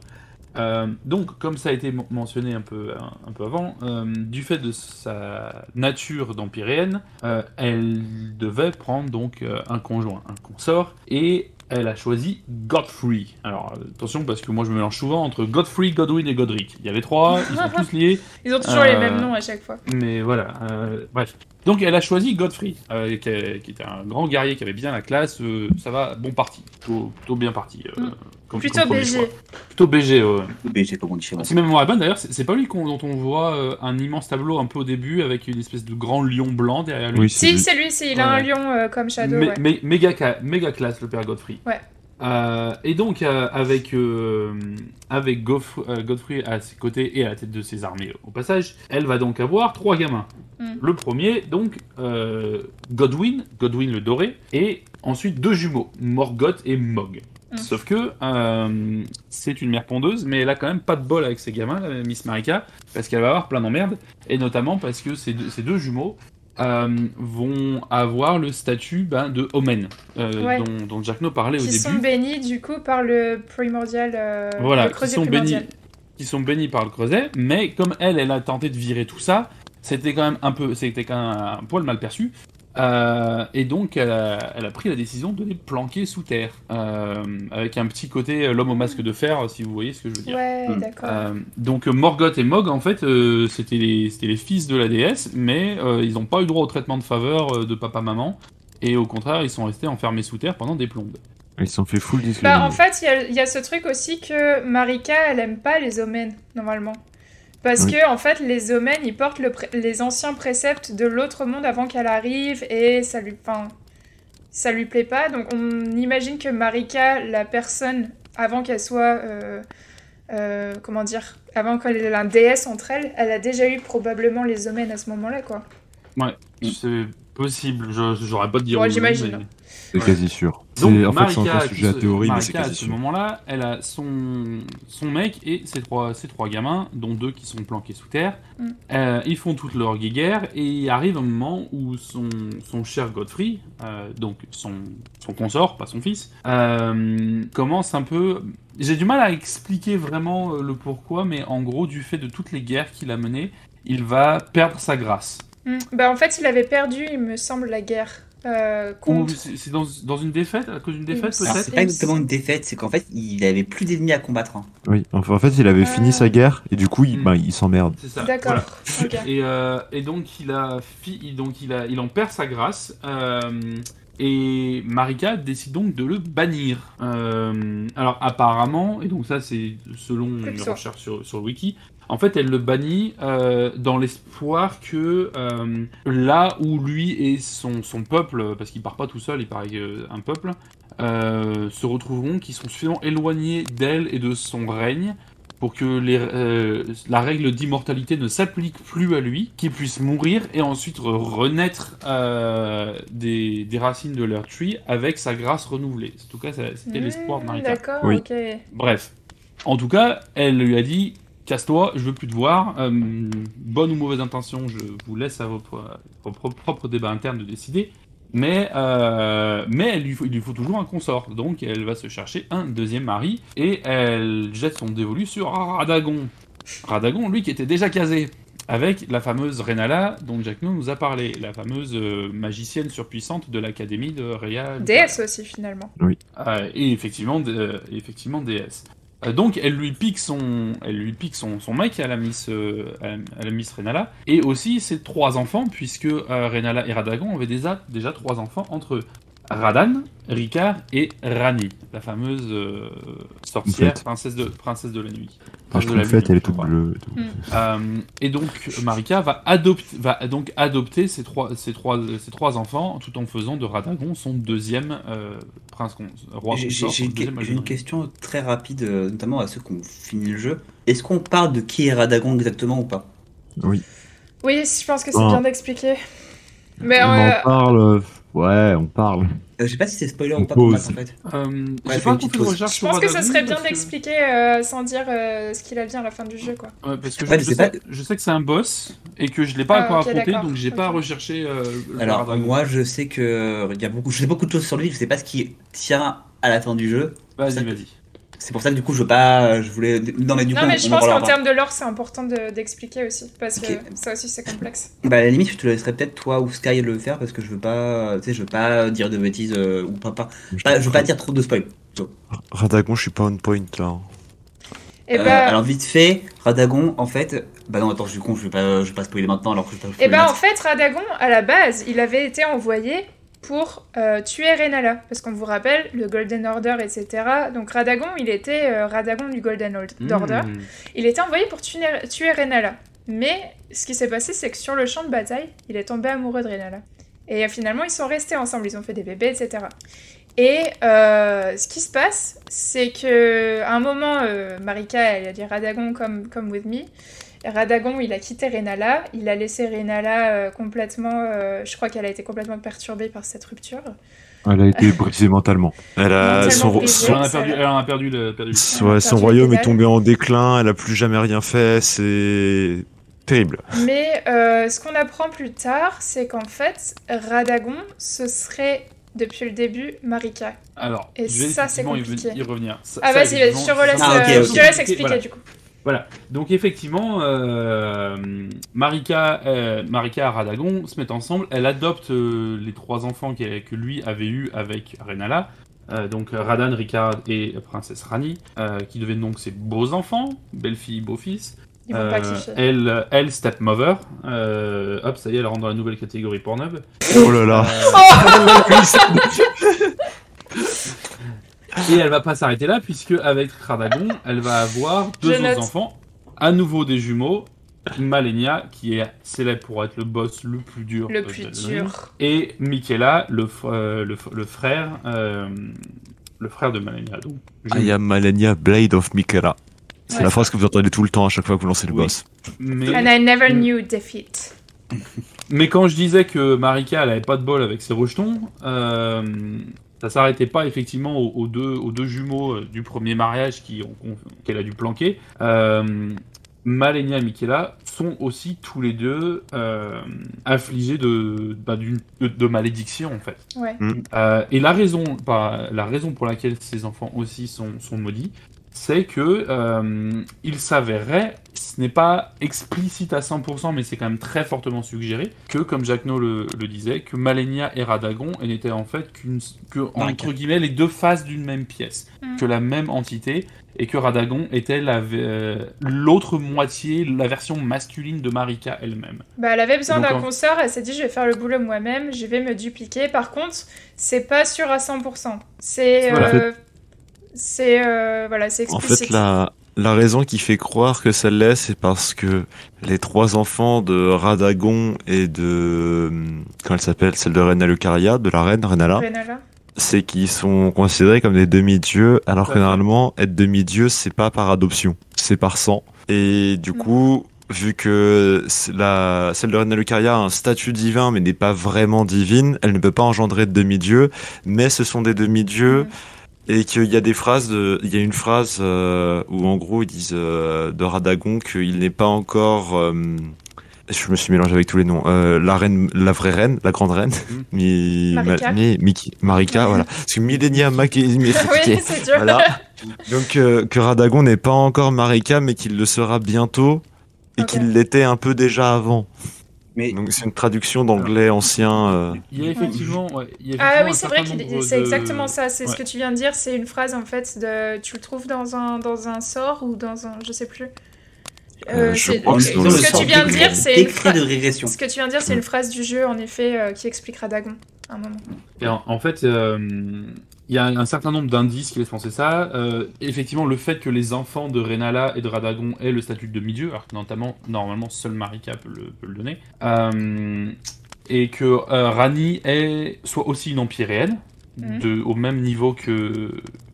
B: Euh, donc, comme ça a été men- mentionné un peu, un, un peu avant, euh, du fait de sa nature d'empyréenne, euh, elle devait prendre donc euh, un conjoint, un consort, et elle a choisi Godfrey. Alors, euh, attention, parce que moi je me mélange souvent entre Godfrey, Godwin et Godric. Il y avait trois, ils sont tous liés.
A: Ils ont toujours les mêmes
B: Euh,
A: noms à chaque fois.
B: Mais voilà, euh, bref. Donc elle a choisi Godfrey, euh, qui, est- qui était un grand guerrier, qui avait bien la classe. euh, ça va, bon parti, plutôt, plutôt bien parti. euh,
A: Mm.
B: comme-
A: Plutôt
B: comme premier
A: BG.
B: choix. Plutôt BG, ouais.
D: Mais j'ai pas mon chez moi.
B: Si ma mémoire est bonne, d'ailleurs, c'est c'est pas lui qu'on- dont on voit euh, un immense tableau un peu au début avec une espèce de grand lion blanc derrière lui.
C: Oui,
A: Si, c'est lui, c'est- il a
B: Ouais.
A: un lion euh, comme Shadow.
B: Mé-
A: ouais.
B: mé- méga, ca- méga classe le père Godfrey.
A: Ouais.
B: Euh, et donc euh, avec euh, avec Goff- euh, Godfrey à ses côtés et à la tête de ses armées au passage, elle va donc avoir trois gamins.
A: Mm.
B: Le premier donc euh, Godwin, Godwin le doré, et ensuite deux jumeaux, Morgoth et Mog.
A: Mm.
B: Sauf que euh, c'est une mère pondeuse, mais elle a quand même pas de bol avec ses gamins, la Miss Marika, parce qu'elle va avoir plein d'emmerdes, et notamment parce que ces deux- ces deux jumeaux euh, vont avoir le statut ben, de Omen, euh,
A: Ouais.
B: dont, dont Jackno parlait au
A: Qui
B: début.
A: sont bénis du coup par le primordial. euh,
B: voilà,
A: le
B: qui
A: creuset
B: sont bénis,
A: primordial.
B: qui sont bénis par le creuset, mais comme elle, elle a tenté de virer tout ça, c'était quand même un peu, c'était quand même un poil mal perçu. Euh, et donc, elle a, elle a pris la décision de les planquer sous terre, euh, avec un petit côté euh, l'homme au masque de fer, si vous voyez ce que je veux dire.
A: Ouais,
D: Mm.
A: d'accord.
B: Euh, donc euh, Morgoth et Mog, en fait, euh, c'était les, c'était les fils de la déesse, mais euh, ils n'ont pas eu droit au traitement de faveur euh, de papa-maman, et au contraire, ils sont restés enfermés sous terre pendant des plombes.
C: Ils se sont fait full
A: Bah,
C: discriminer.
A: en fait, il y a- il y, a ce truc aussi que Marika, elle aime pas les omens, normalement. Parce
C: Oui.
A: que, en fait, les omens, ils portent le pré- les anciens préceptes de l'autre monde avant qu'elle arrive, et ça lui, enfin, ça lui plaît pas. Donc, on imagine que Marika, la personne, avant qu'elle soit. euh, euh, comment dire Avant qu'elle ait un déesse entre elles, elle a déjà eu probablement les omens à ce moment-là, quoi.
D: Mm.
B: C'est possible, je- j'aurais pas de dire.
A: Ouais,
B: oui,
A: j'imagine.
B: mais-
C: C'est
B: ouais.
C: quasi sûr. C'est-
B: Donc,
C: en fait, c'est
B: Marika,
C: encore un sujet à
B: ce-
C: théorie, mais c'est
B: Marika, à
C: quasi
B: ce
C: sûr.
B: moment-là, elle a son, son mec et ses trois, ses trois gamins, dont deux qui sont planqués sous terre.
A: Mm.
B: Euh, ils font toute leur guéguerre et il arrive un moment où son, son cher Godfrey, euh, donc son, son consort, pas son fils, euh, commence un peu. J'ai du mal à expliquer vraiment euh, le pourquoi, mais en gros, du fait de toutes les guerres qu'il a menées, il va perdre sa grâce.
A: Mm. Bah, en fait, il avait perdu, il me semble, la guerre euh,
B: Ou
A: contre.
B: c'est c'est dans, dans une défaite, à cause d'une défaite
A: me
D: Alors,
B: peut-être
D: c'est pas exactement une défaite, c'est qu'en fait, il avait plus d'ennemis à combattre. hein.
C: Oui. Enfin, en fait, il avait
A: Ah.
C: fini sa guerre et du coup, il,
B: Mm.
C: bah, il s'emmerde.
B: C'est ça.
A: D'accord.
B: Voilà.
A: ok.
B: Et, euh, et donc il a, fi- il- donc il a, il en perd sa grâce. euh, et Marika décide donc de le bannir. Euh, alors apparemment, et donc ça c'est selon
A: que
B: mes
A: ça.
B: recherches sur, sur le wiki, en fait elle le bannit euh, dans l'espoir que euh, là où lui et son, son peuple, parce qu'il part pas tout seul, il part avec euh, un peuple, euh, se retrouveront, qui sont suffisamment éloignés d'elle et de son règne pour que les- euh, la règle d'immortalité ne s'applique plus à lui, qu'il puisse mourir et ensuite re- renaître euh, des, des racines de leur tree avec sa grâce renouvelée. En tout cas, ça- c'était l'espoir de
A: Mmh,
B: Narita.
A: D'accord,
C: Oui.
A: ok.
B: Bref. En tout cas, elle lui a dit Casse-toi, je veux plus te voir. Euh, bonne ou mauvaise intention, je vous laisse à votre, à votre propre débat interne de décider. Mais, euh, mais elle lui faut, il lui faut toujours un consort. Donc elle va se chercher un deuxième mari et elle jette son dévolu sur Radagon. Radagon, lui, qui était déjà casé avec la fameuse Renala dont Jack No nous a parlé, la fameuse euh, magicienne surpuissante de l'académie de Réa.
A: DS aussi finalement.
B: Euh, et effectivement, d- euh, effectivement DS. Euh, donc elle lui pique son, elle lui pique son, son mec à la Miss, euh, à la, à la Miss Renala et aussi ses trois enfants puisque euh, Renala et Radagon avaient déjà, déjà trois enfants entre eux. Radan, Ricard et Rani, la fameuse euh, sorcière
C: Fête.
B: princesse de princesse de la nuit. Princesse
C: Enfin, je
B: de la
C: trouve fait,
B: Lune,
C: elle est
B: je
C: toute
B: crois.
C: bleue.
B: Euh, et donc Marika va, adopter, va donc adopter ses trois, ses, trois, ses trois enfants tout en faisant de Radagon son deuxième euh, prince con- roi
D: J'ai- J'ai
B: consort,
D: j'ai
B: son
D: une, que-
B: deuxième
D: j'ai une
B: Algérie.
D: question très rapide, euh, notamment à ceux qui ont fini le jeu. Est-ce qu'on parle de qui est Radagon exactement ou pas
A: Oui, je pense que c'est
C: Ah.
A: bien d'expliquer. Mais
C: on
A: euh,
C: en parle. euh, Ouais, on parle.
D: Euh, Je sais pas si c'est spoiler
C: On
D: ou pas pour
C: pose.
D: Matt, en fait.
B: Euh, j'ai
D: fais
B: pas
D: une petite
B: beaucoup de
D: pause.
B: recherche
A: je
B: sur
A: pense que
B: Radagon
A: ça serait bien
B: parce que-
A: d'expliquer euh, sans dire euh, ce qu'il advient à la fin du jeu quoi.
B: Ouais, parce que je,
D: Ouais, mais
B: je
D: c'est
B: sais,
D: pas-
B: je sais que c'est un boss et que je l'ai pas
A: Ah,
B: encore
A: ok,
B: affronté
A: d'accord.
B: donc j'ai pas
A: Ok.
B: recherché euh, le
D: Alors,
B: Radagon.
D: moi, je sais que euh, il y a beaucoup, je sais beaucoup de choses sur lui, je sais pas ce qui tient à la fin du jeu.
B: Vas-y,
D: ça-
B: vas-y.
D: C'est pour ça que du coup, je veux pas. euh, Je voulais. Non, mais du
A: non
D: coup,
A: mais
D: on-
A: je
D: on
A: pense
D: en parlera
A: qu'en
D: pas.
A: termes de lore c'est important de- d'expliquer aussi parce que
D: Ok.
A: ça aussi c'est complexe.
D: Bah, à la limite, je te laisserai peut-être toi ou Sky le faire parce que je veux pas. Tu sais, je veux pas dire de bêtises euh, ou pas, pas- pas- Je veux pas dire trop de spoil.
C: Radagon, je suis pas on point là.
A: Et
D: Euh,
A: bah,
D: Alors, vite fait, Radagon, en fait. Bah, non, attends, je suis con, je vais pas, je vais pas spoiler maintenant alors que je vais pas
A: et
D: spoiler
A: bah en
D: maintenant.
A: fait Radagon à la base il avait été envoyé pour euh, tuer Renala parce qu'on vous rappelle le Golden Order etc. Donc Radagon il était euh, Radagon du Golden Old- Order.
B: Hmm.
A: Il était envoyé pour tuer, tuer Renala. Mais ce qui s'est passé, c'est que sur le champ de bataille, il est tombé amoureux de Renala. Et euh, finalement, ils sont restés ensemble, ils ont fait des bébés, etc. Et euh, ce qui se passe, c'est que à un moment, euh, Marika, elle a dit Radagon, comme comme with me. Et Radagon, il a quitté Renala, il a laissé Renala euh, complètement. euh, je crois qu'elle a été complètement perturbée par cette rupture.
C: Elle a été brisée mentalement. Elle a
A: Mentalement
C: son, ro-
A: brisée.
C: son-
B: Elle en a
A: ça-
B: perdu, elle en a perdu le. Perdu. le-
C: son- ouais, son
A: Perdu
C: royaume
A: les
C: est tombé en déclin. Elle a plus jamais rien fait. C'est terrible.
A: Mais euh, ce qu'on apprend plus tard, c'est qu'en fait, Radagon, ce serait depuis le début Marika.
B: Alors,
A: Et
B: je vais
A: ça, c'est
B: effectivement y ven-
A: compliqué.
B: y revenir. Ça-
A: Ah
B: ça,
A: vas-y, vas-y, je te
B: effectivement,
A: relaisse,
D: Ah, ok,
A: euh,
D: ok.
A: je te laisse expliquer
B: Voilà.
A: du coup.
B: Donc effectivement, euh, Marika, euh, Marika et Radagon se mettent ensemble. Elle adopte euh, les trois enfants qu'elle- que lui avait eu avec Renala. Euh, donc Radan, Ricard et Princesse Rani, euh, qui deviennent donc ses beaux enfants, belle fille, beau fils.
A: Ils vont pas
B: Euh,
A: kiffer.
B: elle, euh, elle, stepmother. Euh, hop, ça y est, elle rentre dans la nouvelle catégorie Pornhub.
C: Oh là là.
B: Et elle va pas s'arrêter là, puisque avec Radagon, elle va avoir deux
A: Je
B: autres
A: note.
B: enfants, à nouveau des jumeaux, Malenia, qui est célèbre pour être le boss le plus dur.
A: Le
B: de-
A: plus
B: de-
A: dur.
B: Et Michaela, le, fr- euh, le, fr- le frère, euh, le frère de Malenia. Donc, je-
C: I am Malenia Blade of Mikela. C'est
A: Ouais.
C: la phrase que vous entendez tout le temps à chaque fois que vous lancez le
B: Oui.
C: boss.
A: And
B: mais,
A: I never
B: Mm.
A: knew defeat.
B: mais quand je disais que Marika, elle avait pas de bol avec ses rejetons, euh, ça s'arrêtait pas effectivement aux, aux deux, aux deux jumeaux euh, du premier mariage qui ont- qu'on- qu'elle a dû planquer. Euh, Malenia et Michaela sont aussi tous les deux euh, affligés de, bah, d'une- de, de malédiction en fait.
A: Ouais.
C: Mm.
B: Euh, et la raison, bah, la raison pour laquelle ces enfants aussi sont, sont maudits, c'est que euh, il s'avérerait, ce n'est pas explicite à 100%, mais c'est quand même très fortement suggéré, que comme Jacques No le, le disait, que Malenia et Radagon n'étaient en fait qu'une, que, entre
D: Barricade.
B: guillemets les deux faces d'une même pièce,
A: Mm.
B: que la même entité et que Radagon était la ve- euh, l'autre moitié, la version masculine de Marika elle-même.
A: Bah, elle avait besoin
B: Donc,
A: d'un
B: en-
A: consort, elle s'est dit je vais faire le boulot moi-même, je vais me dupliquer. Par contre, c'est pas sûr à 100%. C'est.
B: Voilà.
A: euh, C'est. euh, voilà, c'est
C: En
A: explicite.
C: fait, la, la raison qui fait croire que ça l'est, c'est parce que les trois enfants de euh, Radagon et de. Comment elle s'appelle Celle de Rena Lucaria, de la reine Renala,
A: Renala.
C: c'est qu'ils sont considérés comme des demi-dieux, alors que
B: Ouais.
C: normalement, être demi-dieu, c'est pas par adoption, c'est par sang. Et du
A: Mhm.
C: coup, vu que c'est la, celle de Reina Lucaria a un statut divin, mais n'est pas vraiment divine, elle ne peut pas engendrer de demi-dieu, mais ce sont des demi-dieux
A: Mhm.
C: et qu'il y a des phrases de, il y a une phrase euh, où en gros ils disent euh, de Radagon qu'il n'est pas encore euh, je me suis mélangé avec tous les noms euh, la reine la vraie reine la grande reine
B: Mhm.
C: mi, ma-
A: Mm. Marika.
C: mi- Miki- Marika voilà parce que Millenia Maki mi-
A: oui, c'est dur.
C: voilà donc euh, que Radagon n'est pas encore Marika mais qu'il le sera bientôt et
A: Ok.
C: qu'il l'était un peu déjà avant
D: Mais
C: donc c'est une traduction d'anglais ancien euh,
B: Il y a effectivement. ouais, il y a
A: Ah
B: effectivement
A: oui, c'est vrai
B: un certain
A: que
B: nombre
A: c'est
B: de-
A: exactement ça. C'est ce
B: Ouais.
A: que tu viens de dire. C'est une phrase en fait de. Tu le trouves dans un dans un sort ou dans un. Je sais plus.
C: Euh, je
A: c'est-
C: crois que
A: ce
C: c'est dans le
A: que
C: sort
A: tu viens de
C: du
A: dire,
C: livre.
A: c'est une
D: décret
A: phrase.
D: de régression.
A: Ce que tu viens de dire, c'est
C: Mm.
A: une phrase du jeu en effet euh, qui expliquera Dagon. Un moment.
B: Et en, en fait, euh, il y a un certain nombre d'indices qui laissent penser ça. Euh, effectivement, le fait que les enfants de Renala et de Radagon aient le statut de demi-dieu, alors que notamment, normalement, seul Marika peut le, peut le donner, euh, et que euh, Rani ait- soit aussi une empyréenne,
A: Mhm.
B: de, au même niveau que,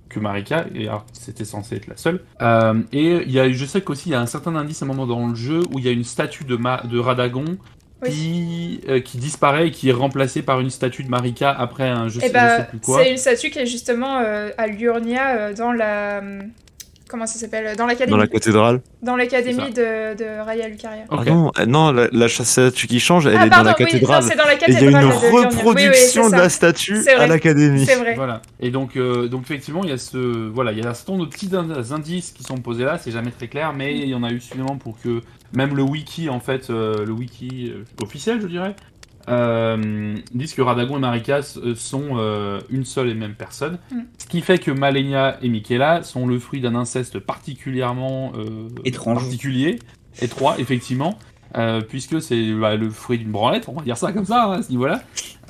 B: que Marika, et alors que c'était censé être la seule. Euh, et il y a, je sais qu'aussi, il y a un certain indice à un moment dans le jeu où il y a une statue de, Ma- de Radagon qui, euh, qui disparaît et qui est remplacée par une statue de Marika après un je,
A: Et
B: sais, je
A: bah,
B: sais plus quoi.
A: c'est une statue qui est justement euh, à Liurnia euh, dans la. Comment ça s'appelle euh, Dans
C: dans
A: l'académie.
C: la cathédrale
A: Dans l'académie de, de Raya Lucaria.
B: Ok.
C: ah non, euh, non la, la chasse à qui change elle
A: ah,
C: est
A: pardon,
C: dans la
A: oui,
C: cathédrale
A: non, c'est dans la
C: Et il y a
A: cathédrale.
C: une
A: de Liurnia.
C: reproduction
A: oui, oui,
C: de
A: c'est
C: la
A: ça.
C: statue
A: C'est vrai.
C: à l'académie.
A: C'est vrai.
B: Voilà. Et donc, euh, donc effectivement, il y a ce, voilà, il y a un certain nombre de petits ind- indices qui sont posés là. C'est jamais très clair, mais il y en a eu suffisamment pour que même le wiki, en fait, euh, le wiki euh, officiel, je dirais, euh, disent que Radagon et Marika s- euh, sont euh, une seule et même personne.
A: Mm.
B: Ce qui fait que Malenia et Michaela sont le fruit d'un inceste particulièrement euh,
D: Étrange.
B: particulier, étroit, effectivement. euh, puisque c'est bah, le fruit d'une branlette, on va dire ça comme ça, hein, à ce niveau-là.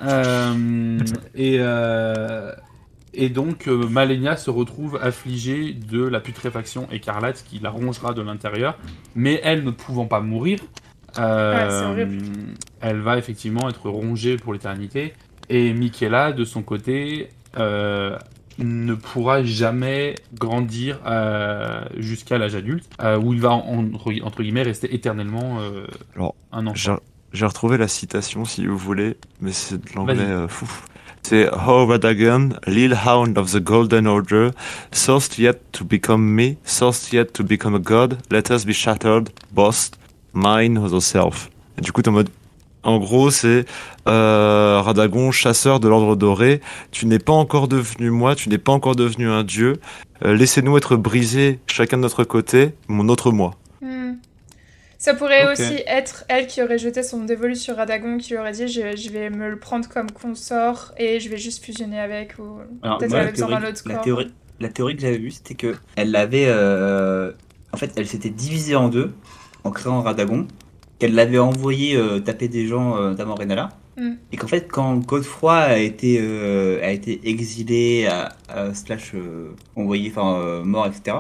B: Euh, et, euh, et donc, euh, Malenia se retrouve affligée de la putréfaction écarlate qui la rongera de l'intérieur, mais elle ne pouvant pas mourir, euh,
A: Ouais, Ah, c'est horrible.
B: elle va effectivement être rongée pour l'éternité. Et Michaela, de son côté, euh, ne pourra jamais grandir euh, jusqu'à l'âge adulte, euh, où il va, en- entre, gui- entre guillemets, rester éternellement euh,
C: Alors,
B: un enfant.
C: J'ai j'ai retrouvé la citation si vous voulez, mais c'est de l'anglais
B: Vas-y.
C: euh, fou. C'est How Radagon, Lil Hound of the Golden Order, sourced yet to become me, sourced yet to become a god, let us be shattered, bossed, mine of the self. Et du coup, t'es en mode. En gros, c'est euh, Radagon, chasseur de l'ordre doré, tu n'es pas encore devenu moi, tu n'es pas encore devenu un dieu, euh, laissez-nous être brisés chacun de notre côté, mon autre moi.
A: Hmm. Ça pourrait
B: Ok.
A: aussi être elle qui aurait jeté son dévolu sur Radagon, qui lui aurait dit je, je vais me le prendre comme consort et je vais juste fusionner avec. Ou...
B: Alors,
A: Peut-être
D: Moi,
A: qu'elle
D: la
A: avait besoin d'un
D: théorie,
A: autre
D: la
A: corps.
D: théorie- la théorie que j'avais vue, c'était que elle l'avait. euh, en fait, elle s'était divisée en deux en créant Radagon, qu'elle l'avait envoyé euh, taper des gens, euh, notamment Renala.
A: Mm.
D: Et qu'en fait, quand Godefroy a été, euh, a été exilé, à, à- slash euh, envoyé, enfin euh, mort, etc.,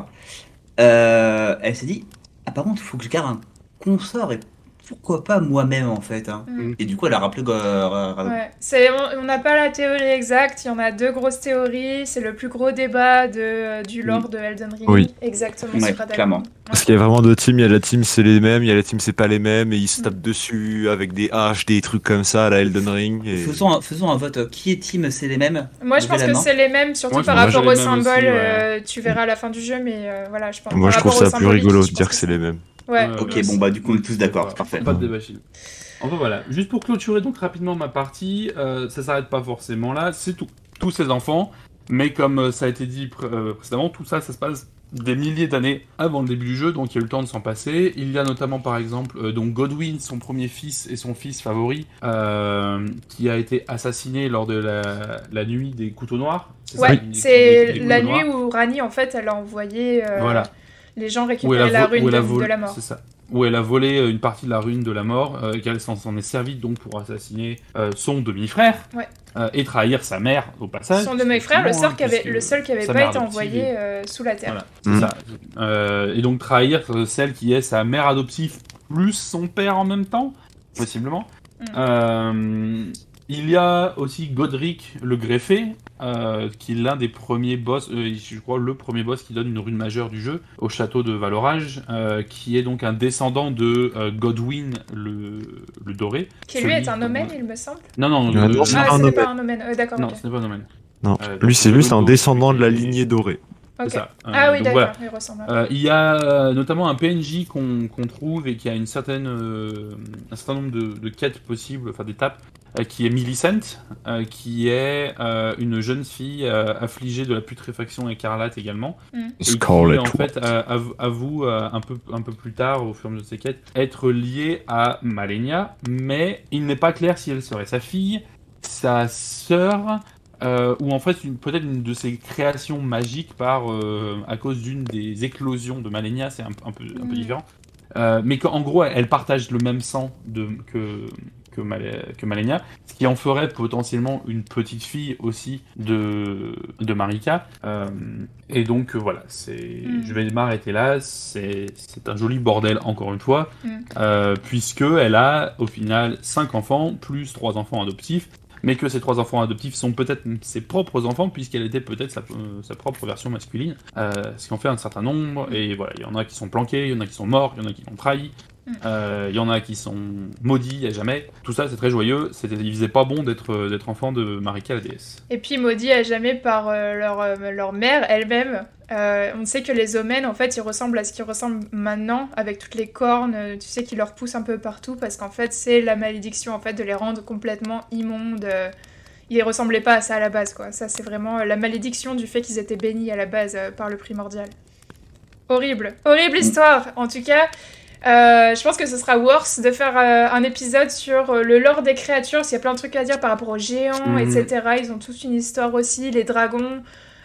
D: euh, elle s'est dit Ah, par contre, il faut que je garde un consort et pourquoi pas moi-même, en fait. hein.
A: Hmm.
D: Et du coup, elle a rappelé euh, Radagon.
A: Ouais. C'est- on- On n'a pas la théorie exacte, il y en a deux grosses théories. C'est le plus gros débat de, euh, du lore de Elden Ring.
C: Oui.
A: Exactement,
D: Ouais,
A: sur Radagon.
D: clairement.
C: Parce qu'il y a vraiment deux teams, il y a la team c'est les mêmes, il y a la team c'est pas les mêmes, et ils se tapent dessus avec des haches, des trucs comme ça à la Elden Ring. Et...
D: Faisons un, faisons un vote. Qui est team C'est les mêmes
A: Moi, je
D: Levez
A: pense
D: la
A: que
D: main.
A: c'est les mêmes, surtout
B: Moi, je
A: par
B: pense que
A: rapport
B: j'ai
A: aux
B: les mêmes
A: symboles.
B: aussi, ouais.
A: euh, tu verras à la fin du jeu, mais euh, voilà, je pense
C: Moi
A: par
C: je trouve
A: rapport
C: ça
A: aux
C: plus
A: symboliques,
C: rigolo
A: je
C: de dire
A: pense
C: que c'est les mêmes.
A: Ouais.
B: Euh,
D: Ok,
B: ouais,
D: bon, bah du coup, on est tous d'accord,
B: Voilà.
D: c'est parfait.
B: Pas de débat chez nous. Enfin voilà, juste pour clôturer donc rapidement ma partie, euh, ça s'arrête pas forcément là, c'est tout. Tous ces enfants, mais comme euh, ça a été dit pr- euh, précédemment, tout ça, ça se passe des milliers d'années avant le début du jeu, donc il y a eu le temps de s'en passer. Il y a notamment par exemple euh, donc Godwin, son premier fils et son fils favori, euh, qui a été assassiné lors de la, la nuit des couteaux noirs. c'est ça,
A: Ouais,
B: des- des-
A: c'est
B: des couteaux
A: la
B: noirs.
A: nuit où Rani, en fait, elle a envoyé euh,
B: Voilà.
A: les gens
B: Où elle
A: récupérer
B: a,
A: la
B: vo-
A: rune
B: où elle
A: de,
B: a
A: de
B: volé-
A: la mort.
B: c'est ça. Où elle a volé euh, une partie de la rune de la mort, euh, et qu'elle s'en s'en est servie donc pour assassiner euh, son demi-frère
A: Ouais.
B: euh, et trahir sa mère au passage.
A: Son de mes frères, le,
B: Effectivement,
A: sort qui avait,
B: puisque-
A: le seul qui avait
B: sa
A: pas
B: mère
A: été
B: adoptive
A: envoyé
B: est-
A: euh, sous la terre.
B: Voilà, c'est
C: Mm.
B: ça. Euh, et donc trahir euh, celle qui est sa mère adoptive plus son père en même temps, possiblement.
A: Mm.
B: Euh, il y a aussi Godric le greffé, euh, qui est l'un des premiers boss, euh, je crois le premier boss qui donne une rune majeure du jeu, au château de Valorage, euh, qui est donc un descendant de euh, Godwin le, le Doré.
A: Qui lui est
B: Celui
A: un
B: qu'on-
A: homène, il me semble.
B: Non, non,
C: Non,
B: le-
C: non, c'est
A: Ah,
C: un
A: ce n'est
C: homène.
A: pas un homène. Euh, D'accord.
B: non,
A: ok.
B: ce n'est pas un homène.
C: Non.
B: Euh, donc
C: lui, c'est
B: le
C: juste un
B: logo,
C: descendant de la
B: celui qui est-
C: lignée dorée.
B: C'est
A: Ok.
B: ça. Euh,
A: Ah oui,
B: donc
A: d'accord,
B: voilà.
A: il ressemble. à-
B: Euh, il y a euh, notamment un PNJ qu'on qu'on trouve et qui a une certaine, euh, un certain nombre de, de quêtes possibles, enfin d'étapes, euh, qui est Millicent, euh, qui est euh, une jeune fille euh, affligée de la putréfaction écarlate également. Et qui, en fait, euh, av- avoue euh, un, peu, un peu plus tard, au fur et à mesure de ses quêtes, être liée à Malenia, mais il n'est pas clair si elle serait sa fille, sa sœur, euh, ou en fait une- peut-être une de ses créations magiques par, euh, à cause d'une des éclosions de Malenia, c'est un, un peu, un peu
A: Mm.
B: différent. Euh, mais qu'en gros, elle partage le même sang de, que, que, Mal- que Malenia, ce qui en ferait potentiellement une petite fille aussi de, de Marika. Euh, et donc euh, voilà, c'est,
A: Mm.
B: je vais m'arrêter là. C'est, c'est un joli bordel encore une fois,
A: Mm.
B: euh, puisque elle a au final cinq enfants plus trois enfants adoptifs, mais que ces trois enfants adoptifs sont peut-être ses propres enfants puisqu'elle était peut-être sa, euh, sa propre version masculine, euh, ce qui en fait un certain nombre. Et voilà, il y en a qui sont planqués, il y en a qui sont morts, il y en a qui l'ont trahi.
A: Mm.
B: euh, Il y en a qui sont maudits à jamais. Tout ça, c'est très joyeux. C'était, il faisait pas bon d'être, euh, d'être enfant de Marika la déesse.
A: Et puis maudit à jamais par euh, leur, euh, leur mère elle-même. Euh, on sait que les homènes, en fait, ils ressemblent à ce qu'ils ressemblent maintenant, avec toutes les cornes, euh, tu sais, qui leur poussent un peu partout, parce qu'en fait, c'est la malédiction, en fait, de les rendre complètement immondes. euh, Ils ressemblaient pas à ça à la base, quoi. Ça, c'est vraiment euh, la malédiction du fait qu'ils étaient bénis à la base euh, par le primordial. Horrible. Horrible histoire En tout cas, euh, je pense que ce sera worse de faire euh, un épisode sur euh, le lore des créatures, parce qu'il y a plein de trucs à dire par rapport aux géants,
B: Mhm.
A: etc. Ils ont tous une histoire aussi, les dragons.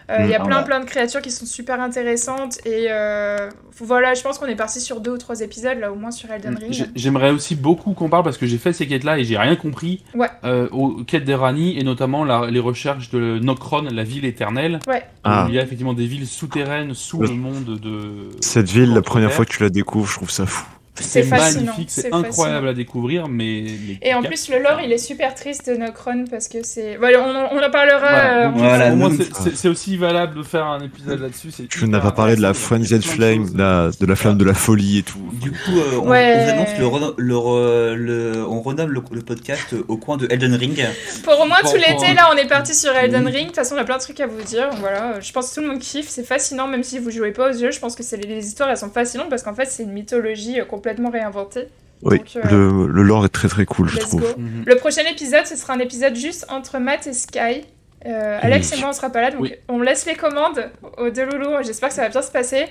A: Euh, Il y a
D: Mhm.
B: Mm.
A: plein
D: Ah ouais.
A: plein de créatures qui sont super intéressantes et euh, voilà je pense qu'on est parti sur deux ou trois épisodes là au moins sur Elden Ring.
B: Mm, J'ai- J'aimerais aussi beaucoup qu'on parle parce que j'ai fait ces quêtes-là et j'ai rien compris
A: Ouais.
B: euh, aux quêtes des Rani et notamment la- les recherches de Nokron, la ville éternelle.
A: Ouais.
C: Ah.
B: Où Il y a effectivement des villes souterraines sous
C: Oui.
B: le monde de.
C: Cette ville, la
B: Entre
C: première
B: terre.
C: fois que tu la découvres, je trouve ça fou.
A: C'est fascinant,
B: magnifique, c'est
A: c'est
B: incroyable
A: fascinant.
B: à découvrir, mais. les
A: Et en
B: quêtes-
A: plus le lore il est super triste de Nocron parce que c'est voilà on, en- on en parlera.
B: Voilà,
A: euh,
B: donc,
A: en-
D: Voilà,
B: pour moi,
D: donc-
B: c'est- c'est c'est aussi valable de faire un épisode là-dessus. c'est
C: Tu
B: hyper
C: n'as pas parlé de la
B: intéressant, il y a
C: Frenzied
B: plein de
C: Flame,
B: choses.
C: la- de la flamme de la folie et tout.
D: Du coup, euh, on,
A: Ouais.
D: on vous annonce le, reno- le re- le- on renomme le, le podcast euh, au coin de Elden Ring.
A: Pour au moins
B: Bon,
A: tout
B: bon,
A: l'été
B: hein.
A: là on est parti sur Elden
D: Mhm.
A: Ring. De toute façon on a plein de trucs à vous dire. Voilà je pense que tout le monde kiffe c'est fascinant même si vous jouez pas aux yeux je pense que c'est les, les histoires elles sont fascinantes parce qu'en fait c'est une mythologie euh, complètement réinventée.
C: Oui,
A: Donc, euh,
C: le, le lore est très très cool, je
A: Let's
C: trouve.
A: go.
B: Mhm.
A: Le prochain épisode, ce sera un épisode juste entre Matt et Sky. Euh, Alex
C: Oui.
A: et moi, on sera pas là, donc
B: Oui.
A: on laisse les commandes aux deux loulous. J'espère que ça va bien se passer.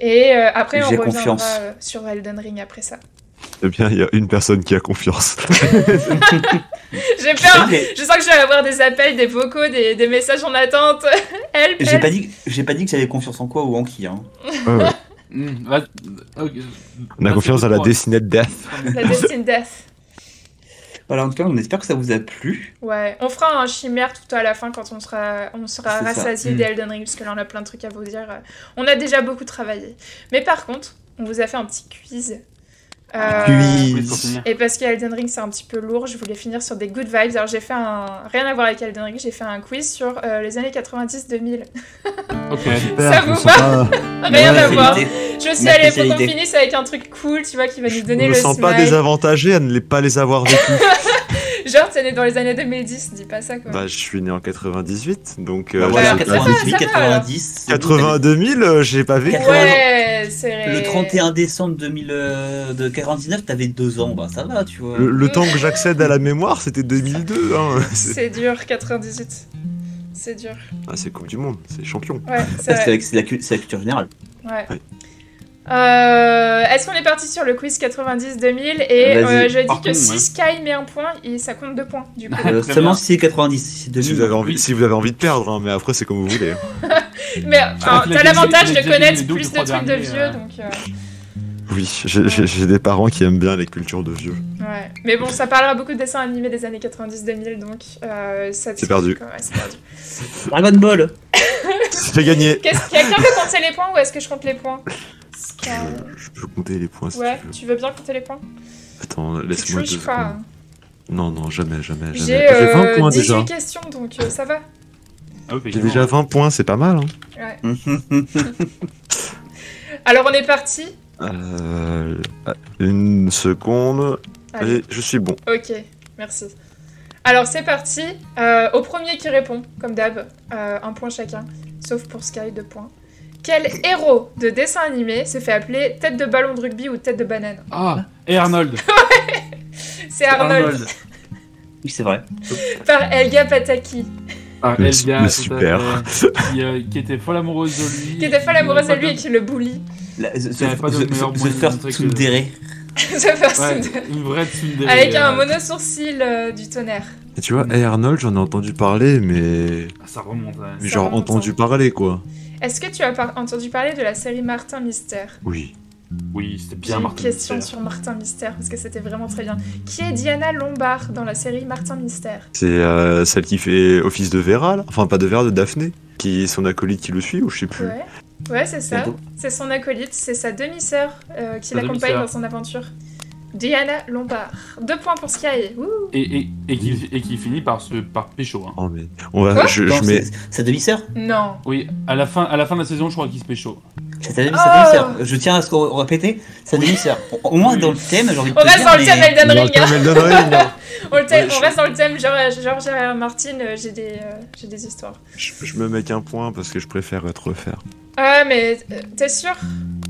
A: Et euh, après, on
D: J'ai
A: reviendra
D: confiance.
A: euh, sur Elden Ring après ça.
C: Eh bien, il y a une personne qui a confiance.
A: J'ai peur.
D: J'ai-
A: Je sens que je vais avoir des appels, des vocaux, des, des messages en attente. help,
D: J'ai
A: help.
D: pas dit, j'ai pas dit que j'avais confiance en quoi ou en qui. Hein.
C: Ouais, ouais.
B: Mhm. Là- ok.
C: On a
B: Là,
C: confiance
B: c'est
C: à la
B: pour-
C: destinette Death.
A: La Destined Death.
D: Voilà, en tout cas, on espère que ça vous a plu.
A: Ouais, on fera un chimère tout à la fin quand on sera, on sera
D: C'est ça.
A: rassasié
B: Mm.
A: des Elden Ring, parce que là on a plein de trucs à vous dire. Euh, On a déjà beaucoup travaillé. Mais par contre, on vous a fait un petit quiz. Euh,
C: Quiz.
B: Oui, pour finir.
A: Et parce que Elden Ring c'est un petit peu lourd, je voulais finir sur des good vibes. Alors j'ai fait un. Rien à voir avec Elden Ring, j'ai fait un quiz sur euh, les années 90-2000.
B: Ok.
A: Ça vous
C: on sent pas-
A: Rien
C: Ah, Ouais,
A: à
C: c'est
A: bah, voir.
D: Qualité.
A: Je suis
D: Ma
A: allée pour qu'on
D: spécialité.
A: finisse avec un truc cool, tu vois, qui va nous
C: Je
A: donner
C: me
A: le
C: sens pas
A: smile.
C: désavantagé à ne les pas les avoir vécus.
A: Genre, t'es né dans les années 2010, dis pas ça quoi.
C: bah, je suis né en 98, donc
D: Bah
C: euh,
D: voilà,
A: ça
C: j'ai-
A: va,
D: 98,
A: Ah, ça va, alors.
D: 90. c'est bon,
C: 82 000, euh, j'ai pas vécu.
A: ouais, c'est
D: Le 31 décembre 2000, euh, de 49, t'avais 2 ans, bah ça va, tu vois.
C: Le, le temps que j'accède à la mémoire, c'était 2002. Hein. C'est
A: C'est dur, 98. C'est dur.
C: ah, c'est Coupe du Monde, c'est champion.
A: Ouais, c'est
D: Ça,
A: vrai.
D: C'est c'est la, cu- c'est la culture générale.
A: Ouais.
C: Ouais.
A: Euh, Est-ce qu'on est parti sur le quiz 90-2000 et
D: Vas-y.
A: euh, je dis
B: Par
A: que
B: contre,
A: si
B: ouais.
A: Sky met un point, il- ça compte deux points du coup.
D: Euh,
B: Très
D: seulement
B: bien.
D: si c'est 90, si c'est
C: Si
D: 2000.
C: vous avez envie,
B: Oui.
C: si vous avez envie de perdre, hein, mais après c'est comme vous voulez.
A: Mais enfin,
B: Ah,
A: t'as
B: la
A: l'avantage de
B: deuxième- la deuxième
A: connaître
B: et donc
A: plus
B: les
A: de
B: trois
A: trucs de
B: derniers,
A: vieux,
B: euh.
A: donc euh,
C: Oui, j'ai- j'ai j'ai des parents qui aiment bien les cultures de vieux.
A: ouais. Mais bon, ça parlera beaucoup de dessins animés des années 90-2000, donc euh, ça te-
C: C'est perdu.
A: Ouais, c'est perdu.
D: Dragon Ball
C: J'ai gagné.
A: Qu'est-ce- Quelqu'un peut compter les points ou est-ce que je compte les points Sky.
C: Je, je peux compter les points si
A: Ouais,
C: tu veux.
A: tu veux bien compter les points
C: Attends,
A: Tu
C: laisse-moi deux
A: triches pas.
C: secondes. Non, non, jamais, jamais, jamais.
A: J'ai
C: J'ai 20
A: euh,
C: points
A: 18
C: déjà.
A: questions, donc euh, ça va.
B: Ah oui,
C: J'ai
B: effectivement.
C: déjà 20 points, c'est pas mal. hein.
A: Ouais.
D: Mhm.
A: Alors on est parti
C: Euh, une seconde.
A: Allez.
C: Et je suis bon.
A: Ok, merci. Alors c'est parti. Euh, au premier qui répond, comme d'hab, euh, un point chacun, sauf pour Sky, deux points. Quel héros de dessin animé s'est fait appeler tête de ballon de rugby ou tête de banane
B: Ah, et Arnold.
A: C'est Arnold,
D: Oui, c'est vrai.
A: par Elga Pataki,
B: Ah,
C: Mais-
B: Elga, tout
C: mais
B: à
C: super.
B: fait, qui, euh, qui était folle amoureuse de lui.
A: qui était folle amoureuse de lui et
B: qui
A: qui le bully.
D: La- the,
B: Il y avait pas de
D: the-
B: meilleur
D: the- the
B: moyen de
D: first
B: montrer que-
D: tsundere.
A: The
B: Ouais,
A: Person.
B: une vraie tsundere.
A: Avec un
B: euh,
A: mono-sourcil euh, du tonnerre.
C: Et tu vois, hey Arnold, j'en ai entendu parler, mais.
B: ah, Ça remonte. hein.
C: mais
A: Ça
C: genre
A: remonte,
C: entendu
A: hein.
C: parler, quoi.
A: Est-ce que tu as par- entendu parler de la série Martin Mystère
C: Oui.
B: Oui, c'était
A: J'ai
B: bien
A: une
B: Martin.
A: question
B: Mystère.
A: sur Martin Mystère parce que c'était vraiment très bien. Qui est Diana Lombard dans la série Martin Mystère
C: C'est euh, celle qui fait office de Vera, là. Enfin, pas de Vera, de Daphné. Qui est son acolyte qui le suit, ou je sais plus.
A: Ouais, ouais c'est ça.
D: Bientôt.
A: C'est son acolyte, c'est sa demi-sœur euh, qui
B: Sa
A: l'accompagne
B: demi-sœur.
A: dans son aventure. Diana Lombard. Deux points pour Sky. Wouh.
B: Et, et, et, qui, et qui finit par, se, par pécho. hein.
C: Oh, mais. On va.
A: Quoi
C: je, je
D: Non,
C: mets.
D: c'est- Sa demi-sœur
A: Non.
B: Oui, à la, fin, à la fin de la saison, je crois qu'il se pécho.
D: C'est sa demi-
A: Oh
D: sa demi-sœur. Je tiens à ce qu'on répète. Sa demi-sœur. Au- Au moins dans le thème, j'ai envie de
A: On
D: te
A: reste
D: dire,
A: dans le
D: mais-
A: thème Elden
C: Non,
A: Ring. hein.
C: Tom Elden Ring, non.
A: On, le thème-
C: Ouais,
A: on
C: je-
A: reste dans le thème. George, George R. R. Martin, euh, j'ai des, euh, j'ai des histoires.
C: Je, je me mets qu'un point parce que je préfère être refaire.
A: Ah, mais euh, t'es sûr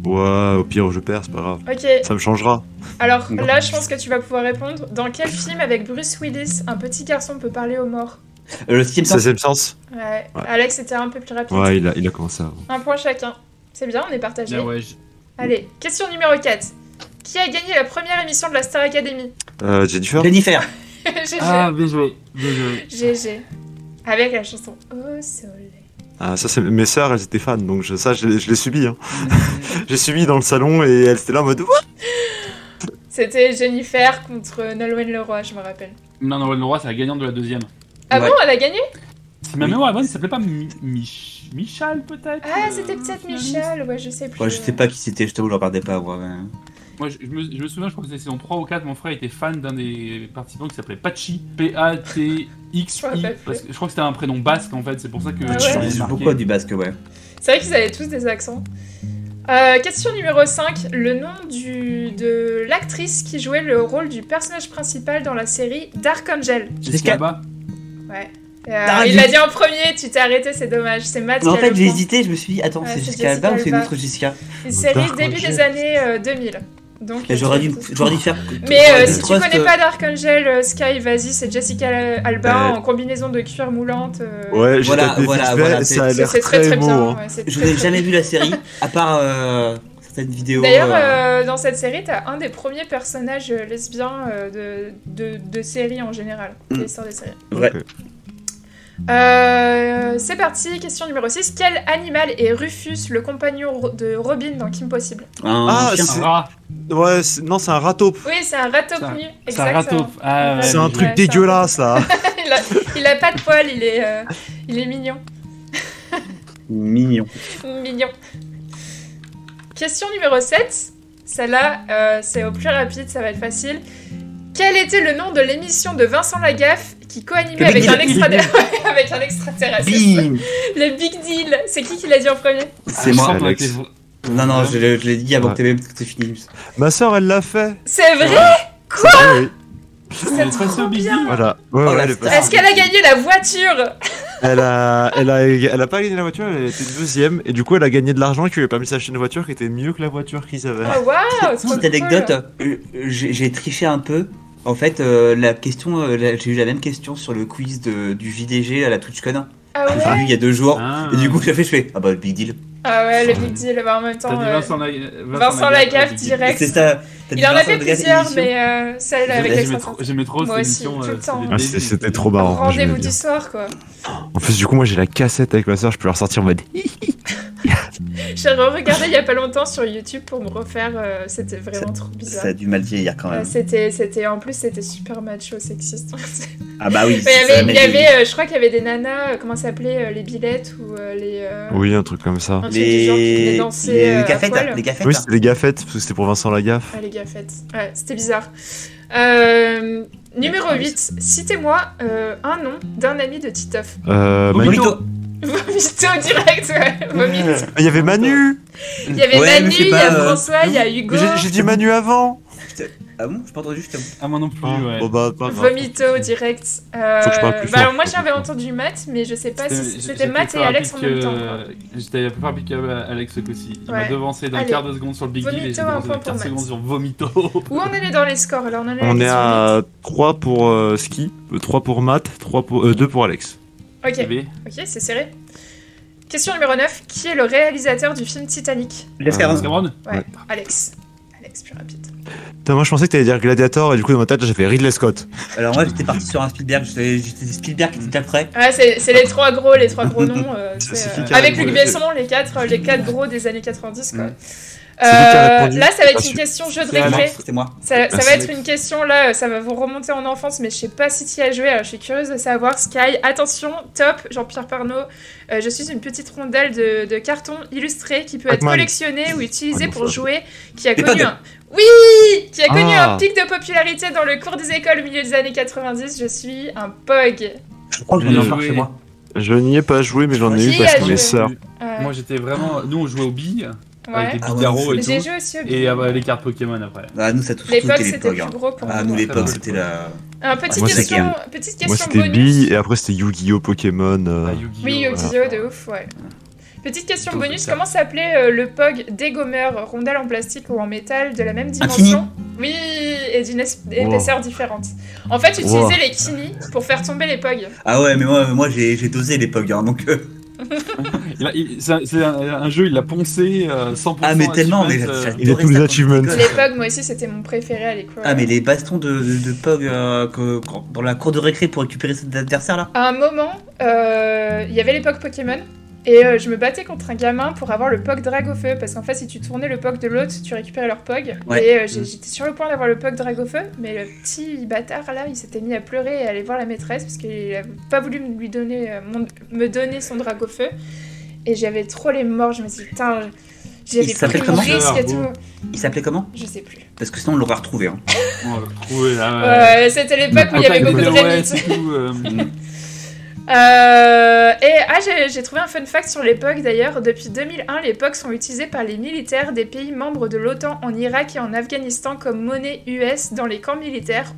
C: Ouais, au pire, je perds, c'est pas grave.
A: Ok.
C: Ça me changera.
A: Alors
D: Non.
A: là, je pense que tu vas pouvoir répondre. Dans quel film avec Bruce Willis, un petit garçon peut parler aux morts
D: Euh, Le sixième sens.
C: 16 sens
A: Ouais.
C: Ouais.
A: Alex était un peu plus rapide.
C: Ouais, il a, il a commencé avant.
A: Un point chacun. C'est bien, on est partagé.
B: Ah ouais, je-
A: Allez, question numéro 4. Qui a gagné la première émission de la Star Academy
C: Euh, Jennifer
D: Jennifer.
A: GG.
B: Ah, bien joué. Bien joué.
A: GG. Avec la chanson Au soleil.
C: Ah, ça, c'est mes sœurs, elles étaient fans, donc je, ça, je, l'ai- je l'ai subi. Hein. J'ai subi dans le salon et elles étaient là en mode. Ouah
A: C'était Jennifer contre Nolwenn Leroy, je me rappelle.
B: non, non, Noël Roy, c'est la gagnante de la deuxième.
A: Ah
D: Ouais.
A: bon, elle a gagné
B: Si ma
D: Oui.
B: mémoire est bonne, il s'appelait pas Mi- Mich- Michal, peut-être
A: Ah,
B: euh,
A: c'était peut-être
B: finalement
A: Michel, ouais, je sais plus.
D: Ouais, je sais pas qui c'était, je t'avoue, je regardais pas. moi, mais-
B: Moi, je, je me, je me souviens, je crois que c'était saison 3 ou 4, mon frère était fan d'un des participants qui s'appelait Pachi. P-A-T-X-I.
A: Ouais, bah,
B: parce que je crois que c'était un prénom basque, en fait, c'est pour ça que...
A: Ah ouais.
D: Je
B: j'avais
D: lisais
B: marqué.
D: beaucoup du basque, ouais.
A: C'est vrai qu'ils avaient tous des accents. Euh, question numéro 5. Le nom du, de l'actrice qui jouait le rôle du personnage principal dans la série Dark Angel.
B: Jessica Alba.
A: Ouais. Euh,
D: Ah,
A: il
D: j'ai-
A: l'a dit en premier, tu t'es arrêté, c'est dommage. C'est Matt
D: Mais en
A: qui a
D: fait,
A: le
D: j'ai
A: point.
D: hésité, je me suis dit, attends,
A: Ouais,
D: c'est
A: c'est
D: Jessica Alba ou
A: Jessica
D: c'est une
A: Alba.
D: autre Jessica
A: Une série
C: Dark
A: début
C: Angel.
A: des années euh, 2000. Donc, euh,
D: Et J'aurais dû,
A: c'est-
D: j'aurais dû faire.
A: Mais euh,
D: j'aurais dû
A: si tu
D: trust,
A: connais
D: euh,
A: pas Dark Angel, euh, Sky, vas-y, c'est Jessica Alba
C: Euh,
A: en combinaison de cuir moulante. euh,
C: Ouais, j'ai
D: Voilà,
C: tapé
D: voilà,
C: vite fait,
D: voilà,
C: ça a
A: c'est
C: l'air
A: c'est
C: très,
A: très très
C: beau.
A: bien.
C: hein.
A: ouais, c'est
D: euh, Je
A: très,
D: n'ai
A: très
D: jamais
A: bien.
D: vu la série, à part euh, certaines vidéos.
A: D'ailleurs,
D: euh,
A: euh, dans cette série, t'as un des premiers personnages euh, lesbiens euh, de, de, de séries en général, de
D: Mm.
A: l'histoire des séries.
D: Ouais.
C: Ok.
A: Euh, c'est parti, question numéro 6. Quel animal est Rufus, le compagnon ro- de Robin dans Kim Possible
D: un
C: Ah,
D: chien.
B: Un rat.
C: Ouais, c'est- non, c'est un râteau.
A: Oui, c'est un rat
B: C'est un-
A: nu,
B: C'est un râteau.
A: exactement.
B: Ah, ouais,
C: C'est
A: ouais,
C: un
B: bien
C: truc
A: ouais, c'est un
C: dégueulasse, là.
A: il, a, il a pas de poils, il est, euh, il est mignon.
D: mignon.
A: Mignon. Question numéro 7. Celle-là, euh, c'est au plus rapide, ça va être facile. Quel était le nom de l'émission de Vincent Lagaffe qui co-animait
D: Le
A: avec,
D: Big
A: un
D: Deal.
A: extraterrestre- ouais, avec un extraterrestre
D: Bim
A: Le Big Deal C'est qui qui l'a dit en premier
B: Ah,
D: C'est
B: je
D: moi.
B: sens qu'on
C: Alex.
B: était-
D: Non, non, je, l'ai- je l'ai dit avant
C: Ouais.
D: que t'aies même que t'aies fini.
C: Ma sœur, elle l'a fait.
A: C'est vrai
C: Ah oui,
A: C'est
B: Face
A: trop
B: au Big
A: bien
B: Deal.
C: Voilà. Ouais,
D: Oh,
C: ouais,
D: la
C: elle, est
D: star.
C: passée.
A: Est-ce qu'elle a gagné la voiture
C: elle, a, elle, a, elle a pas gagné la voiture, elle était deuxième. Et du coup, elle a gagné de l'argent qui lui a permis d'acheter une voiture qui était mieux que la voiture qu'ils avaient.
A: Oh waouh trop
D: Petite
A: cool.
D: anecdote, euh, j'ai j'ai triché un peu. En fait, euh, la question, euh, la- j'ai eu la même question sur le quiz de- du JDG à la TwitchCon.
A: Ah
D: J'ai vu
A: ouais
D: il y a deux jours.
B: Ah.
D: Et du coup, j'ai fait, je fais, ah bah, le big deal.
A: Ah ouais, le Big Deal, bah, en même
B: T'as
A: temps...
B: dit
A: euh,
B: Vincent Lagaffe.
A: Vincent Lagaffe,
B: Lagaffe,
A: direct.
D: C'est ça. t'as dit
A: Il en a
D: Vincent
A: fait
D: Lagaffe,
A: plusieurs,
D: émission.
A: mais euh, celle avec
B: J'aimais trop,
A: l'extraterrestre.
B: j'aimais trop
A: Moi
B: cette
A: aussi,
B: émission.
A: tout
B: euh,
A: le temps.
B: c'était des
C: Ah,
B: débiles,
C: c'est- C'était
B: c'était-
C: trop marrant. je vais
A: Rendez-vous
C: le
A: du
C: dire.
A: soir, quoi.
C: En plus, du coup, moi, j'ai la cassette avec ma sœur, je peux la ressortir en mode.
A: J'ai regardé il y a pas longtemps sur YouTube pour me refaire. euh, c'était vraiment trop bizarre.
D: Ça a du mal vieillir quand
A: Euh,
D: même.
A: c'était, c'était, en plus, c'était super macho, sexiste.
D: Ah bah oui.
A: Mais il y
D: ça
A: avait,
D: a
A: il y avait, euh, je crois qu'il y avait des nanas, euh, comment ça s'appelait, euh, les bilettes ou euh, les. euh,
C: Oui, un truc comme ça.
A: un truc du genre qui venaient
D: Les,
A: danser,
D: les
A: euh, à
D: cafettes,
A: poil.
D: les cafettes.
C: Oui, c'était les gaffettes, parce que c'était pour Vincent Lagaffe.
A: Ah, les gaffettes. Ouais, c'était bizarre. Euh, numéro
D: Ouais,
A: 8. Citez-moi euh, un nom d'un ami de Titeuf.
C: Euh,
B: Bobito.
C: Manito.
A: Vomité au direct, ouais. Vomite.
C: Ah, Il y avait Manu
A: Il y avait
D: Ouais, mais
A: Manu,
D: c'est
A: il y
D: pas,
A: a
D: euh,
A: François, il y a Hugo.
C: Mais j'ai- J'ai dit Manu avant
D: Ah bon J'ai pas entendu justement.
B: Ah, moi non plus, ouais.
C: Bon bah, pas grave.
A: Vomito au direct. Euh,
C: Faut que je parle plus
A: bah
C: fort.
A: alors moi j'avais entendu Matt, mais je sais pas si c'était Matt et Alex en même temps. quoi.
B: J'étais plus rapide qu'Alex aussi. Il m'a
A: Ouais.
B: devancé d'un
A: Allez.
B: quart de seconde sur le Big Deal et
A: Vomito,
B: j'ai devancé
A: un
B: d'un
A: point
B: quart de
A: pour
B: seconde
A: Max.
B: sur Vomito.
A: Où on en est dans les scores là On en est,
C: On est
A: la
C: à 3 pour euh, ski, 3 pour Matt, 3 pour, 2 pour Alex.
A: Ok,
B: Bébé.
A: ok, c'est serré. Question numéro 9. Qui est le réalisateur du film Titanic
D: Laisse
C: Euh,
D: Cameron.
B: Cameron
A: Ouais,
C: Ouais.
A: Alex. Alex, plus rapide.
C: Putain, moi je pensais que t'allais dire Gladiator et du coup dans ma tête j'ai fait Ridley Scott.
D: Alors moi j'étais parti sur un Spielberg, j'étais j'étais Spielberg qui était après.
A: Ouais, c'est c'est les trois gros, les trois gros noms. euh,
C: C'est
A: c'est,
C: celui
A: euh,
C: qui a
A: avec
B: répondu.
A: Luc Besson, les quatre, euh, les quatre gros des années 90. Quoi.
D: Mm.
A: Euh,
C: Celui qui a répondu, Ah,
A: là, ça va
C: pas
A: être une
C: sûr.
A: question jeu de
B: C'est Alex.
A: récré.
D: C'était moi.
A: Ça, ça
C: Merci.
A: va être une question là, ça va vous remonter en enfance, mais je sais pas si tu y as joué, alors je suis curieuse de savoir. Sky, attention, top, Jean-Pierre Parnot, euh, je suis une petite rondelle de, de carton illustré qui peut être
C: Pac-Man.
A: collectionnée ou utilisée
C: Ah non,
A: pour
C: ça.
A: jouer, qui a
D: Les
A: connu
D: tonnes.
A: un... Oui Qui a connu
C: Ah.
A: un pic de popularité dans le cours des écoles au milieu des années 90, je suis un POG.
D: Je crois que
B: Bien
D: j'en ai encore
B: joué.
D: chez moi.
C: Je n'y ai pas joué mais j'en ai
A: Qui
C: eu parce
A: a
C: que
A: joué
C: mes sœurs.
A: Euh,
B: Moi j'étais vraiment. Nous on jouait aux billes avec
A: ouais.
B: des
D: Ah
B: petits
D: ouais,
B: carreaux et
A: J'ai
B: tout.
A: joué aussi au
B: Et
A: billet.
B: ah bah, les cartes Pokémon après.
D: Ah nous ça a tous
A: L'époque
D: les
A: c'était
D: l'époque.
A: plus
D: hein.
A: gros pour
D: Ah
A: moi.
D: nous l'époque
B: Ah,
D: c'était la...
A: Euh, petite,
D: Moi, c'est
A: question,
D: Game.
A: petite question
C: Moi c'était
A: bonus.
C: Billy et après c'était Yu-Gi-Oh! Pokémon. euh,
B: Ah, Yu-Gi-Oh!
A: Oui,
B: ouais.
A: au Dio, de ouf, ouais. Petite question
B: Plutôt
A: bonus,
B: comme ça.
A: comment s'appelait euh, le POG dégommeur, rondelle en plastique ou en métal de la même
D: Infini.
A: dimension Oui, et d'une es- épaisseur différente. En fait, tu utilisais
C: Wow.
A: les kini pour faire tomber les POG.
D: Ah ouais mais moi, moi j'ai j'ai dosé l'époque hein, donc... euh,
B: Il a- il- C'est un- c'est un, un jeu, il l'a poncé euh, 100%.
D: Ah mais
B: à
D: tellement mais
B: Superman, euh,
D: j'adorais
C: Il a tous
D: ça
C: les
D: quand
C: achievements.
D: j'étais
A: Les
D: gosse.
A: POG, moi aussi, c'était mon préféré à l'école.
D: Ah mais les bastons de, de, de Pog euh, que- quand- dans la cour de récré pour récupérer cet adversaire là
A: À un moment, euh, il y avait les POG Pokémon. Et euh, je me battais contre un gamin pour avoir le POG Dragofeu, parce qu'en fait, si tu tournais le POG de l'autre, tu récupérais leur POG.
D: Ouais.
A: Et euh, j'ai-
D: Mhm.
A: j'étais sur le point d'avoir le POG Dragofeu, mais le petit bâtard là, il s'était mis à pleurer et à aller voir la maîtresse, parce qu'il a pas voulu me lui donner, euh, mon- me donner son Dragofeu. Et j'avais trop les morts, je me suis dit, putain, j'avais
D: Il s'appelait
A: pris mon
D: comment
A: risque et tout.
B: Dragofeu.
D: Il s'appelait comment
A: Je sais plus.
D: Parce que sinon on l'aurait retrouvé. Hein.
B: On va le retrouver là. ouais.
A: Euh, C'était l'époque où il y avait
B: Attaque
A: beaucoup de
B: Zero
A: rémites.
B: S et tout, euh,
A: Euh, et ah, j'ai- j'ai trouvé un fun fact sur les POG d'ailleurs. Depuis 2001, les POG sont utilisés par les militaires des pays membres de l'OTAN en Irak et en Afghanistan comme monnaie US dans les camps militaires.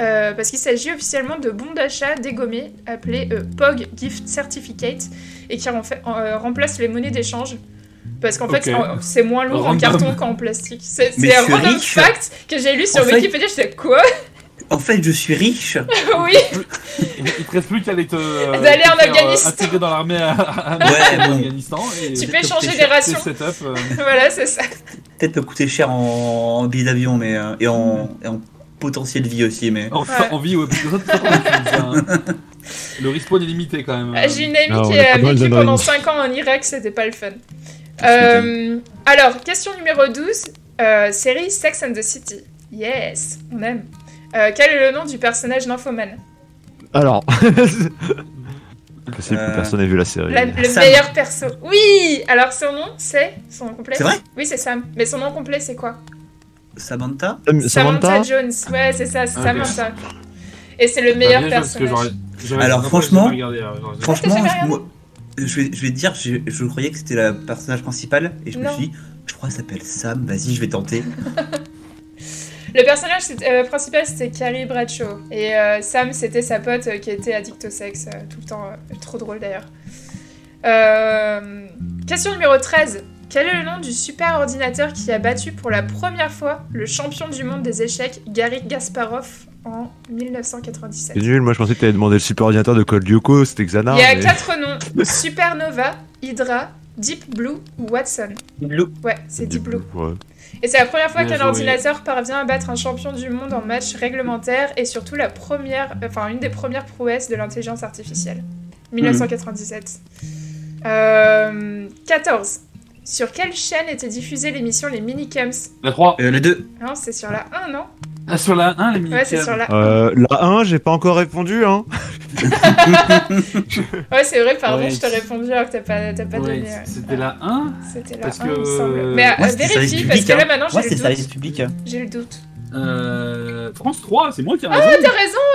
A: Euh, parce qu'il s'agit officiellement de bons d'achat dégommés appelés euh, POG Gift Certificate et qui renfa- en- euh, remplacent les monnaies d'échange. Parce qu'en fait,
B: Ok.
A: en- c'est moins lourd en
B: Random.
A: carton qu'en plastique. C'est
D: Mais
A: c'est un
D: je suis
A: random
D: riche.
A: fact que j'ai lu sur
D: En fait-
A: Wikipédia. J'étais quoi
D: En fait je suis riche.
A: Oui
B: il il te reste plus qu'à aller te. euh,
A: D'aller
B: te
A: en
B: faire, euh,
A: Afghanistan.
B: Intégrer dans l'armée à- à- à-
D: Ouais,
B: en
D: bon.
B: Afghanistan. et
A: Tu
B: c'est
A: peux
D: comme
A: changer
D: t'es
A: des
D: cher,
A: rations.
B: setup. euh,
A: voilà, c'est ça.
D: Peut-être me coûter cher en, en billet d'avion mais euh, et, en, et en potentiel vie aussi mais...
B: En,
A: Ouais.
B: en vie, ouais, parce que ça, ça, ça, ça, hein. Le respawn est limité quand même. euh,
A: Ah, J'ai une amie
C: Non, on
A: qui
C: est pas
A: a
C: mal
A: vécu
C: dans
A: pendant
C: une-
A: 5 ans en Irak, c'était pas le fun. Euh, alors, question numéro 12, euh, série Sex and the City. Yes, on aime. Euh, quel est le nom du personnage nymphomane
C: Alors. Je sais plus,
D: Euh,
C: personne n'a vu la série.
A: La- Le
D: Sam.
A: meilleur perso. Oui Alors, son nom, c'est. Son nom complet
D: C'est vrai
A: Oui, c'est Sam. Mais son nom complet, c'est quoi
D: Samantha
C: Sam-
A: Samantha, Jones. Ouais, c'est ça, c'est
B: Ah,
A: Samantha. Et c'est le
B: Bah,
A: meilleur
B: bien joué, parce que
A: personnage.
B: j'aurais- j'aurais-
D: Alors,
B: j'aurais
D: franchement,
B: pas regardé, là, euh, j'aurais-
D: Franchement
A: jamais regardé
D: je, moi, je vais, je vais te dire je, je croyais que c'était la personnage principale et je me
A: Non.
D: suis dit je crois qu'elle s'appelle Sam vas-y je vais tenter.
A: Le personnage c'était- euh, principal c'était Carrie Bradshaw et euh, Sam c'était sa pote euh, qui était addict au sexe euh, tout le temps. euh, trop drôle d'ailleurs. Euh, question numéro 13. Quel est le nom du super ordinateur qui a battu pour la première fois le champion du monde des échecs Gary Gasparov en
C: C'est
A: 1997
C: nul, moi je pensais que t'avais demandé le super ordinateur de Code Lyoko, c'était Xana.
A: Il y a
C: mais-
A: quatre noms Supernova, Hydra, Deep Blue ou Watson.
D: Lou.
A: Ouais, c'est Deep Blue.
C: Ouais.
A: Et c'est la première fois
B: Bien
A: qu'un
B: joué.
A: ordinateur parvient à battre un champion du monde en match réglementaire et surtout la première, enfin une des premières prouesses de l'intelligence artificielle.
B: Hmm.
A: 1997. Euh, 14. Sur quelle chaîne était diffusée l'émission Les Minicums
B: La 3.
D: Euh, les deux.
A: Non, c'est sur la 1, non
B: Ah, sur la 1, les mini
A: Ouais, c'est sur la 1.
C: Euh, la 1, j'ai pas encore répondu, hein.
A: Ouais, c'est vrai, pardon,
B: Ouais.
A: je t'ai répondu alors que t'as pas, t'as pas
B: Ouais,
A: donné. ouais.
B: c'était la 1
A: C'était la 1,
B: parce
A: il me
B: que-
A: semble. Mais
D: Moi,
A: euh,
D: c'était le service
A: vérifie,
D: public,
A: parce que là
D: hein.
A: maintenant
D: Moi
A: j'ai le
D: c'est le
A: doute.
D: service public.
A: J'ai le doute.
B: euh, France
A: Ah,
B: 3, c'est moi qui ai raison.
A: T'as raison,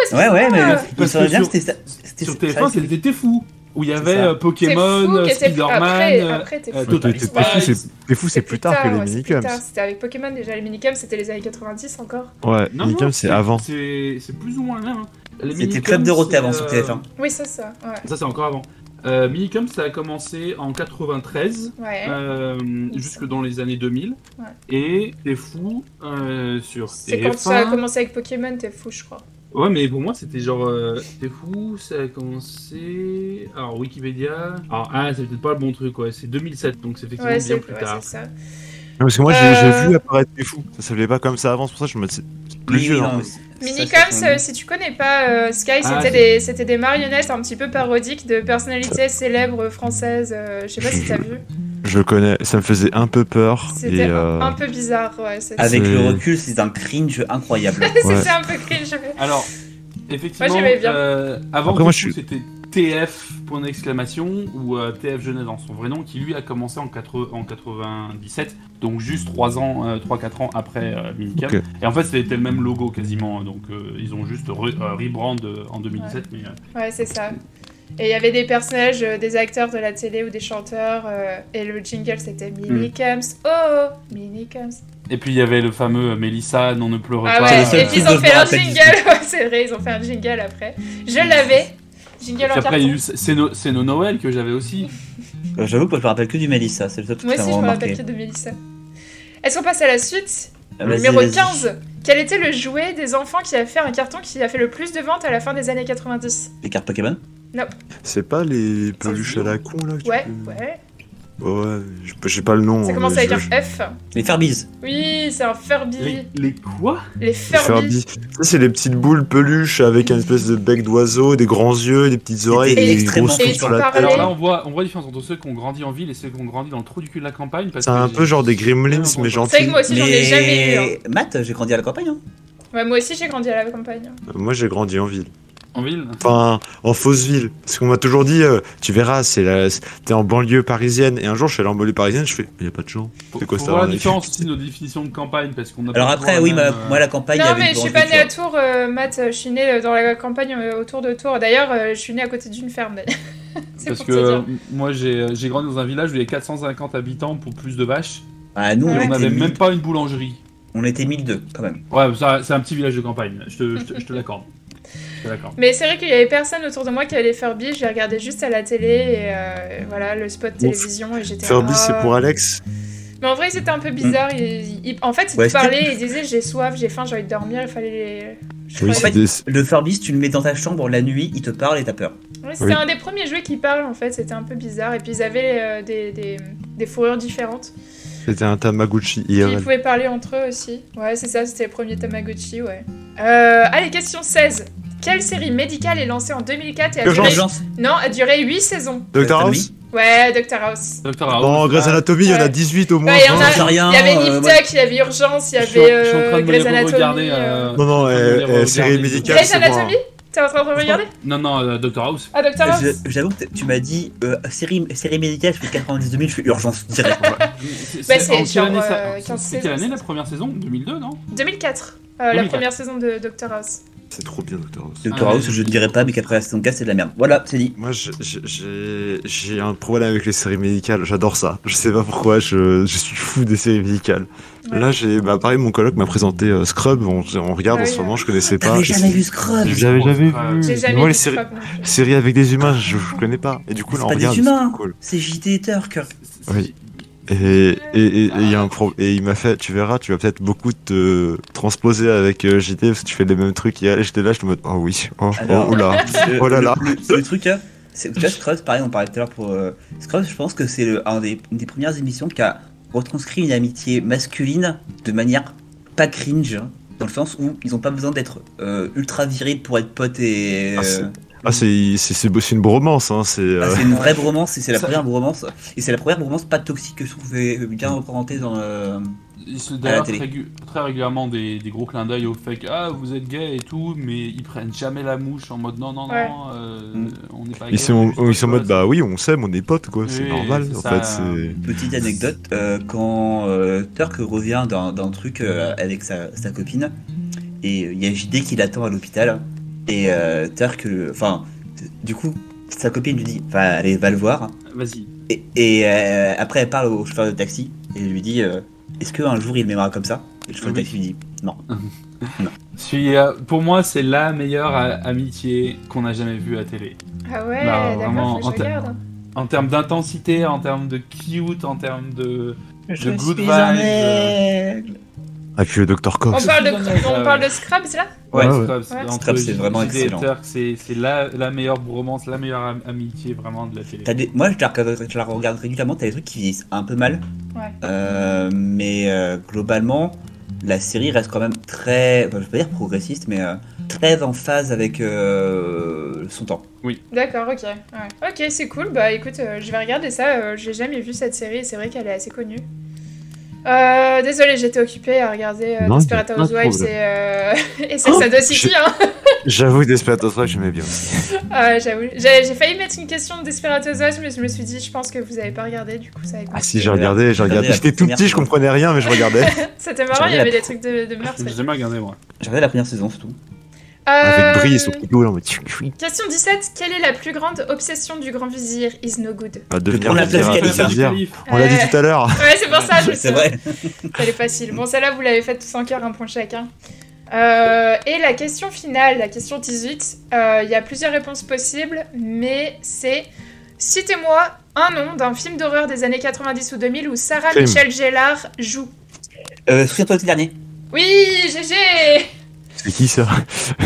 A: c'est
D: Ouais ouais
A: ça.
D: mais
B: Parce
D: il serait
B: que
D: bien
B: sur-
D: c'était ça- c'était
B: Sur
D: ça-
B: TF1, c'était T'es fou. Où il y
D: C'est
B: avait
D: ça.
B: euh,
A: C'est fou
B: Pokémon,
A: qu'elle s'est- Après,
B: Spider-Man,
A: après, t'es
B: euh,
A: fou.
B: Total
C: T'es t'es fou,
B: Spice.
C: c'est- t'es fou, c'est plus tard que
A: ouais,
C: les
A: c'est plus
C: minicums.
A: tard. C'était avec Pokémon déjà, les minicums c'était les années 90 encore.
C: Ouais,
B: Non,
C: minicums
B: non,
C: c'est avant.
B: C'est c'est plus ou moins là. hein. Les
D: C'était
B: Minicums,
D: Club Dorothée
B: c'est,
D: avant sur
B: euh,
D: TF1.
A: Oui, c'est ça, ouais.
B: Ça, c'est encore avant. Euh, Minicum, ça a commencé en 93.
A: Ouais.
B: euh, jusque dans les années 2000
A: Ouais.
B: et t'es fou euh, sur
A: c'est quand ça a
B: TF1.
A: commencé avec Pokémon, t'es fou, je crois.
B: Ouais, mais pour moi, c'était genre. euh, T'es fou, ça a commencé. Alors, Wikipédia. Alors, ah, c'est peut-être pas le bon truc, ouais. C'est 2007, donc c'est effectivement
A: Ouais, c'est
B: bien plus
A: ouais,
B: tard.
A: c'est ça.
C: Non, parce que moi j'ai j'ai
A: Euh.
C: vu apparaître T'es fou. Ça s'appelait pas comme ça avant, c'est pour ça que je me dis c'est plus
D: Oui,
C: vieux.
D: non,
C: hein.
D: mais c'est- ça,
A: Minicums,
D: c'est quand
A: euh,
D: même-
A: si tu connais pas euh, Sky,
B: Ah,
A: c'était
B: c'est-
A: des, c'était des marionnettes un petit peu parodiques de personnalités célèbres françaises. euh, je sais pas si t'as vu.
C: Je connais, ça me faisait un peu peur.
A: C'était
C: Et, euh,
A: un peu bizarre, ouais. c'est-
D: Avec
C: C'est-
D: le recul, c'est un cringe incroyable.
A: C'était
C: Ah, ouais.
A: un peu cringe.
B: Alors, effectivement,
A: Moi, j'aimais bien.
B: euh, avant,
C: Après,
B: T'es
C: moi,
B: fou,
C: je suis-
B: c'était TF point d'exclamation ou euh, TF Genève dans son vrai nom, qui lui a commencé en, 80 en 97, donc juste 3 ans, 3-4 ans après euh, Minicum.
C: Ok.
B: Et en fait, c'était le même logo quasiment, donc euh, ils ont juste re- euh, rebrand euh, en 2017, mais. euh,
A: Ouais, c'est ça. Et il y avait des personnages, euh, des acteurs de la télé ou des chanteurs, euh, et le jingle c'était
B: Mm.
A: Minicums, oh Minicums.
B: Et puis il y avait le fameux euh, Mélissa, non ne pleure
A: Ah
B: pas. euh,
A: ouais,
D: c'est
A: et
D: le
A: puis
D: seul
A: ils ont
D: truc
A: fait
D: dont
A: leur
D: je me rappelle
A: jingle, ouais, c'est vrai, ils ont fait un jingle après. Je l'avais, jingle en
B: Puis après, il y a
A: carton.
B: eu C'est nos c'est nos Noël que j'avais aussi.
D: Euh, J'avoue que je me rappelle que du Mélissa, c'est le seul truc
A: Moi
D: que ça
A: aussi
D: m'a
A: je me
D: remarqué.
A: rappelle que de Mélissa. Est-ce qu'on passe à la suite Le
D: Ah, Vas-y,
A: numéro
D: vas-y.
A: 15. Quel était le jouet des enfants qui a fait un carton qui a fait le plus de ventes à la fin des années 90
D: Les cartes Pokémon
C: C'est pas les peluches
B: vieux.
C: à la con là que tu
A: Ouais,
C: peux-
A: ouais.
C: Ouais, je- j'ai pas le nom.
A: Ça
C: hein,
A: commence
C: mais
A: avec
C: je-
A: un F.
D: Les Furbies
A: Oui, c'est un Furby.
B: quoi
A: Les
C: Les
A: Furby.
C: Furby. Ça, c'est les petites boules peluches avec un espèce de bec d'oiseau, des grands yeux, des petites oreilles,
D: C'était
C: des
D: extrêmement
C: grosses trous sur la
A: transparent.
C: tête.
B: Alors là, on voit, on voit la différence entre ceux qui ont grandi en ville et ceux qui ont grandi dans le trou du cul de la campagne. parce
C: C'est
B: que
C: un
B: j'ai-
C: peu genre des gremlins,
B: j'ai-
C: mais
A: C'est vrai
C: gentils.
A: que moi aussi j'en ai jamais eu. hein.
D: Matt, j'ai grandi à la campagne. Hein.
A: Ouais, moi aussi j'ai grandi à la campagne.
C: Euh, Moi, j'ai grandi en ville.
B: En ville
C: Enfin, en fausse ville. Parce qu'on m'a toujours dit, euh, tu verras, c'est la... c'est- t'es en banlieue parisienne. Et un jour, je suis allé en banlieue parisienne, je fais, mais y a pas de gens.
B: Faut-
C: C'est quoi
B: faut
C: ça,
B: voir la
C: on a-
B: différence aussi de nos définitions de campagne parce qu'on a
D: Alors
B: pas
D: après,
B: toujours
D: oui,
B: la
D: ma-
B: même, euh,
D: moi la campagne.
A: non,
D: Ah, avait
A: mais
D: une
A: je suis
D: grande
A: pas née à
D: culture.
A: Tours, euh, Matt. Je suis née euh, dans la campagne euh, autour de Tours. D'ailleurs, euh, je suis née à côté d'une ferme. d'ailleurs. c'est
B: Parce
A: pour
B: que
A: te
B: euh,
A: dire.
B: moi j'ai j'ai grandi dans un village où il y a 450 habitants pour plus de vaches
D: Ah, nous,
A: Ouais.
D: on,
B: et on
D: était
B: n'avait même
D: mille-
B: pas une boulangerie.
D: on était 1002 quand même.
B: Ouais, ça- c'est un petit village de campagne, je te, je te- je te l'accorde. Je te l'accorde.
A: Mais c'est vrai qu'il y avait personne autour de moi qui avait les Furby. Je les regardais juste à la télé et euh, voilà le spot télévision et j'étais.
C: Furby,
A: ah.
C: c'est pour Alex.
A: Mais en vrai, c'était un peu bizarre. Il- il- en fait, il
D: Ouais,
A: te
D: c'était-
A: parlait, il disait j'ai soif, j'ai faim, j'ai envie de dormir. Il fallait. Les... je
C: Oui,
A: crois-
C: c'est des-
D: Le Furby, si tu le mets dans ta chambre la nuit, il te parle et t'as peur.
A: Ouais, c'était
C: Oui.
A: un des premiers jouets qui parle en fait, c'était un peu bizarre. Et puis ils avaient euh, des, des, des fourrures différentes.
C: c'était un Tamaguchi
A: Puis ils
C: IRL.
A: pouvaient parler entre eux aussi. Ouais, c'est ça, c'était le premier Tamagotchi, ouais. Euh, allez, question 16. Quelle série médicale est lancée en 2004 et a duré...
C: Urgence.
D: Urgence.
A: Non, a duré 8 saisons
C: Dr
D: Tommy.
C: House
A: Ouais, Dr House.
B: Docteur House,
C: Bon, Grey's
B: ah,
C: Anatomy, il y en
A: Ouais.
C: a 18 au moins.
A: Ouais, il y en
D: J'en
A: a-
D: sais rien.
A: Il y avait
D: euh,
A: Nip
D: moi-
A: Tuck, il y avait Urgence, il y
B: je suis en-
A: avait
B: je suis en train de
A: euh,
B: me
A: Grey's
B: les regarder,
A: Anatomy.
B: euh,
A: euh.
C: Non, non,
B: Je
C: euh,
B: suis en train de les
C: euh,
B: regarder.
C: série médicale.
A: Grey's
C: c'est moi, hein.
A: Anatomy T'es en train de regarder
B: Non, non, euh, Dr House.
A: Ah, Dr House
D: je- J'avoue que tu m'as dit euh, série, série médicale, je fais 92 000, je fais urgence direct.
B: C'est
A: Bah,
B: c'est-
A: c'est
B: en
A: genre,
B: quelle année, ça-
A: euh, 15
B: c'est
A: saisons,
B: quelle année la
A: ça.
B: première saison 2002, non
A: 2004, euh, la
B: 2004.
A: première saison de Dr House.
C: C'est trop bien, Dr House.
D: Dr
B: Ah,
D: House,
B: ouais.
D: je ne dirais pas, mais qu'après la saison 4, c'est de la merde. Voilà, c'est dit.
C: Moi, je- je- j'ai j'ai un problème avec les séries médicales. J'adore ça. Je sais pas pourquoi. Je, je suis fou des séries médicales.
A: Ouais.
C: Là, j'ai bah, pareil, mon coloc m'a présenté euh, Scrub. On, on regarde
A: Ah
C: en
A: oui,
C: ce
A: ouais.
C: moment. Je connaissais pas.
D: T'avais jamais vu Scrub
C: Je
D: Ah, C'est
C: l'avais jamais vu.
B: J'ai
A: J'ai
C: Mais
A: jamais
C: moi, Hmm. les
A: vu
C: séries,
A: Scrub non plus.
C: séries avec des humains, je, je connais pas. Et du coup, là, on
D: pas
C: regarde.
D: des humains, hein.
C: c'est cool.
D: c'est JT et Turk.
B: C'est- c'est-
C: Oui. Et, et, et- et il y a un pro- et il m'a fait, tu verras, tu vas peut-être beaucoup te transposer avec euh, JT parce que tu fais les mêmes trucs. Et j'étais là, je te mode, oh oui, oh,
D: Alors-
C: oh, oula.
D: Le-
C: Oh là là.
D: Le, le- le truc, hein, c'est tu vois, Scrubs, pareil, on parlait tout à l'heure pour euh, Scrubs, je pense que c'est le- un des, une des premières émissions qui a retranscrit une amitié masculine de manière pas cringe, hein, dans le sens où ils ont pas besoin d'être euh, ultra viril pour être potes et.
C: Ah,
D: euh,
C: c'est- Ah, c'est c'est- c'est c'est une bromance, hein. C'est
D: ah,
C: euh,
D: c'est une vraie bromance, et c'est la
B: Ça-
D: première bromance, et c'est la première bromance pas toxique que je trouvais bien représentée dans. euh,
B: Ils se
D: À
B: donnent
D: la télé.
B: très, gu- très régulièrement des, des gros clins d'œil au fait que ah, vous êtes gay et tout, mais ils prennent jamais la mouche en mode non, non,
A: Ouais.
B: non, euh,
D: Mm.
B: on n'est pas
C: Ils
B: gay,
C: sont,
B: on est juste
C: ils sont en
B: potes.
C: mode bah oui on s'aime on est potes quoi c'est
B: Oui,
C: normal
B: c'est
C: en
B: ça.
C: fait c'est
D: Petite anecdote, euh, quand euh, Turk revient d'un d'un truc euh, avec sa, sa copine, et il y a JD qui l'attend à l'hôpital, et euh, Turk, euh, enfin, du coup, sa copine lui dit, enfin, allez, va le voir.
B: Vas-y.
D: Et, et, euh, après, elle parle au chauffeur de taxi et lui dit euh, Est-ce qu'un jour il m'aimera comme ça Et le chauffeur de
B: Oui.
D: taxi lui dit Non.
B: Suis, euh, pour moi, c'est la meilleure a- amitié qu'on a jamais vue à télé.
A: Ah ouais,
B: Bah,
A: d'accord,
B: vraiment,
A: faut que je
B: en-
A: regarde.
C: Oh,
B: En termes d'intensité, en termes de cute, en termes de.
D: Je
B: good
D: suis
B: vibes,
D: un
B: euh,
D: aigle.
C: Ah, puis le docteur
A: On
D: Oh,
C: Cox.
A: parle, de,
B: c'est dommage,
A: on
B: ouais.
A: parle de Scrabs là
D: Ouais,
C: ouais.
B: Scrubs,
A: Ouais.
B: entre
D: Scrubs, c'est
B: J-
D: vraiment
B: J- J-
D: excellent.
B: Turk, C'est c'est la, la meilleure bromance, la meilleure am- amitié vraiment de la télé.
D: T'as des- Moi, je la, regarde, je la regarde régulièrement. T'as des trucs qui vieillissent un peu mal.
A: Ouais.
D: Euh, mais euh, globalement, la série reste quand même très. enfin, je peux dire progressiste, mais euh, très en phase avec euh, son temps.
A: D'accord, ok. ouais. Ok, c'est cool. Bah écoute, euh, je vais regarder ça. euh, J'ai jamais vu cette série et c'est vrai qu'elle est assez connue. Euh, désolée, j'étais occupée à regarder euh,
C: Non,
A: Desperate
C: y a pas de
A: Housewives et,
C: problème.
A: euh... et Sex
C: Oh,
A: and the City.
C: je-
A: hein.
C: J'avoue que Desperate Housewives, j'aimais bien.
A: Ah, J'avoue, j'ai j'ai failli mettre une question de Desperate Housewives, mais je me suis dit, je pense que vous avez pas regardé, du coup ça va être.
C: Ah si, j'ai regardé, j'ai regardé.
D: Regardez la
C: J'étais tout
D: première
C: petit, je
D: saison.
C: comprenais rien, mais je regardais.
A: C'était marrant, il y
D: J'ai regardé
A: avait
D: la-
A: des trucs de, de meurtre.
B: J'ai jamais regardé moi.
D: J'ai regardé la première saison, c'est tout.
A: Euh,
C: Avec Brice au couteau, là, on
A: Question 17. Quelle est la plus grande obsession du grand vizir Is no good.
C: va devenir
D: On l'a
C: vizir,
D: bien
C: devenir
D: qualifié.
C: vizir. On l'a dit
A: Ouais.
C: tout à l'heure.
A: Ouais, c'est pour ça, je me suis
D: C'est vrai.
A: Elle est facile. Bon, celle-là, vous l'avez faite tous en cœur, un point chacun. Euh, et la question finale, la question 18, euh, il y a plusieurs réponses possibles, mais c'est citez-moi un nom d'un film d'horreur des années 90 ou 2000 où Sarah
C: Scream.
A: Michelle Gellar joue.
D: Euh, Souviens-toi de ce dernier.
A: Oui, GG
C: C'est qui ça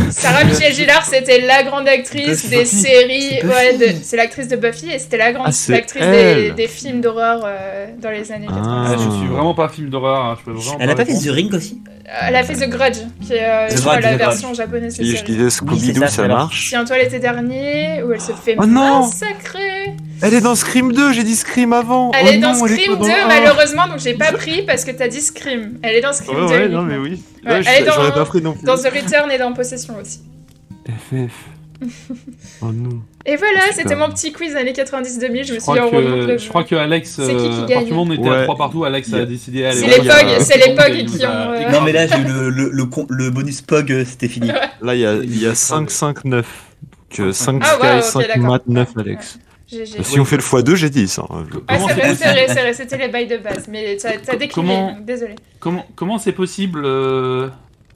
A: Sarah Michelle Gellar, c'était la grande actrice
D: Buffy.
A: des séries.
D: C'est Buffy.
A: ouais, de- c'est l'actrice de Buffy et c'était la grande
C: Ah, c'est
A: actrice des,
C: elle.
A: des films d'horreur euh, dans les années
C: Ah.
A: 90.
B: Ah, je suis vraiment pas film d'horreur. hein, je peux vraiment
D: Oh. Elle a pas fait
B: répondre.
D: The Ring aussi
A: Euh, Elle a fait The Grudge, qui est euh,
D: The
A: je crois,
D: Grudge,
A: la
D: The Grudge.
A: version japonaise de
C: Si
A: série.
C: je disais Scooby-Doo,
D: ça,
C: ça
D: alors.
C: marche.
A: Si Antoine l'été dernier, où elle se fait
C: Oh non
A: massacrer.
C: Elle est dans Scream 2, j'ai dit Scream avant.
A: Elle
C: Oh
A: est dans
C: non,
A: Scream
C: pas
A: 2,
C: le un.
A: malheureusement, donc j'ai pas pris parce que t'as dit Scream. Elle est dans Scream
C: Ouais,
A: 2.
C: ouais, non,
A: uniquement.
C: mais oui.
A: Ouais,
C: Ouais,
A: elle est
C: je- J'aurais
A: dans-
C: pas pris non plus.
A: Dans The Return et dans Possession aussi.
C: FF. Oh non.
A: Et voilà,
C: Super.
A: c'était mon petit quiz années 90-2000. Je me
B: Je
A: suis
B: crois,
A: dit, on remonte
B: que,
A: le.
B: je crois que Alex,
A: C'est qui qui
B: euh, à
A: gagne
B: partir du moment où on était à
C: Ouais.
B: 3 partout, Alex a
D: Yeah.
B: décidé. allez,
A: C'est
B: voilà,
A: les
B: il y a-
A: Pogs, c'est les Pogs
B: il y a-
A: qui ont,
B: il y a-
A: euh,
D: Bah, Non, mais là, j'ai eu le, le, le, con- le bonus POG, euh, c'était fini.
C: Là, il y a, il y a
B: Ouais.
C: 5, 5, 9. Donc euh, 5
A: Ah, ouais,
C: Sky,
A: ok,
C: 5
A: d'accord.
C: Matt, 9 Alex.
A: GG.
C: Euh, Si on fait le x2, j'ai 10. hein.
A: Ah,
B: Comment
A: c'est vrai,
B: c'est-
A: c'est vrai, c'est vrai, c'était les bails de base, mais t'as t'as décliné,
B: Comment-
A: donc désolé.
B: Comment comment c'est possible euh,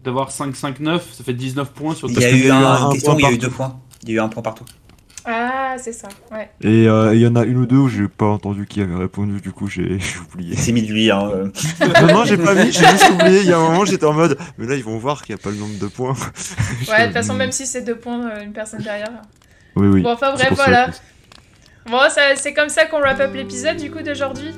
B: d'avoir 5-5-9 Ça fait 19 points sur
D: Il y a
C: Parce qu'il
D: eu
C: y a eu
D: un,
C: un
D: une question
C: point
D: où il y a eu
C: partout.
D: deux points. Il y a eu un point partout.
A: Ah, c'est ça, ouais.
C: Et euh, il y en a une ou deux où j'ai pas entendu qui avait répondu, du coup j'ai j'ai oublié.
D: Il s'est mis de lui, hein. euh.
C: non, non, j'ai pas mis, j'ai juste oublié. Il y a un moment, j'étais en mode, mais là, ils vont voir qu'il n'y a pas le nombre de points.
A: Ouais, de toute façon, même si c'est deux points, euh, une personne derrière.
C: Oui, oui.
A: Bon, enfin,
C: c'est
A: bref,
C: pour ça
A: voilà.
C: que-
A: Bon, ça- c'est comme ça qu'on wrap up l'épisode du coup d'aujourd'hui.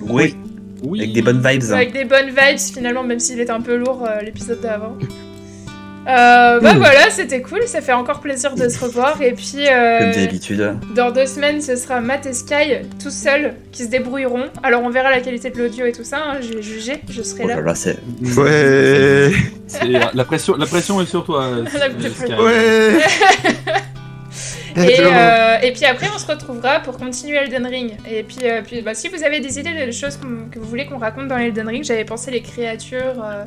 D: Oui,
B: Oui.
D: avec des bonnes vibes. hein.
A: Avec des bonnes vibes finalement, même s'il était un peu lourd euh, l'épisode d'avant. Euh, bah voilà, c'était cool, ça fait encore plaisir de se revoir. Et puis euh,
D: Comme d'habitude.
A: dans deux semaines, ce sera Matt et Sky tout seuls qui se débrouilleront. Alors on verra la qualité de l'audio et tout ça, hein, je vais juger, je serai
D: Oh
A: là.
D: là là, c'est.
C: Ouais,
B: C'est- La pression, la pression est sur toi. euh, Sky.
C: ouais.
A: Et,
C: D'accord.
A: euh, et puis après, on se retrouvera pour continuer Elden Ring. Et puis, euh, puis bah, si vous avez des idées de choses qu'on- que vous voulez qu'on raconte dans Elden Ring, j'avais pensé les créatures, euh,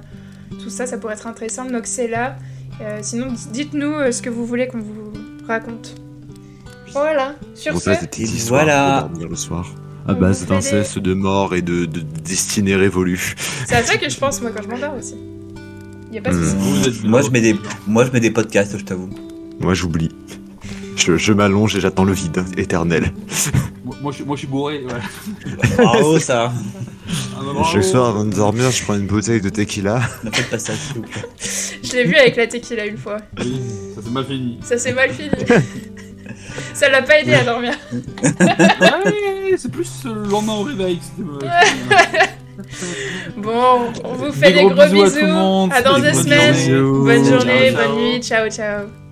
A: tout ça, ça pourrait être intéressant. Donc c'est là. Euh, sinon, d- dites-nous euh, ce que vous voulez qu'on vous raconte. Voilà. Sur
C: Bon,
A: ce,
C: ça, c'était
D: Et
C: histoires
D: voilà.
C: pour dormir le soir. À
A: On vous
C: base
A: fait des-
C: d'inceste, de mort et de, de destinée révolue.
A: c'est à ça que je pense moi quand je m'endors aussi. Il y a pas de
C: Hmm.
A: souci.
B: Vous êtes
D: Moi, je mets des,
B: bien.
D: moi, je mets des podcasts, je t'avoue.
C: Moi, j'oublie. Je, je m'allonge et j'attends le vide éternel.
B: Moi, moi, je, suis- moi, je suis bourré. Ouais.
D: Bravo, ça.
B: Ah, bah, bravo.
C: Je sors avant de dormir, je prends une bouteille de tequila.
D: Ne faites pas ça, s'il vous plaît.
A: Je l'ai vu avec la tequila une fois.
B: Oui, ça s'est mal fini.
A: Ça s'est mal fini. ça l'a pas aidé à dormir.
B: Ouais, c'est plus euh, le lendemain au réveil que c'était hein. mauvais.
A: Bon, on vous
B: Des
A: fait des
B: gros
A: gros,
B: bisous à
A: bisous.
B: tout le monde.
A: À dans
B: Des
A: deux
B: bonnes
A: semaines.
B: journées.
A: Bonne
B: Ciao,
A: journée,
B: ciao.
A: bonne nuit. Ciao, ciao.